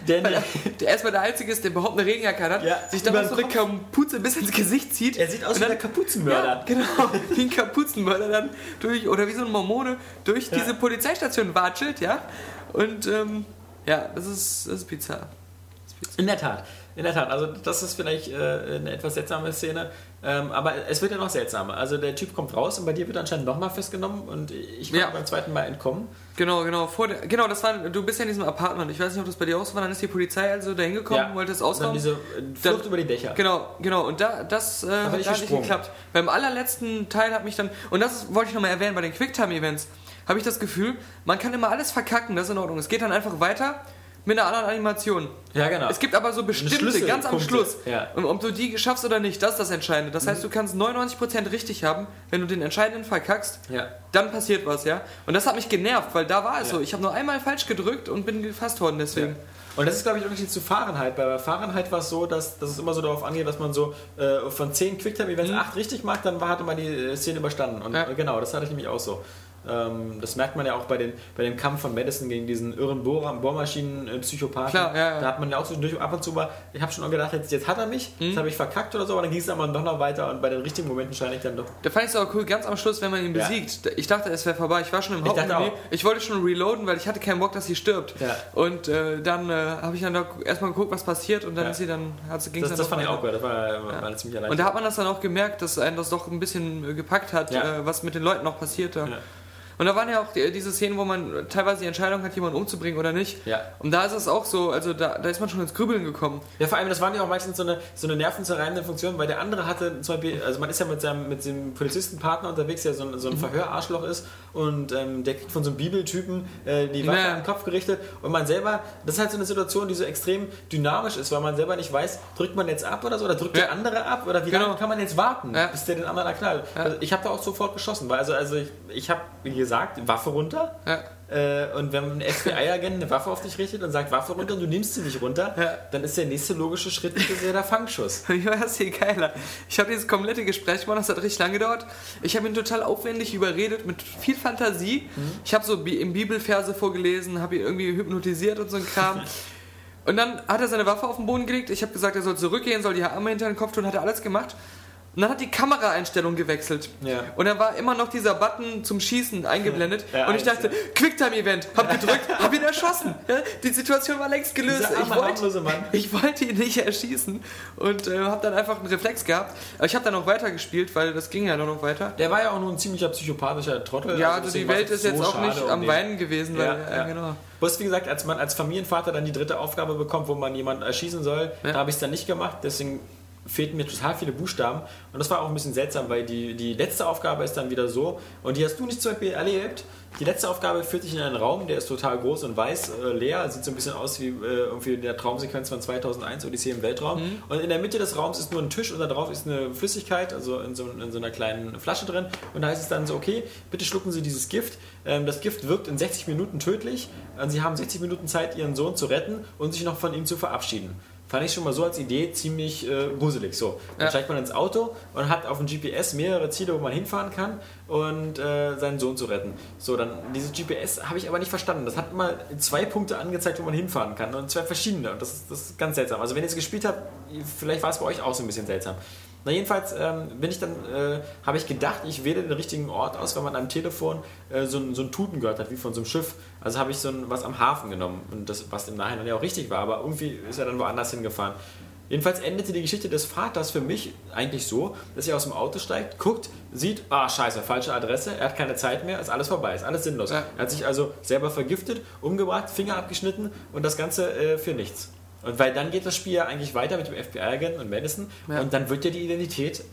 E: Denn
C: Weil er- der erstmal der Einzige ist, der überhaupt eine Regenjacke hat,
E: Ja,
C: sich dann
E: über
C: so
E: den
C: eine Kapuze bis ins Gesicht zieht.
E: Er sieht aus
C: Und
E: wie
C: dann-
E: der Kapuzenmörder.
C: Ja, genau, wie ein Kapuzenmörder dann durch, oder wie so ein Mormone, durch diese Polizeistation watschelt, ja. Und ähm, ja, das ist, das ist bizarr.
E: In der Tat, in der Tat. Also das ist vielleicht äh, eine etwas seltsame Szene, ähm, aber es wird ja noch seltsamer. Also der Typ kommt raus und bei dir wird anscheinend nochmal festgenommen und ich kann
C: Ja.
E: beim zweiten Mal entkommen.
C: Genau, genau, vor der, genau, das war, du bist ja in diesem Apartment, ich weiß nicht, ob das bei dir auch so war, dann ist die Polizei also da hingekommen, wollte es ausrauben.
E: Dann diese äh, Flucht
C: Dann-
E: über die Dächer.
C: Genau, genau. Und da, das äh,
E: bin ich
C: hat da hat nicht
E: gesprungen.
C: geklappt. Beim allerletzten Teil hat mich dann, und das ist- wollte ich nochmal erwähnen, bei den Quicktime-Events habe ich das Gefühl, man kann immer alles verkacken, das ist in Ordnung. Es geht dann einfach weiter mit einer anderen Animation.
E: Ja, genau.
C: Es gibt aber so bestimmte,
E: Schlüssel-
C: ganz am
E: Punkte.
C: Schluss.
E: Ja. Mhm.
C: Und ob du die schaffst oder nicht, das ist das Entscheidende. Das heißt, du kannst 99% richtig haben, wenn du den entscheidenden verkackst,
E: Ja.
C: dann passiert was, ja. Und das hat mich genervt, weil da war es so. Ich habe nur einmal falsch gedrückt und bin gefasst worden deswegen.
E: Und das ist, glaube ich, der Unterschied zu Fahrenheit. Bei Fahrenheit war es so, dass, dass es immer so darauf angeht, dass man so äh, von 10 Quicktime-Events 8 richtig macht, dann war, hatte man die äh, Szene überstanden. Und
C: Mhm. Ja.
E: äh, genau, das hatte ich nämlich auch so. Ähm, das merkt man ja auch bei, den, bei dem Kampf von Madison gegen diesen irren Bohrer, Bohrmaschinen-Psychopathen.
C: Klar, ja, ja.
E: Da hat man ja auch zwischendurch ab und zu mal, ich habe schon gedacht, jetzt, jetzt hat er mich, jetzt
C: Mhm.
E: habe ich verkackt oder so, aber dann ging es dann aber doch noch weiter und bei den richtigen Momenten scheine ich dann doch.
C: Da fand ich es auch cool, ganz am Schluss, wenn man ihn
E: Ja.
C: besiegt. Ich dachte, es wäre vorbei. Ich war schon im
E: Ich dachte
C: Hauptmenü. Ich,
E: auch.
C: wollte schon reloaden, weil ich hatte keinen Bock, dass sie stirbt.
E: Ja.
C: Und äh, dann äh, habe ich dann da erstmal geguckt, was passiert und dann
E: Ja.
C: ist sie dann hat sie ging
E: Das,
C: dann
E: das
C: doch
E: fand ich
C: weiter.
E: auch gut, das war, war eine ziemlich allein.
C: Und da hat man das dann auch gemerkt, dass einen das doch ein bisschen äh, gepackt hat,
E: Ja.
C: äh, was mit den Leuten noch passiert. da.
E: Ja.
C: Und da waren ja auch die, äh, diese Szenen, wo man teilweise die Entscheidung hat, jemanden umzubringen oder nicht.
E: Ja.
C: Und da ist es auch so, also da, da ist man schon ins Grübeln gekommen.
E: Ja, vor allem, das waren ja auch meistens so eine, so eine nervenzerreibende Funktion, weil der andere hatte zum Beispiel, also man ist ja mit seinem, mit seinem Polizistenpartner unterwegs, der so ein, so
C: Mhm.
E: ein Verhörarschloch ist und ähm, der kriegt von so einem Bibeltypen äh, die Waffe
C: Ja.
E: an den Kopf gerichtet und man selber, das ist halt so eine Situation, die so extrem dynamisch ist, weil man selber nicht weiß, drückt man jetzt ab oder so oder drückt
C: Ja.
E: der andere ab oder wie
C: Genau.
E: lange kann man jetzt warten,
C: Ja.
E: bis der den anderen knallt. Also ich habe da auch sofort geschossen, weil also, also ich, ich habe, wie gesagt, Waffe runter.
C: Ja.
E: Äh, und wenn ein FBI-Agent eine Waffe auf dich richtet und sagt Waffe runter und du nimmst sie nicht runter,
C: Ja.
E: dann ist der nächste logische Schritt bitte sehr der Fangschuss.
C: Ich war das viel geiler. Ich habe dieses komplette Gespräch gemacht, das hat richtig lange gedauert. Ich habe ihn total aufwendig überredet, mit viel Fantasie.
E: Mhm.
C: Ich habe so Bi- im Bibelverse vorgelesen, habe ihn irgendwie hypnotisiert und so ein Kram. Und dann hat er seine Waffe auf den Boden gelegt. Ich habe gesagt, er soll zurückgehen, soll die Arme hinter den Kopf tun, hat er alles gemacht. Und dann hat die Kameraeinstellung gewechselt.
E: Ja.
C: Und dann war immer noch dieser Button zum Schießen eingeblendet.
E: Ja,
C: und ich
E: eins,
C: dachte, Quicktime-Event, hab gedrückt, hab ihn erschossen. Ja, die Situation war längst gelöst.
E: Dieser
C: ich
E: arme,
C: wollte,
E: harmlose Mann.
C: ich wollte ihn nicht erschießen und äh, habe dann einfach einen Reflex gehabt. Aber ich habe dann auch weitergespielt, weil das ging ja nur noch weiter.
E: Der war ja auch nur ein ziemlicher psychopathischer Trottel.
C: Ja, also die
E: deswegen war
C: Welt
E: es
C: ist jetzt
E: so
C: auch
E: schade
C: nicht
E: um
C: am
E: den.
C: Weinen gewesen, weil,
E: Ja,
C: ja,
E: ja.
C: genau.
E: Bloß wie gesagt, als man als Familienvater dann die dritte Aufgabe bekommt, wo man jemanden erschießen soll,
C: Ja.
E: da habe ich es dann nicht gemacht, deswegen fehlten mir total viele Buchstaben. Und das war auch ein bisschen seltsam, weil die, die letzte Aufgabe ist dann wieder so, und die hast du nicht zum Beispiel erlebt. Die letzte Aufgabe führt dich in einen Raum, der ist total groß und weiß, äh, leer, sieht so ein bisschen aus wie äh, irgendwie in der Traumsequenz von 2001, Odyssee im Weltraum. Und in der Mitte des Raums ist nur ein Tisch und da drauf ist eine Flüssigkeit, also in so, in so einer kleinen Flasche drin. Und da heißt es dann so, okay, bitte schlucken Sie dieses Gift. Ähm, das Gift wirkt in 60 Minuten tödlich. Und Sie haben 60 Minuten Zeit, Ihren Sohn zu retten und sich noch von ihm zu verabschieden. Fand ich schon mal so als Idee ziemlich äh, gruselig. So, dann
C: Ja.
E: steigt man ins Auto und hat auf dem GPS mehrere Ziele, wo man hinfahren kann und äh, seinen Sohn zu retten. So, dann dieses GPS habe ich aber nicht verstanden. Das hat mal zwei Punkte angezeigt, wo man hinfahren kann und zwei verschiedene. Und das ist, das ist ganz seltsam. Also wenn ihr es gespielt habt, vielleicht war es bei euch auch so ein bisschen seltsam. Na jedenfalls ähm, bin ich dann, äh, habe ich gedacht, ich wähle den richtigen Ort aus, wenn man am Telefon äh, so, ein- so ein Tuten gehört hat, wie von so einem Schiff. Also habe ich so ein, was am Hafen genommen und das, was im Nachhinein ja auch richtig war, aber irgendwie ist er dann woanders hingefahren. Jedenfalls endete die Geschichte des Vaters für mich eigentlich so, dass er aus dem Auto steigt, guckt, sieht, ah scheiße, falsche Adresse, er hat keine Zeit mehr, ist alles vorbei, ist alles sinnlos.
C: Ja.
E: Er hat sich also selber vergiftet, umgebracht, Finger abgeschnitten und das Ganze äh, für nichts. Und weil dann geht das Spiel ja eigentlich weiter mit dem FBI-Agenten und Madison
C: Ja.
E: und dann wird ja die Identität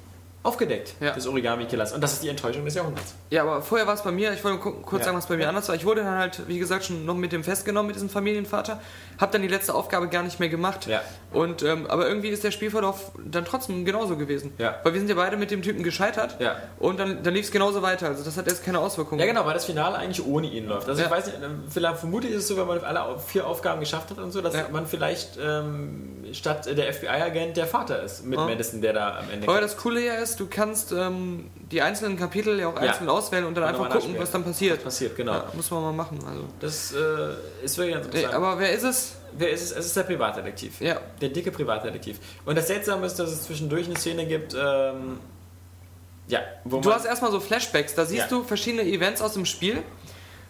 E: aufgedeckt
C: Ja.
E: des Origami-Killers. Und das ist die Enttäuschung des Jahrhunderts.
C: Ja, aber vorher war es bei mir, ich wollte ku- kurz
E: Ja.
C: sagen, was bei mir anders war. Ich wurde dann halt, wie gesagt, schon noch mit dem festgenommen, mit diesem Familienvater. Hab dann die letzte Aufgabe gar nicht mehr gemacht.
E: Ja.
C: Und, ähm, aber irgendwie ist der Spielverlauf dann trotzdem genauso gewesen.
E: Ja.
C: Weil wir sind ja beide mit dem Typen gescheitert.
E: Ja.
C: Und dann, dann lief es genauso weiter. Also das hat erst keine Auswirkungen.
E: Ja, genau, weil das Finale eigentlich ohne ihn läuft. Also
C: Ja.
E: ich weiß nicht, ähm, vielleicht vermutlich ist es so, wenn man alle au- vier Aufgaben geschafft hat und so, dass
C: Ja.
E: man vielleicht ähm, statt der FBI-Agent der Vater ist mit
C: Ja.
E: Madison, der da am Ende
C: Aber das Coole ja ist, du kannst ähm, die einzelnen Kapitel ja auch
E: Ja.
C: einzeln auswählen und dann
E: Und
C: einfach
E: nochmal
C: gucken,
E: nachspielen.
C: was dann passiert.
E: passiert. Genau.
C: Ja, muss man mal machen. Also.
E: Das äh, ist wirklich ganz
C: Ey,
E: interessant.
C: aber wer ist es?
E: Wer ist es? Es ist der Privatdetektiv.
C: Ja.
E: Der dicke Privatdetektiv. Und das Seltsame ist, dass es zwischendurch eine Szene gibt, ähm, ja, wo
C: Du
E: man...
C: hast erstmal so Flashbacks, da siehst
E: Oh Ja.
C: du verschiedene Events aus dem Spiel.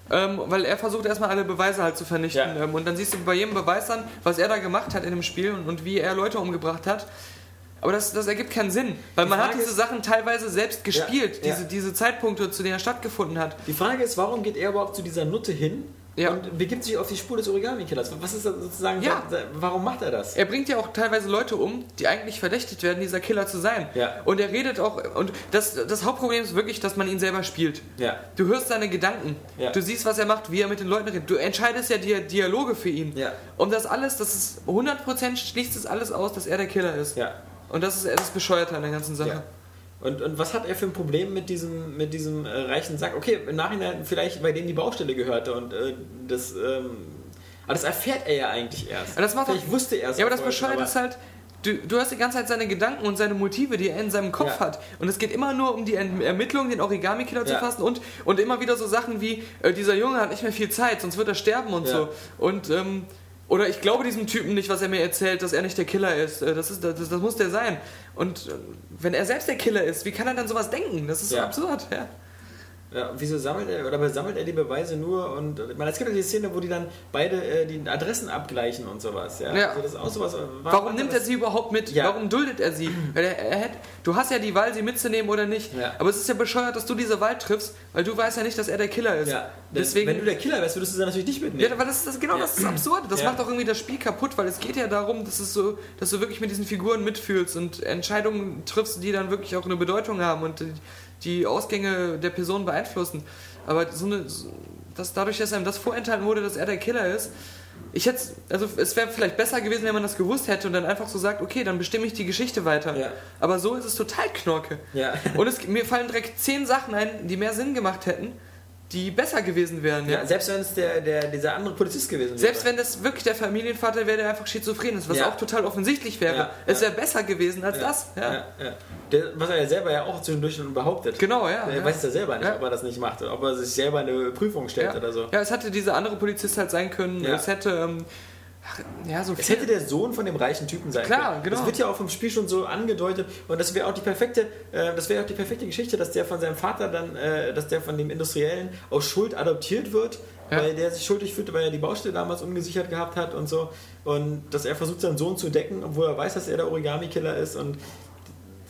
C: Ähm, weil er versucht erstmal alle Beweise halt zu vernichten.
E: Ja.
C: Ähm, und dann siehst du bei jedem Beweis dann, was er da gemacht hat in dem Spiel und, und wie er Leute umgebracht hat. Aber das, das ergibt keinen Sinn, weil man hat
E: Frage
C: diese
E: ist-
C: Sachen teilweise selbst gespielt,
E: ja.
C: Diese, diese Zeitpunkte, zu denen er stattgefunden hat.
E: Die Frage ist, warum geht er überhaupt zu dieser Nutte hin
C: Ja.
E: und begibt sich auf die Spur des Origami-Killers? Was ist das sozusagen...
C: Ja.
E: Warum macht er das?
C: Er bringt ja auch teilweise Leute um, die eigentlich verdächtigt werden, dieser Killer zu sein.
E: Ja.
C: Und er redet auch, und das, das Hauptproblem ist wirklich, dass man ihn selber spielt.
E: Ja.
C: Du hörst seine Gedanken,
E: Ja.
C: du siehst, was er macht, wie er mit den Leuten redet. Du entscheidest ja die Dialoge für ihn.
E: Ja.
C: Und das alles, das ist 100% schließt es alles aus, dass er der Killer ist.
E: Ja.
C: Und das ist das Bescheuerte an der ganzen Sache.
E: Ja. Und, und was hat er für ein Problem mit diesem, mit diesem äh, reichen Sack? Okay, im Nachhinein vielleicht, bei dem die Baustelle gehörte und äh, das, ähm, aber das erfährt er ja eigentlich erst.
C: Aber das macht
E: vielleicht
C: doch-
E: wusste er es
C: Ja, aber das
E: vorher schon,
C: Bescheuerte ist halt, du, du hast die ganze Zeit seine Gedanken und seine Motive, die er in seinem Kopf
E: Ja.
C: hat. Und es geht immer nur um die Ent- Ermittlung, den Origami-Killer zu
E: Ja.
C: fassen und, und immer wieder so Sachen wie, äh, dieser Junge hat nicht mehr viel Zeit, sonst wird er sterben und
E: Ja.
C: so. Und, ähm, oder ich glaube diesem Typen nicht, was er mir erzählt, dass er nicht der Killer ist. Äh, Das, ist, das, das muss der sein. Und äh, wenn er selbst der Killer ist, wie kann er dann sowas denken? Das ist so
E: Ja.
C: absurd. Ja.
E: Ja, wieso sammelt er, oder sammelt er die Beweise nur und, äh, ich meine, es gibt ja die Szene, wo die dann beide äh, die Adressen abgleichen und sowas, ja.
C: Ja.
E: Also das ist auch sowas.
C: Warum nimmt er sie überhaupt mit?
E: Ja.
C: Warum duldet er sie? Weil er, er hätte, du hast ja die Wahl, sie mitzunehmen oder nicht.
E: Ja.
C: Aber es ist ja bescheuert, dass du diese Wahl triffst, weil du weißt ja nicht, dass er der Killer ist.
E: Ja,
C: Deswegen.
E: Deswegen, wenn du der Killer wärst, würdest du sie natürlich nicht
C: ja,
E: mitnehmen.
C: aber das ist das, genau das ist absurd. Das
E: Ja.
C: macht auch irgendwie das Spiel kaputt, weil es geht ja darum, dass, es so, dass du wirklich mit diesen Figuren mitfühlst und Entscheidungen triffst, die dann wirklich auch eine Bedeutung haben und die- die Ausgänge der Person beeinflussen. Aber so eine, so- dass dadurch, dass einem das vorenthalten wurde, dass er der Killer ist, ich hätte, also es wäre vielleicht besser gewesen, wenn man das gewusst hätte und dann einfach so sagt, okay, dann bestimme ich die Geschichte weiter.
E: Ja.
C: Aber so ist es total knorke.
E: Ja.
C: Und es, mir fallen direkt zehn Sachen ein, die mehr Sinn gemacht hätten, die besser gewesen wären.
E: Ja, selbst wenn es der, der, dieser andere Polizist gewesen wäre.
C: Selbst wenn das wirklich der Familienvater wäre, der einfach schizophren ist, was
E: Ja.
C: auch total offensichtlich wäre.
E: Ja,
C: Es
E: ja.
C: wäre besser gewesen als das. Ja.
E: Ja, ja. Der, was er ja selber ja auch zwischendurch schon behauptet.
C: Genau, ja.
E: Er
C: ja.
E: weiß ja selber nicht,
C: Ja.
E: ob er das nicht macht, ob er sich selber eine Prüfung stellt
C: ja.
E: oder so.
C: ja, es hätte dieser andere Polizist halt sein können.
E: Ja.
C: Es hätte, ähm, ach, ja, so
E: Es
C: viel-
E: hätte der Sohn von dem reichen Typen sein
C: Klar,
E: können.
C: genau.
E: Das wird ja auch im Spiel schon so angedeutet und das wäre auch die perfekte, äh, das wäre auch die perfekte Geschichte, dass der von seinem Vater dann, äh, dass der von dem Industriellen aus Schuld adoptiert wird,
C: Ja.
E: weil der sich schuldig fühlt, weil er die Baustelle damals ungesichert gehabt hat und so und dass er versucht seinen Sohn zu decken, obwohl er weiß, dass er der Origami-Killer ist und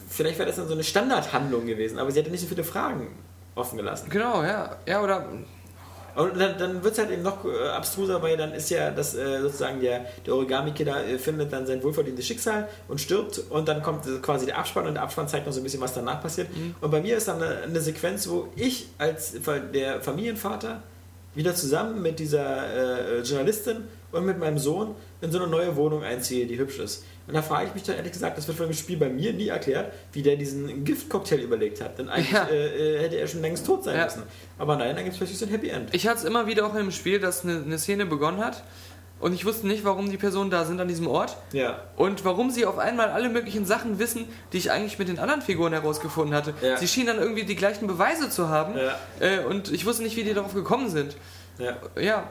E: vielleicht wäre das dann so eine Standardhandlung gewesen, aber sie hätte nicht so viele Fragen offen gelassen.
C: Genau, ja. Ja, oder.
E: Und dann, dann wird es halt eben noch äh, abstruser, weil dann ist ja das äh, sozusagen der, der Origami-Killer äh, findet dann sein wohlverdientes Schicksal und stirbt und dann kommt äh, quasi der Abspann und der Abspann zeigt noch so ein bisschen, was danach passiert.
C: Mhm.
E: Und bei mir ist dann eine, eine Sequenz, wo ich als Fa- der Familienvater wieder zusammen mit dieser äh, Journalistin und mit meinem Sohn in so eine neue Wohnung einziehe, die hübsch ist. Und da frage ich mich dann ehrlich gesagt, das wird von dem Spiel bei mir nie erklärt, wie der diesen Giftcocktail überlegt hat. Denn eigentlich
C: Ja.
E: äh, äh, hätte er schon längst tot sein
C: Ja.
E: müssen. Aber nein, dann gibt es plötzlich so ein Happy End.
C: Ich hatte es immer wieder auch im Spiel, dass eine, eine Szene begonnen hat Und ich wusste nicht, warum die Personen da sind an diesem Ort.
E: Ja.
C: Und warum sie auf einmal alle möglichen Sachen wissen, die ich eigentlich mit den anderen Figuren herausgefunden hatte.
E: Ja.
C: Sie schienen dann irgendwie die gleichen Beweise zu haben.
E: Ja.
C: Äh, und ich wusste nicht, wie die darauf gekommen sind.
E: ja.
C: Ja,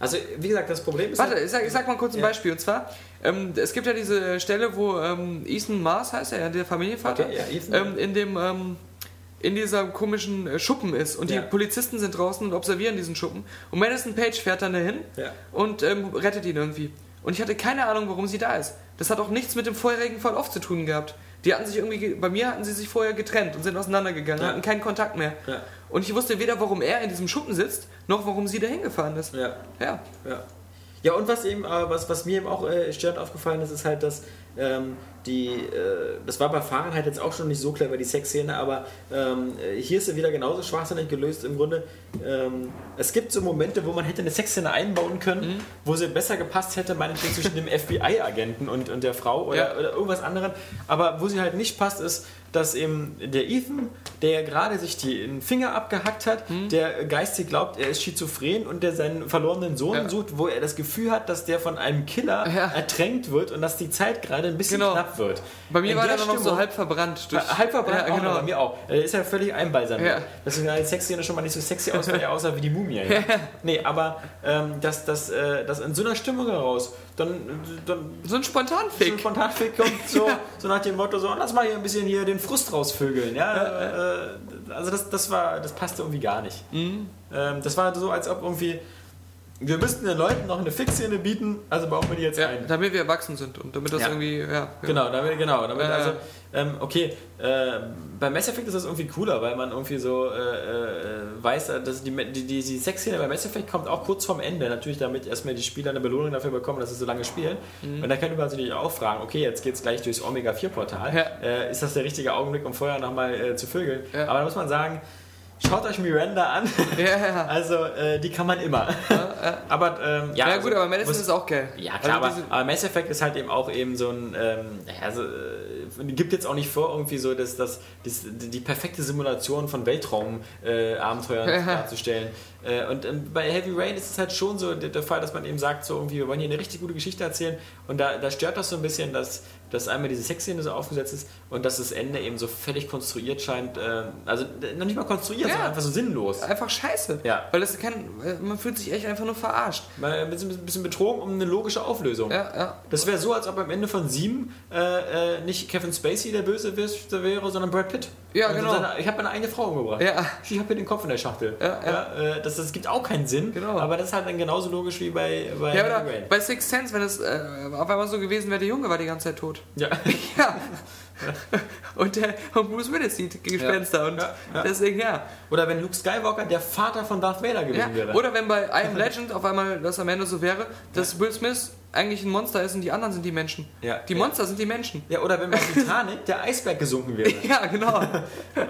E: Also, wie gesagt, das Problem ist.
C: Warte,
E: halt-
C: ich sag, ich sag mal kurz ein
E: Ja.
C: Beispiel. Und zwar, ähm, es gibt ja diese Stelle, wo ähm, Ethan Mars heißt er, ja, der Familienvater,
E: Okay, ja, Ethan,
C: ähm, in dem ähm, in dieser komischen äh, Schuppen ist und
E: Ja.
C: die Polizisten sind draußen und observieren diesen Schuppen. Und Madison Page fährt dann dahin
E: Ja.
C: und ähm, rettet ihn irgendwie. Und ich hatte keine Ahnung, warum sie da ist. Das hat auch nichts mit dem vorherigen Fall off zu tun gehabt. Die hatten sich irgendwie, ge- bei mir hatten sie sich vorher getrennt und sind auseinandergegangen,
E: Ja.
C: hatten keinen Kontakt mehr.
E: Ja.
C: Und ich wusste weder, warum er in diesem Schuppen sitzt, noch warum sie dahin gefahren ist.
E: Ja.
C: ja.
E: Ja. Ja, und was eben, äh, was, was mir eben auch äh, störend aufgefallen ist, ist halt, dass ähm, die, äh, das war bei Fahren halt jetzt auch schon nicht so clever, die Sexszene, aber ähm, äh, hier ist sie wieder genauso schwachsinnig gelöst. Im Grunde, ähm, es gibt so Momente, wo man hätte eine Sexszene einbauen
C: Mhm.
E: können, wo sie besser gepasst hätte, meinetwegen zwischen dem FBI-Agenten und, und der Frau oder,
C: Ja.
E: oder irgendwas anderem. Aber wo sie halt nicht passt, ist, dass eben der Ethan, der ja gerade sich die, den Finger abgehackt hat,
C: Hm.
E: der geistig glaubt, er ist schizophren und der seinen verlorenen Sohn
C: Ja.
E: sucht, wo er das Gefühl hat, dass der von einem Killer
C: Ja.
E: ertränkt wird und dass die Zeit gerade ein bisschen
C: Genau.
E: knapp wird.
C: Bei mir
E: In
C: war
E: der
C: der dann noch so
E: Stimmung-
C: halb verbrannt. durch-
E: Halb verbrannt,
C: ja,
E: auch noch,
C: genau.
E: bei mir auch. Er ist ja völlig einbalsam.
C: Ja.
E: Deswegen sah die Sexszene schon mal nicht so sexy aus, weil er aussah wie die Mumie. Ja. Nee, aber ähm, dass das, äh, das in so einer Stimmung heraus, dann,
C: so
E: dann
C: ein
E: so ein
C: Spontanfick.
E: Spontanfick kommt, so, so nach dem Motto, so, lass mal hier ein bisschen hier den Frust rausvögeln. Ja, äh, also das, das war, das passte irgendwie gar nicht. Ähm, das war so, als ob irgendwie, wir müssten den Leuten noch eine Fixszene bieten, also bauen wir die jetzt
C: Ja,
E: ein.
C: damit wir erwachsen sind und damit das
E: Ja.
C: irgendwie, ja.
E: Genau, damit, genau, damit
C: Äh.
E: also, ähm, okay, äh, bei Mass Effect ist das irgendwie cooler, weil man irgendwie so äh, äh, weiß, dass die, die, die, die Sexszene bei Mass Effect kommt auch kurz vorm Ende, natürlich damit erstmal die Spieler eine Belohnung dafür bekommen, dass sie so lange spielen.
C: Mhm.
E: Und da könnte man natürlich auch fragen, okay, jetzt geht's gleich durchs Omega-4-Portal,
C: Ja.
E: äh, ist das der richtige Augenblick, um vorher nochmal äh, zu vögeln?
C: Ja.
E: Aber da muss man sagen, schaut euch Miranda an,
C: Ja, ja, ja.
E: also äh, die kann man immer. aber ähm, ja,
C: Ja,
E: also,
C: gut, aber Madison
E: muss-
C: ist auch geil.
E: ja, klar,
C: Also diese-
E: aber, aber Mass Effect ist halt eben auch eben so ein, ähm, naja, so, äh, gibt jetzt auch nicht vor, irgendwie so das, das, das, die perfekte Simulation von Weltraumabenteuern äh, Abenteuern darzustellen. Äh, und ähm, bei Heavy Rain ist es halt schon so der, der Fall, dass man eben sagt, so irgendwie, wir wollen hier eine richtig gute Geschichte erzählen und da, da stört das so ein bisschen, dass, dass einmal diese Sexszene so aufgesetzt ist und dass das Ende eben so völlig konstruiert scheint, äh, also äh, noch nicht mal konstruiert,
C: Ja.
E: sondern einfach so sinnlos.
C: einfach scheiße.
E: Ja.
C: Weil das kann, weil man fühlt sich echt einfach nur verarscht.
E: Man ein bisschen, ein bisschen betrogen um eine logische Auflösung.
C: Ja, ja.
E: Das wäre so, als ob am Ende von sieben äh, äh, nicht Kevin Spacey der Bösewicht wäre, sondern Brad Pitt.
C: Ja,
E: Also
C: genau.
E: Seine, ich habe meine eigene Frau umgebracht.
C: Ja.
E: Ich habe hier den Kopf in der Schachtel.
C: Ja, ja.
E: äh, das, das gibt auch keinen Sinn.
C: Genau.
E: Aber das ist halt dann genauso logisch wie bei, bei
C: Ja,
E: Heavy
C: oder
E: Rain.
C: bei Six Sense, wenn es äh, auf einmal so gewesen wäre, der Junge war die ganze Zeit tot.
E: Ja.
C: Ja. und, der, und Bruce Willis sieht Gespenster und
E: Ja, ja.
C: deswegen ja.
E: Oder wenn Luke Skywalker der Vater von Darth Vader gewesen
C: ja.
E: wäre.
C: Oder wenn bei I Am Legend auf einmal das am Ende so wäre, dass Will Smith eigentlich ein Monster ist und die anderen sind die Menschen.
E: Ja.
C: Die Monster sind die Menschen.
E: ja, oder wenn bei Titanic der Eisberg gesunken wäre.
C: Ja, genau.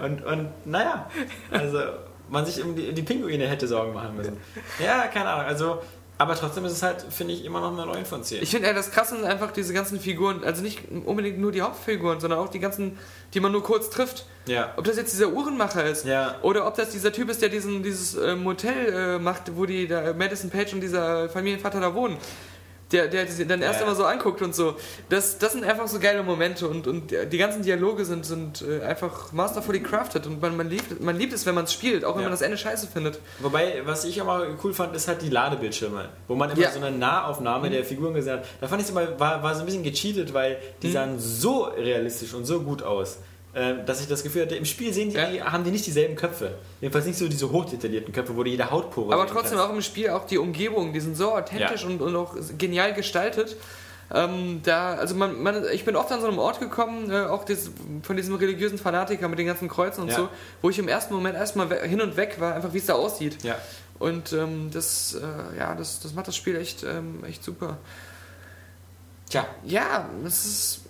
E: Und, und naja, also man sich um die, die Pinguine hätte Sorgen machen müssen. Ja, keine Ahnung. Also, aber trotzdem ist es halt, finde ich, immer noch eine 9 von 10.
C: Ich finde, das Krasse sind einfach diese ganzen Figuren, also nicht unbedingt nur die Hauptfiguren, sondern auch die ganzen, die man nur kurz trifft.
E: ja.
C: Ob das jetzt dieser Uhrenmacher ist
E: Ja. Oder
C: oder ob das dieser Typ ist, der diesen, dieses äh, Motel äh, macht, wo die da, Madison Page und dieser Familienvater da wohnen. Der, der sie dann erst
E: Ja.
C: immer so anguckt und so. Das, das sind einfach so geile Momente und, und die ganzen Dialoge sind, sind äh, einfach masterfully crafted und man, man, liebt, man liebt es, wenn man es spielt, auch wenn
E: Ja.
C: man das Ende scheiße findet.
E: Wobei, was ich immer cool fand, ist halt die Ladebildschirme, wo man immer
C: Ja.
E: so eine Nahaufnahme der Figuren gesehen hat. Da fand ich es immer, war, war so ein bisschen gecheatet, weil die sahen so realistisch und so gut aus, ähm, dass ich das Gefühl hatte, im Spiel sehen die,
C: Ja.
E: eigentlich- haben die nicht dieselben Köpfe. Jedenfalls nicht so diese hochdetaillierten Köpfe, wo die jede Hautpore
C: Aber
E: sehen
C: trotzdem
E: kannst.
C: auch im Spiel auch die Umgebung, die sind so authentisch
E: Ja.
C: und, und auch genial gestaltet. Ähm, da, also man, man, ich bin oft an so einem Ort gekommen, äh, auch des, von diesem religiösen Fanatiker mit den ganzen Kreuzen und
E: Ja.
C: so, wo ich im ersten Moment erstmal we- hin und weg war, einfach wie es da aussieht.
E: Ja.
C: Und ähm, das, äh, ja, das, das macht das Spiel echt, ähm, echt super.
E: Tja,
C: Ja, es ist.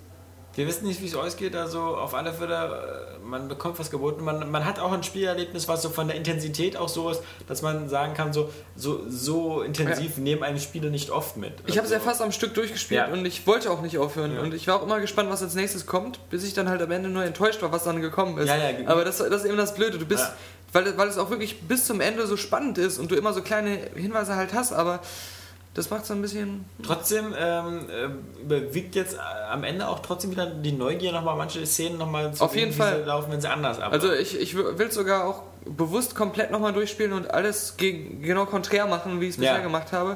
E: wir wissen nicht, wie es ausgeht, also auf alle Fälle, äh, man bekommt was geboten. Man, man hat auch ein Spielerlebnis, was so von der Intensität auch so ist, dass man sagen kann, so, so, so intensiv nehmen einem Spiele nicht oft mit.
C: Ich habe es ja
E: Also-
C: fast am Stück durchgespielt
E: Ja.
C: und ich wollte auch nicht aufhören.
E: Ja.
C: Und ich war auch immer gespannt, was als nächstes kommt, bis ich dann halt am Ende nur enttäuscht war, was dann gekommen ist.
E: Ja, ja, ge-
C: Aber das, das ist eben das Blöde. Du bist,
E: Ja.
C: weil, weil es auch wirklich bis zum Ende so spannend ist und du immer so kleine Hinweise halt hast, aber Das macht so ein bisschen.
E: Trotzdem ähm, äh, überwiegt jetzt äh, am Ende auch trotzdem wieder die Neugier nochmal, manche Szenen nochmal zu
C: Auf jeden
E: wie
C: Fall.
E: sie laufen, wenn sie anders ab.
C: Also ich, ich will sogar auch bewusst komplett nochmal durchspielen und alles gegen, genau konträr machen, wie ich es bisher
E: Ja.
C: gemacht habe.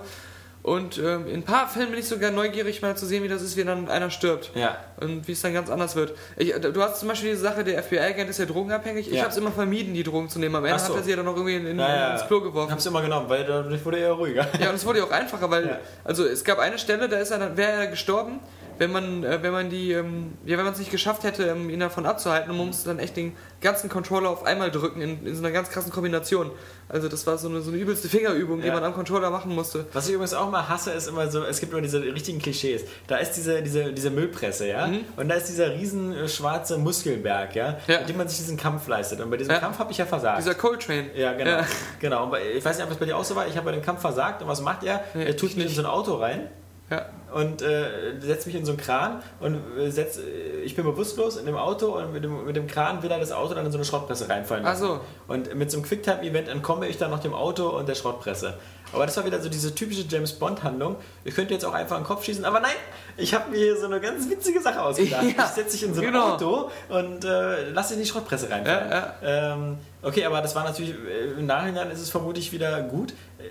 C: Und ähm, in ein paar Fällen bin ich sogar neugierig, mal zu sehen, wie das ist, wenn dann einer stirbt.
E: Ja.
C: Und wie es dann ganz anders wird. Ich, äh, du hast zum Beispiel die Sache, der FBI-Agent ist ja drogenabhängig. Ich
E: Ja.
C: habe es immer vermieden, die Drogen zu nehmen. Am
E: Ach
C: Ende
E: so.
C: hat er sie ja dann noch irgendwie in, in,
E: Ja, ja.
C: ins Klo
E: ich
C: geworfen.
E: hab's immer genommen, weil dadurch wurde er ruhiger.
C: Ja, und es wurde ja auch einfacher, weil
E: Ja.
C: also es gab eine Stelle, da ist er dann wäre er gestorben, wenn man äh, wenn man die ähm, ja, wenn man es nicht geschafft hätte, ähm, ihn davon abzuhalten, und man musste dann echt den ganzen Controller auf einmal drücken in, in so einer ganz krassen Kombination. Also das war so eine so eine übelste Fingerübung, die
E: Ja.
C: man am Controller machen musste.
E: Was ich übrigens auch mal hasse, ist immer so, es gibt immer diese richtigen Klischees. Da ist diese, diese, diese Müllpresse, ja? Und da ist dieser riesen äh, schwarze Muskelberg, ja?
C: Mhm. Ja.
E: Mit dem man sich diesen Kampf leistet. Und bei diesem
C: Ja.
E: Kampf habe ich ja versagt.
C: Dieser Coltrane.
E: ja, genau. genau. Und bei, ich weiß nicht, ob das bei dir auch so war. Ich habe bei dem Kampf versagt. Und was macht er?
C: Nee,
E: er tut
C: ich
E: mich in so ein Auto rein
C: ja.
E: und äh, setzt mich in so einen Kran und äh, setzt, äh, ich bin bewusstlos in dem Auto und mit dem, mit dem Kran will er das Auto dann in so eine Schrottpresse reinfallen
C: Ach
E: lassen.
C: so.
E: Und mit so einem Quicktime-Event entkomme ich dann noch dem Auto und der Schrottpresse. Aber das war wieder so diese typische James Bond-Handlung. Ich könnte jetzt auch einfach in den Kopf schießen, aber nein, ich habe mir hier so eine ganz witzige Sache ausgedacht.
C: Ja,
E: ich setze dich in so ein
C: genau.
E: Auto und äh, lass dich in die Schrottpresse reinfallen.
C: Ja,
E: Ähm, okay, aber das war natürlich, äh, im Nachhinein ist es vermutlich wieder gut, äh,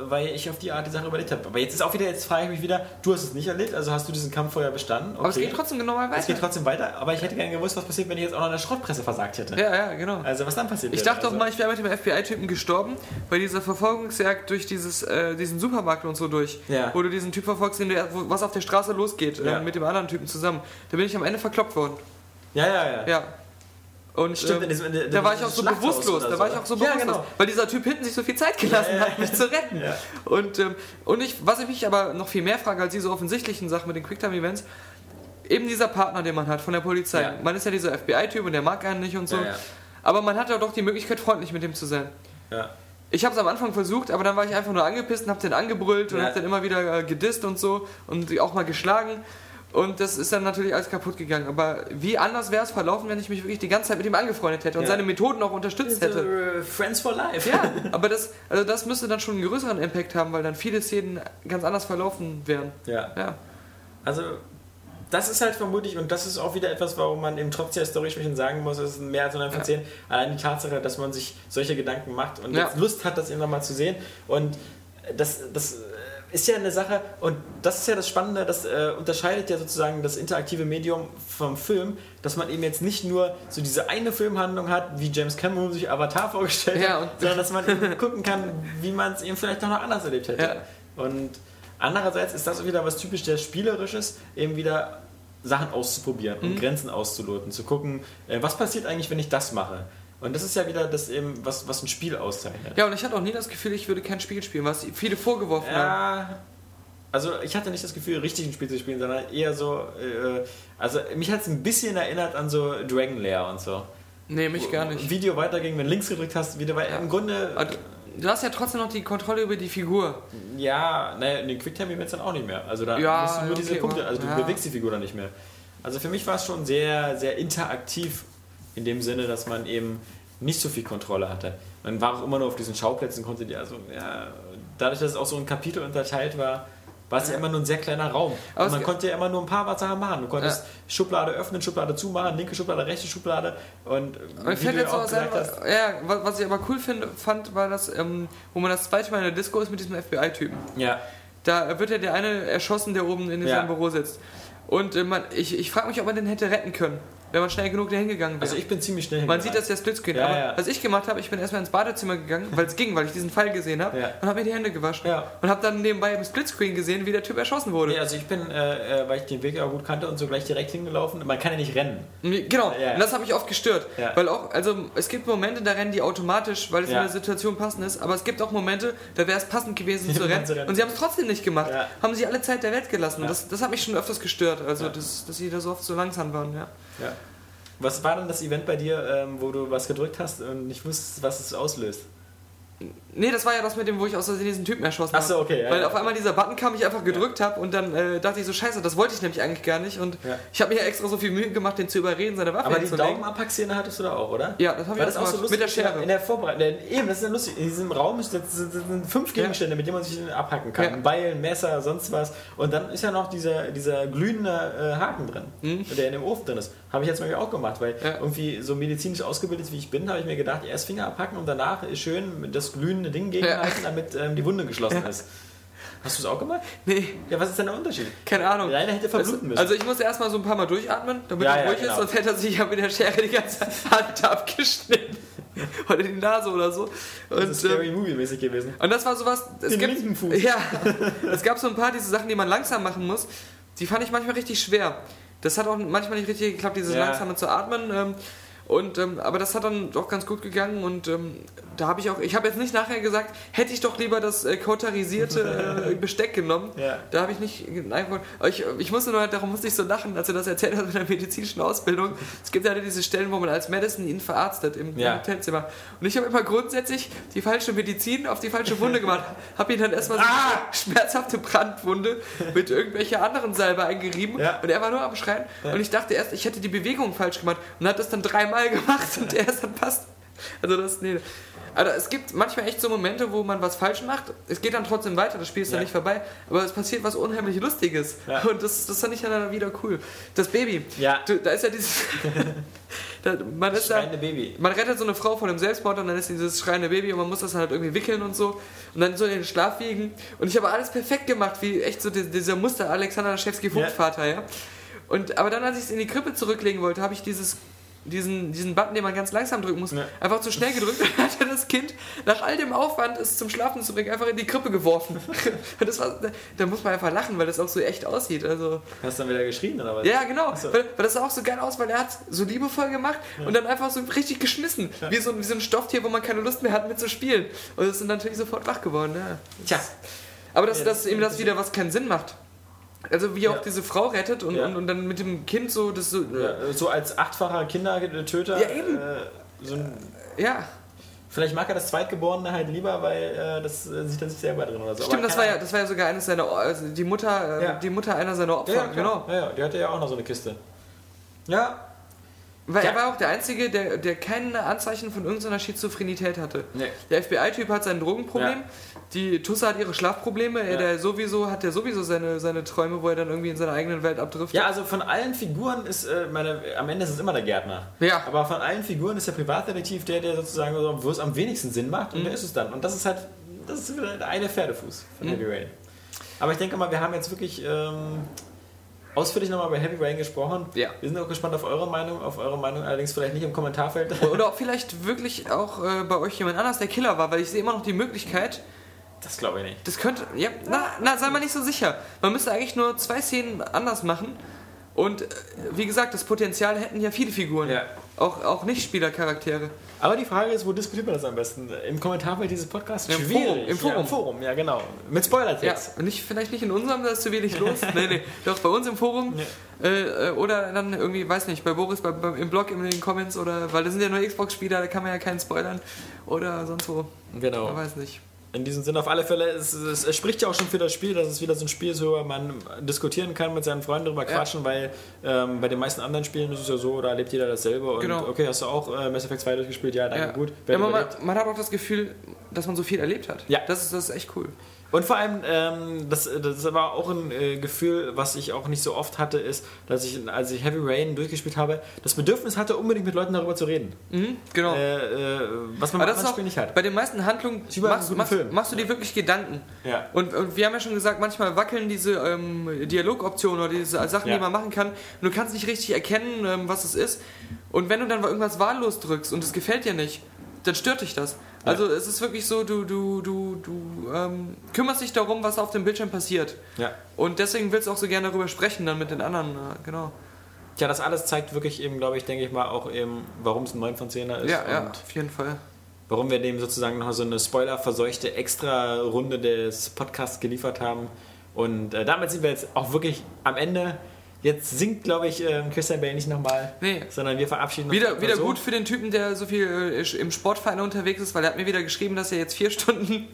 E: weil ich auf die Art die Sache überlegt habe. Aber jetzt ist auch wieder, jetzt frage ich mich wieder, du hast es nicht erlebt, also hast du diesen Kampf vorher bestanden. Okay.
C: Aber es geht trotzdem genau mal
E: Es geht
C: weiter.
E: trotzdem weiter, aber ich hätte gerne gewusst, was passiert, wenn ich jetzt auch noch in der Schrottpresse versagt hätte.
C: Ja, ja, genau.
E: Also was dann passiert
C: Ich
E: wäre.
C: dachte doch
E: also,
C: mal, ich wäre mit dem FBI-Typen gestorben bei dieser Verfolgungsjagd durch dieses, äh, diesen Supermarkt und so durch,
E: Ja.
C: wo du diesen Typ verfolgst, den der, wo, was auf der Straße losgeht
E: Ja.
C: äh, mit dem anderen Typen zusammen. Da bin ich am Ende verkloppt worden.
E: Ja, ja, ja.
C: Ja. Und
E: Stimmt,
C: ähm,
E: in diesem- in diesem
C: da war ich auch so
E: Schlachthaus
C: bewusstlos,
E: oder
C: da
E: so,
C: war ich auch so
E: oder? Ja,
C: bewusstlos,
E: genau.
C: weil dieser Typ hinten sich so viel Zeit gelassen hat, mich zu retten.
E: Ja.
C: Und, ähm, und ich, was ich mich aber noch viel mehr frage als diese offensichtlichen Sachen mit den Quicktime-Events, eben dieser Partner, den man hat von der Polizei.
E: Ja.
C: Man ist ja dieser FBI-Typ und der mag einen nicht und so.
E: Ja, ja.
C: Aber man hat ja doch die Möglichkeit, freundlich mit dem zu sein.
E: Ja.
C: Ich habe es am Anfang versucht, aber dann war ich einfach nur angepisst und habe den angebrüllt und
E: Ja.
C: habe dann immer wieder äh, gedisst und so und die auch mal geschlagen. Und das ist dann natürlich alles kaputt gegangen. Aber wie anders wäre es verlaufen, wenn ich mich wirklich die ganze Zeit mit ihm angefreundet hätte und
E: Ja.
C: seine Methoden auch unterstützt hätte?
E: Äh, Friends for Life.
C: Ja, aber das, also das müsste dann schon einen größeren Impact haben, weil dann viele Szenen ganz anders verlaufen wären.
E: ja.
C: Ja,
E: Also, das ist halt vermutlich, und das ist auch wieder etwas, warum man eben trotz der Story-Schwächen sagen muss, es ist ein mehr als 9 von
C: Ja.
E: 10. Allein die Tatsache, dass man sich solche Gedanken macht und
C: Ja.
E: jetzt Lust hat, das eben nochmal zu sehen. Und das, das äh, ist ja eine Sache, und das ist ja das Spannende, das äh, unterscheidet ja sozusagen das interaktive Medium vom Film, dass man eben jetzt nicht nur so diese eine Filmhandlung hat, wie James Cameron sich Avatar vorgestellt
C: Ja,
E: hat,
C: und-
E: sondern dass man eben gucken kann, wie man es eben vielleicht auch noch anders erlebt hätte.
C: Ja.
E: Und andererseits ist das wieder was typisch der Spielerisches, eben wieder Sachen auszuprobieren
C: Mhm.
E: und Grenzen auszuloten, zu gucken, äh, was passiert eigentlich, wenn ich das mache. Und das ist ja wieder das eben, was, was ein Spiel auszeichnet.
C: ja und ich hatte auch nie das Gefühl, ich würde kein Spiel spielen, was viele vorgeworfen haben.
E: Ja, also ich hatte nicht das Gefühl, richtig ein Spiel zu spielen, sondern eher so, äh, also mich hat es ein bisschen erinnert an so Dragon Lair und so.
C: Nee, mich gar nicht.
E: Video weiterging, wenn du links gedrückt hast, wieder weiter. Im
C: Aber
E: Grunde,
C: du- Du hast ja trotzdem noch die Kontrolle über die Figur.
E: ja, naja, in den Quicktime Events dann auch nicht mehr. Also da
C: Ja,
E: hast du nur
C: okay,
E: diese Punkte,
C: aber-
E: also du
C: ja.
E: bewegst die Figur dann nicht mehr. Also für mich war es schon sehr, sehr interaktiv in dem Sinne, dass man eben nicht so viel Kontrolle hatte. Man war auch immer nur auf diesen Schauplätzen, konnte die also, ja, dadurch, dass es auch so ein Kapitel unterteilt war, war es ja immer nur ein sehr kleiner Raum.
C: Aber
E: Und
C: es
E: man
C: ge-
E: konnte ja immer nur ein paar Sachen machen. Du konntest
C: Ja.
E: Schublade öffnen, Schublade zumachen, linke Schublade, rechte Schublade und
C: Mir fällt
E: ja
C: jetzt auch
E: gesagt Äh, hast,
C: selber, ja, wa- was ich aber cool find, fand, war das, ähm, wo man das zweite Mal in der Disco ist mit diesem FBI-Typen.
E: ja,
C: Da wird ja der eine erschossen, der oben in
E: Ja.
C: seinem Büro sitzt. Und äh, man, ich, ich frage mich, ob man den hätte retten können, wenn man schnell genug dahin gegangen wäre.
E: also ich bin ziemlich schnell
C: man
E: hingerannt.
C: sieht das ja Splitscreen.
E: Ja,
C: aber
E: ja.
C: was ich gemacht habe, ich bin erstmal ins Badezimmer gegangen, weil es ging, weil ich diesen Fall gesehen habe
E: Ja.
C: und habe mir die Hände gewaschen.
E: Ja.
C: Und habe dann nebenbei im Splitscreen gesehen, wie der Typ erschossen wurde.
E: Nee, also ich bin, äh, äh, weil ich den Weg ja gut kannte und so gleich direkt hingelaufen. Man kann ja nicht rennen.
C: Nee, Genau,
E: Ja.
C: und das habe ich oft gestört.
E: Ja.
C: Weil auch, also es gibt Momente, da rennen die automatisch, weil es
E: Ja.
C: in der Situation passend ist, aber es gibt auch Momente, da wäre es passend gewesen zu
E: Ja,
C: rennen.
E: zu rennen.
C: Und sie haben es trotzdem nicht gemacht.
E: Ja.
C: Haben sie alle Zeit der Welt gelassen. Und Das, das hat mich schon öfters gestört, also das, dass sie da so oft so langsam waren, ja.
E: Ja. Was war denn das Event bei dir, ähm, wo du was gedrückt hast und nicht wusstest, was es auslöst?
C: Nee, das war ja das mit dem, wo ich aus Versehen diesen Typen erschossen
E: Ach so,
C: habe.
E: okay, ja,
C: Weil
E: ja.
C: auf einmal dieser Button kam, ich einfach gedrückt habe und dann äh, dachte ich so, scheiße, das wollte ich nämlich eigentlich gar nicht. Und
E: Ja.
C: ich habe mir ja extra so viel Mühe gemacht, den zu überreden, seine Waffe
E: Aber die
C: hinzulegen.
E: Daumenabpack-Szene hattest du da auch, oder?
C: Ja, das hab ich auch
E: War das auch so
C: gemacht.
E: lustig
C: Mit der Schere.
E: In der Vorbereitung. Denn Eben, das ist ja lustig. In diesem Raum ist- das- das- das sind fünf Gegenstände, mit denen man sich abhacken kann.
C: Ja.
E: Ein Beil, ein Messer, sonst was. Und dann ist ja noch dieser, dieser glühende äh, Haken drin, der in dem Ofen drin ist. Habe ich jetzt mal auch gemacht, weil
C: Mhm. Ja.
E: irgendwie so medizinisch ausgebildet wie ich bin, habe ich mir gedacht, erst Finger abhacken und danach schön das glühende Ding gegenhalten, damit ähm, die Wunde geschlossen ist. Hast du es auch gemacht?
C: nee,
E: Ja, was ist denn der Unterschied?
C: keine Ahnung.
E: Leider hätte verbluten müssen.
C: Also ich musste erstmal so ein paar Mal durchatmen, damit
E: Ja,
C: er
E: ja,
C: ruhig
E: genau.
C: ist, sonst hätte er sich ja mit der Schere die ganze Hand abgeschnitten. Oder die Nase oder so. Und,
E: das ist
C: ähm,
E: scary movie-mäßig gewesen.
C: Und das war sowas. Es
E: Den
C: gibt,
E: linken Fuß.
C: Ja, es gab so ein paar diese Sachen, die man langsam machen muss. Die fand ich manchmal richtig schwer. Das hat auch manchmal nicht richtig geklappt, dieses
E: Ja.
C: langsame zu atmen. Ähm, und, ähm, aber das hat dann doch ganz gut gegangen und ähm, da habe ich auch, ich habe jetzt nicht nachher gesagt, hätte ich doch lieber das äh, kautarisierte äh, Besteck genommen.
E: Ja.
C: Da habe ich nicht, nein, aber ich, ich musste nur, darum musste ich so lachen, als er das erzählt hat mit der medizinischen Ausbildung. Es gibt ja alle diese Stellen, wo man als Medicine ihn verarztet im,
E: Ja.
C: im Hotelzimmer. Und ich habe immer grundsätzlich die falsche Medizin auf die falsche Wunde gemacht. Habe ihn dann erstmal so
E: Ah!
C: eine schmerzhafte Brandwunde mit irgendwelcher anderen Salbe eingerieben.
E: Ja.
C: Und er war nur am Schreien. Und ich dachte erst, ich hätte die Bewegung falsch gemacht. Und hat das dann dreimal gemacht und erst dann passt. Also das, nee. Also es gibt manchmal echt so Momente, wo man was falsch macht. Es geht dann trotzdem weiter, das Spiel ist ja.
E: Ja.
C: dann nicht vorbei. Aber es passiert was unheimlich Lustiges.
E: Ja.
C: Und das, das fand ich ja dann wieder cool. Das Baby.
E: Ja.
C: Du, da ist ja dieses... da, man ist da,
E: Schreiende Baby.
C: man rettet so eine Frau von einem Selbstmord und dann ist dieses schreiende Baby und man muss das halt irgendwie wickeln und so und dann so in den Schlaf wiegen. Und ich habe alles perfekt gemacht, wie echt so die- dieser Muster Alexander Laschewski Funkvater, ja. Und, aber dann, als ich es in die Krippe zurücklegen wollte, habe ich dieses, diesen, diesen Button, den man ganz langsam drücken muss,
E: Ja.
C: einfach zu schnell gedrückt und hatte das Kind nach all dem Aufwand, es zum Schlafen zu bringen, einfach in die Krippe geworfen. Und das war, da muss man einfach lachen, weil das auch so echt aussieht. Also,
E: Hast du dann wieder geschrien oder was?
C: ja, genau.
E: so.
C: Weil, weil das sah auch so geil aus, weil er hat so liebevoll gemacht und dann einfach so richtig geschmissen. Wie, so, wie so ein Stofftier, wo man keine Lust mehr hat, mit zu spielen. Und das ist dann natürlich sofort wach geworden. Ja.
E: Tja.
C: Aber dass, dass
E: das-
C: ihm das wieder was keinen Sinn macht. Also wie er
E: Ja.
C: auch diese Frau rettet und,
E: Ja.
C: und, und dann mit dem Kind so, das so. äh, Ja.
E: Ja, Äh, so als achtfacher Kindertöter.
C: Ja, eben.
E: Äh, so ein,
C: ja.
E: vielleicht mag er das Zweitgeborene halt lieber, weil äh, das äh, sieht er sich selber drin oder so.
C: Stimmt,
E: Aber
C: das war
E: keine
C: ja, das war ja sogar eines seiner also die Mutter, äh,
E: Ja.
C: die Mutter einer seiner Opfer,
E: Ahnung. Ja, ja,
C: genau.
E: genau. Ja, ja, die hatte ja auch noch so eine Kiste. Ja.
C: Weil
E: Ja.
C: er war auch der Einzige, der, der keine Anzeichen von irgendeiner Schizophrenität hatte.
E: Nee.
C: Der FBI-Typ hat sein Drogenproblem, die Tussa hat ihre Schlafprobleme, er
E: Ja.
C: der sowieso, hat der sowieso seine, seine Träume, wo er dann irgendwie in seiner eigenen Welt abdriftet.
E: Ja, also von allen Figuren ist, äh, meine, am Ende ist es immer der Gärtner.
C: Ja.
E: Aber von allen Figuren ist der Privatdetektiv der, der sozusagen, so, wo es am wenigsten Sinn macht
C: Mhm.
E: und der ist es dann. Und das ist halt, das ist wieder der eine Pferdefuß von
C: Mhm.
E: Heavy Rain. Aber ich denke mal, wir haben jetzt wirklich ähm, ausführlich nochmal über Heavy Rain gesprochen.
C: Ja.
E: Wir sind auch gespannt auf eure Meinung, auf eure Meinung allerdings vielleicht nicht im Kommentarfeld.
C: Oder auch vielleicht wirklich auch äh, bei euch jemand anders, der Killer war, weil ich sehe immer noch die Möglichkeit,
E: Das glaube ich nicht.
C: das könnte. Ja, na, na, sei mal nicht so sicher. Man müsste eigentlich nur zwei Szenen anders machen. Und äh, wie gesagt, das Potenzial hätten ja viele Figuren.
E: Ja.
C: Auch, auch Nicht-Spielercharaktere.
E: Aber die Frage ist, wo diskutiert man das am besten? Im Kommentarfeld dieses Podcasts?
C: Ja, im Forum, im
E: Ja,
C: Forum.
E: Im Forum, ja genau. Mit
C: Ja,
E: Spoilertext.
C: und nicht, vielleicht nicht in unserem, da ist zu wenig los. nee, nee, doch bei uns im Forum. Äh, äh, oder dann irgendwie, weiß nicht, bei Boris bei, beim- im Blog, in den Comments oder, weil das sind ja nur Xbox-Spieler, da kann man ja keinen spoilern. Oder sonst wo.
E: Genau.
C: Ich weiß nicht.
E: In diesem Sinne, auf alle Fälle, es, es, es spricht ja auch schon für das Spiel, dass es wieder so ein Spiel ist, worüber man diskutieren kann, mit seinen Freunden drüber quatschen, weil ähm, bei den meisten anderen Spielen ist es ja so, da erlebt jeder dasselbe. Und
C: Genau.
E: okay, hast du auch äh, Mass Effect 2 durchgespielt? Ja, danke,
C: Ja.
E: gut.
C: Ja,
E: Wer
C: man, man,
E: überlebt?
C: man hat auch das Gefühl, dass man so viel erlebt hat.
E: Ja.
C: Das ist, das ist echt cool.
E: Und vor allem, ähm, das, das war auch ein äh, Gefühl, was ich auch nicht so oft hatte, ist, dass ich, als ich Heavy Rain durchgespielt habe, das Bedürfnis hatte, unbedingt mit Leuten darüber zu reden.
C: Genau.
E: Äh, äh, was man
C: Aber
E: bei
C: das ist
E: anderen
C: auch,
E: Spielen nicht halt. hat.
C: bei den meisten Handlungen
E: wie bei einem
C: machst,
E: guten
C: machst,
E: Film.
C: machst du dir wirklich Gedanken.
E: Ja.
C: Und, und wir haben ja schon gesagt, manchmal wackeln diese ähm, Dialogoptionen oder diese Sachen,
E: Ja.
C: die man machen kann. Und du kannst nicht richtig erkennen, ähm, was es ist. Und wenn du dann irgendwas wahllos drückst und es gefällt dir nicht, dann stört dich das. Also es ist wirklich so, du, du, du, du ähm, kümmerst dich darum, was auf dem Bildschirm passiert.
E: Ja.
C: Und deswegen willst du auch so gerne darüber sprechen, dann mit den anderen. äh, Genau.
E: Tja, das alles zeigt wirklich eben, glaube ich, denke ich mal, auch eben, warum es ein 9 von 10er ist.
C: Ja, ja,
E: und
C: auf jeden Fall.
E: warum wir dem sozusagen noch so eine spoilerverseuchte extra Runde des Podcasts geliefert haben. Und äh, damit sind wir jetzt auch wirklich am Ende Jetzt singt, glaube ich, ähm, Christian Bale nicht nochmal,
C: Nee.
E: sondern wir verabschieden
C: Wieder,
E: uns.
C: wieder
E: so.
C: gut für den Typen, der so viel äh, im Sportverein unterwegs ist, weil er hat mir wieder geschrieben, dass er jetzt vier Stunden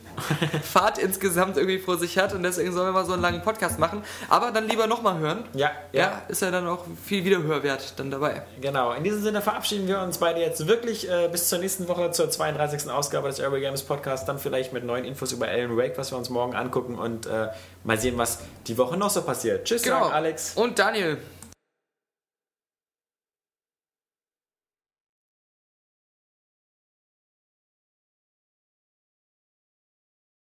C: Fahrt insgesamt irgendwie vor sich hat und deswegen sollen wir mal so einen langen Podcast machen. Aber dann lieber nochmal hören.
E: Ja,
C: Ja,
E: ja,
C: ist ja dann auch viel Wiederhörwert dann dabei.
E: genau. In diesem Sinne verabschieden wir uns beide jetzt wirklich äh, bis zur nächsten Woche, zur 32. Ausgabe des Airway Games Podcasts, dann vielleicht mit neuen Infos über Alan Wake, was wir uns morgen angucken und äh, mal sehen, was die Woche noch so passiert. Tschüss, sagen Alex.
C: Genau. Und Daniel.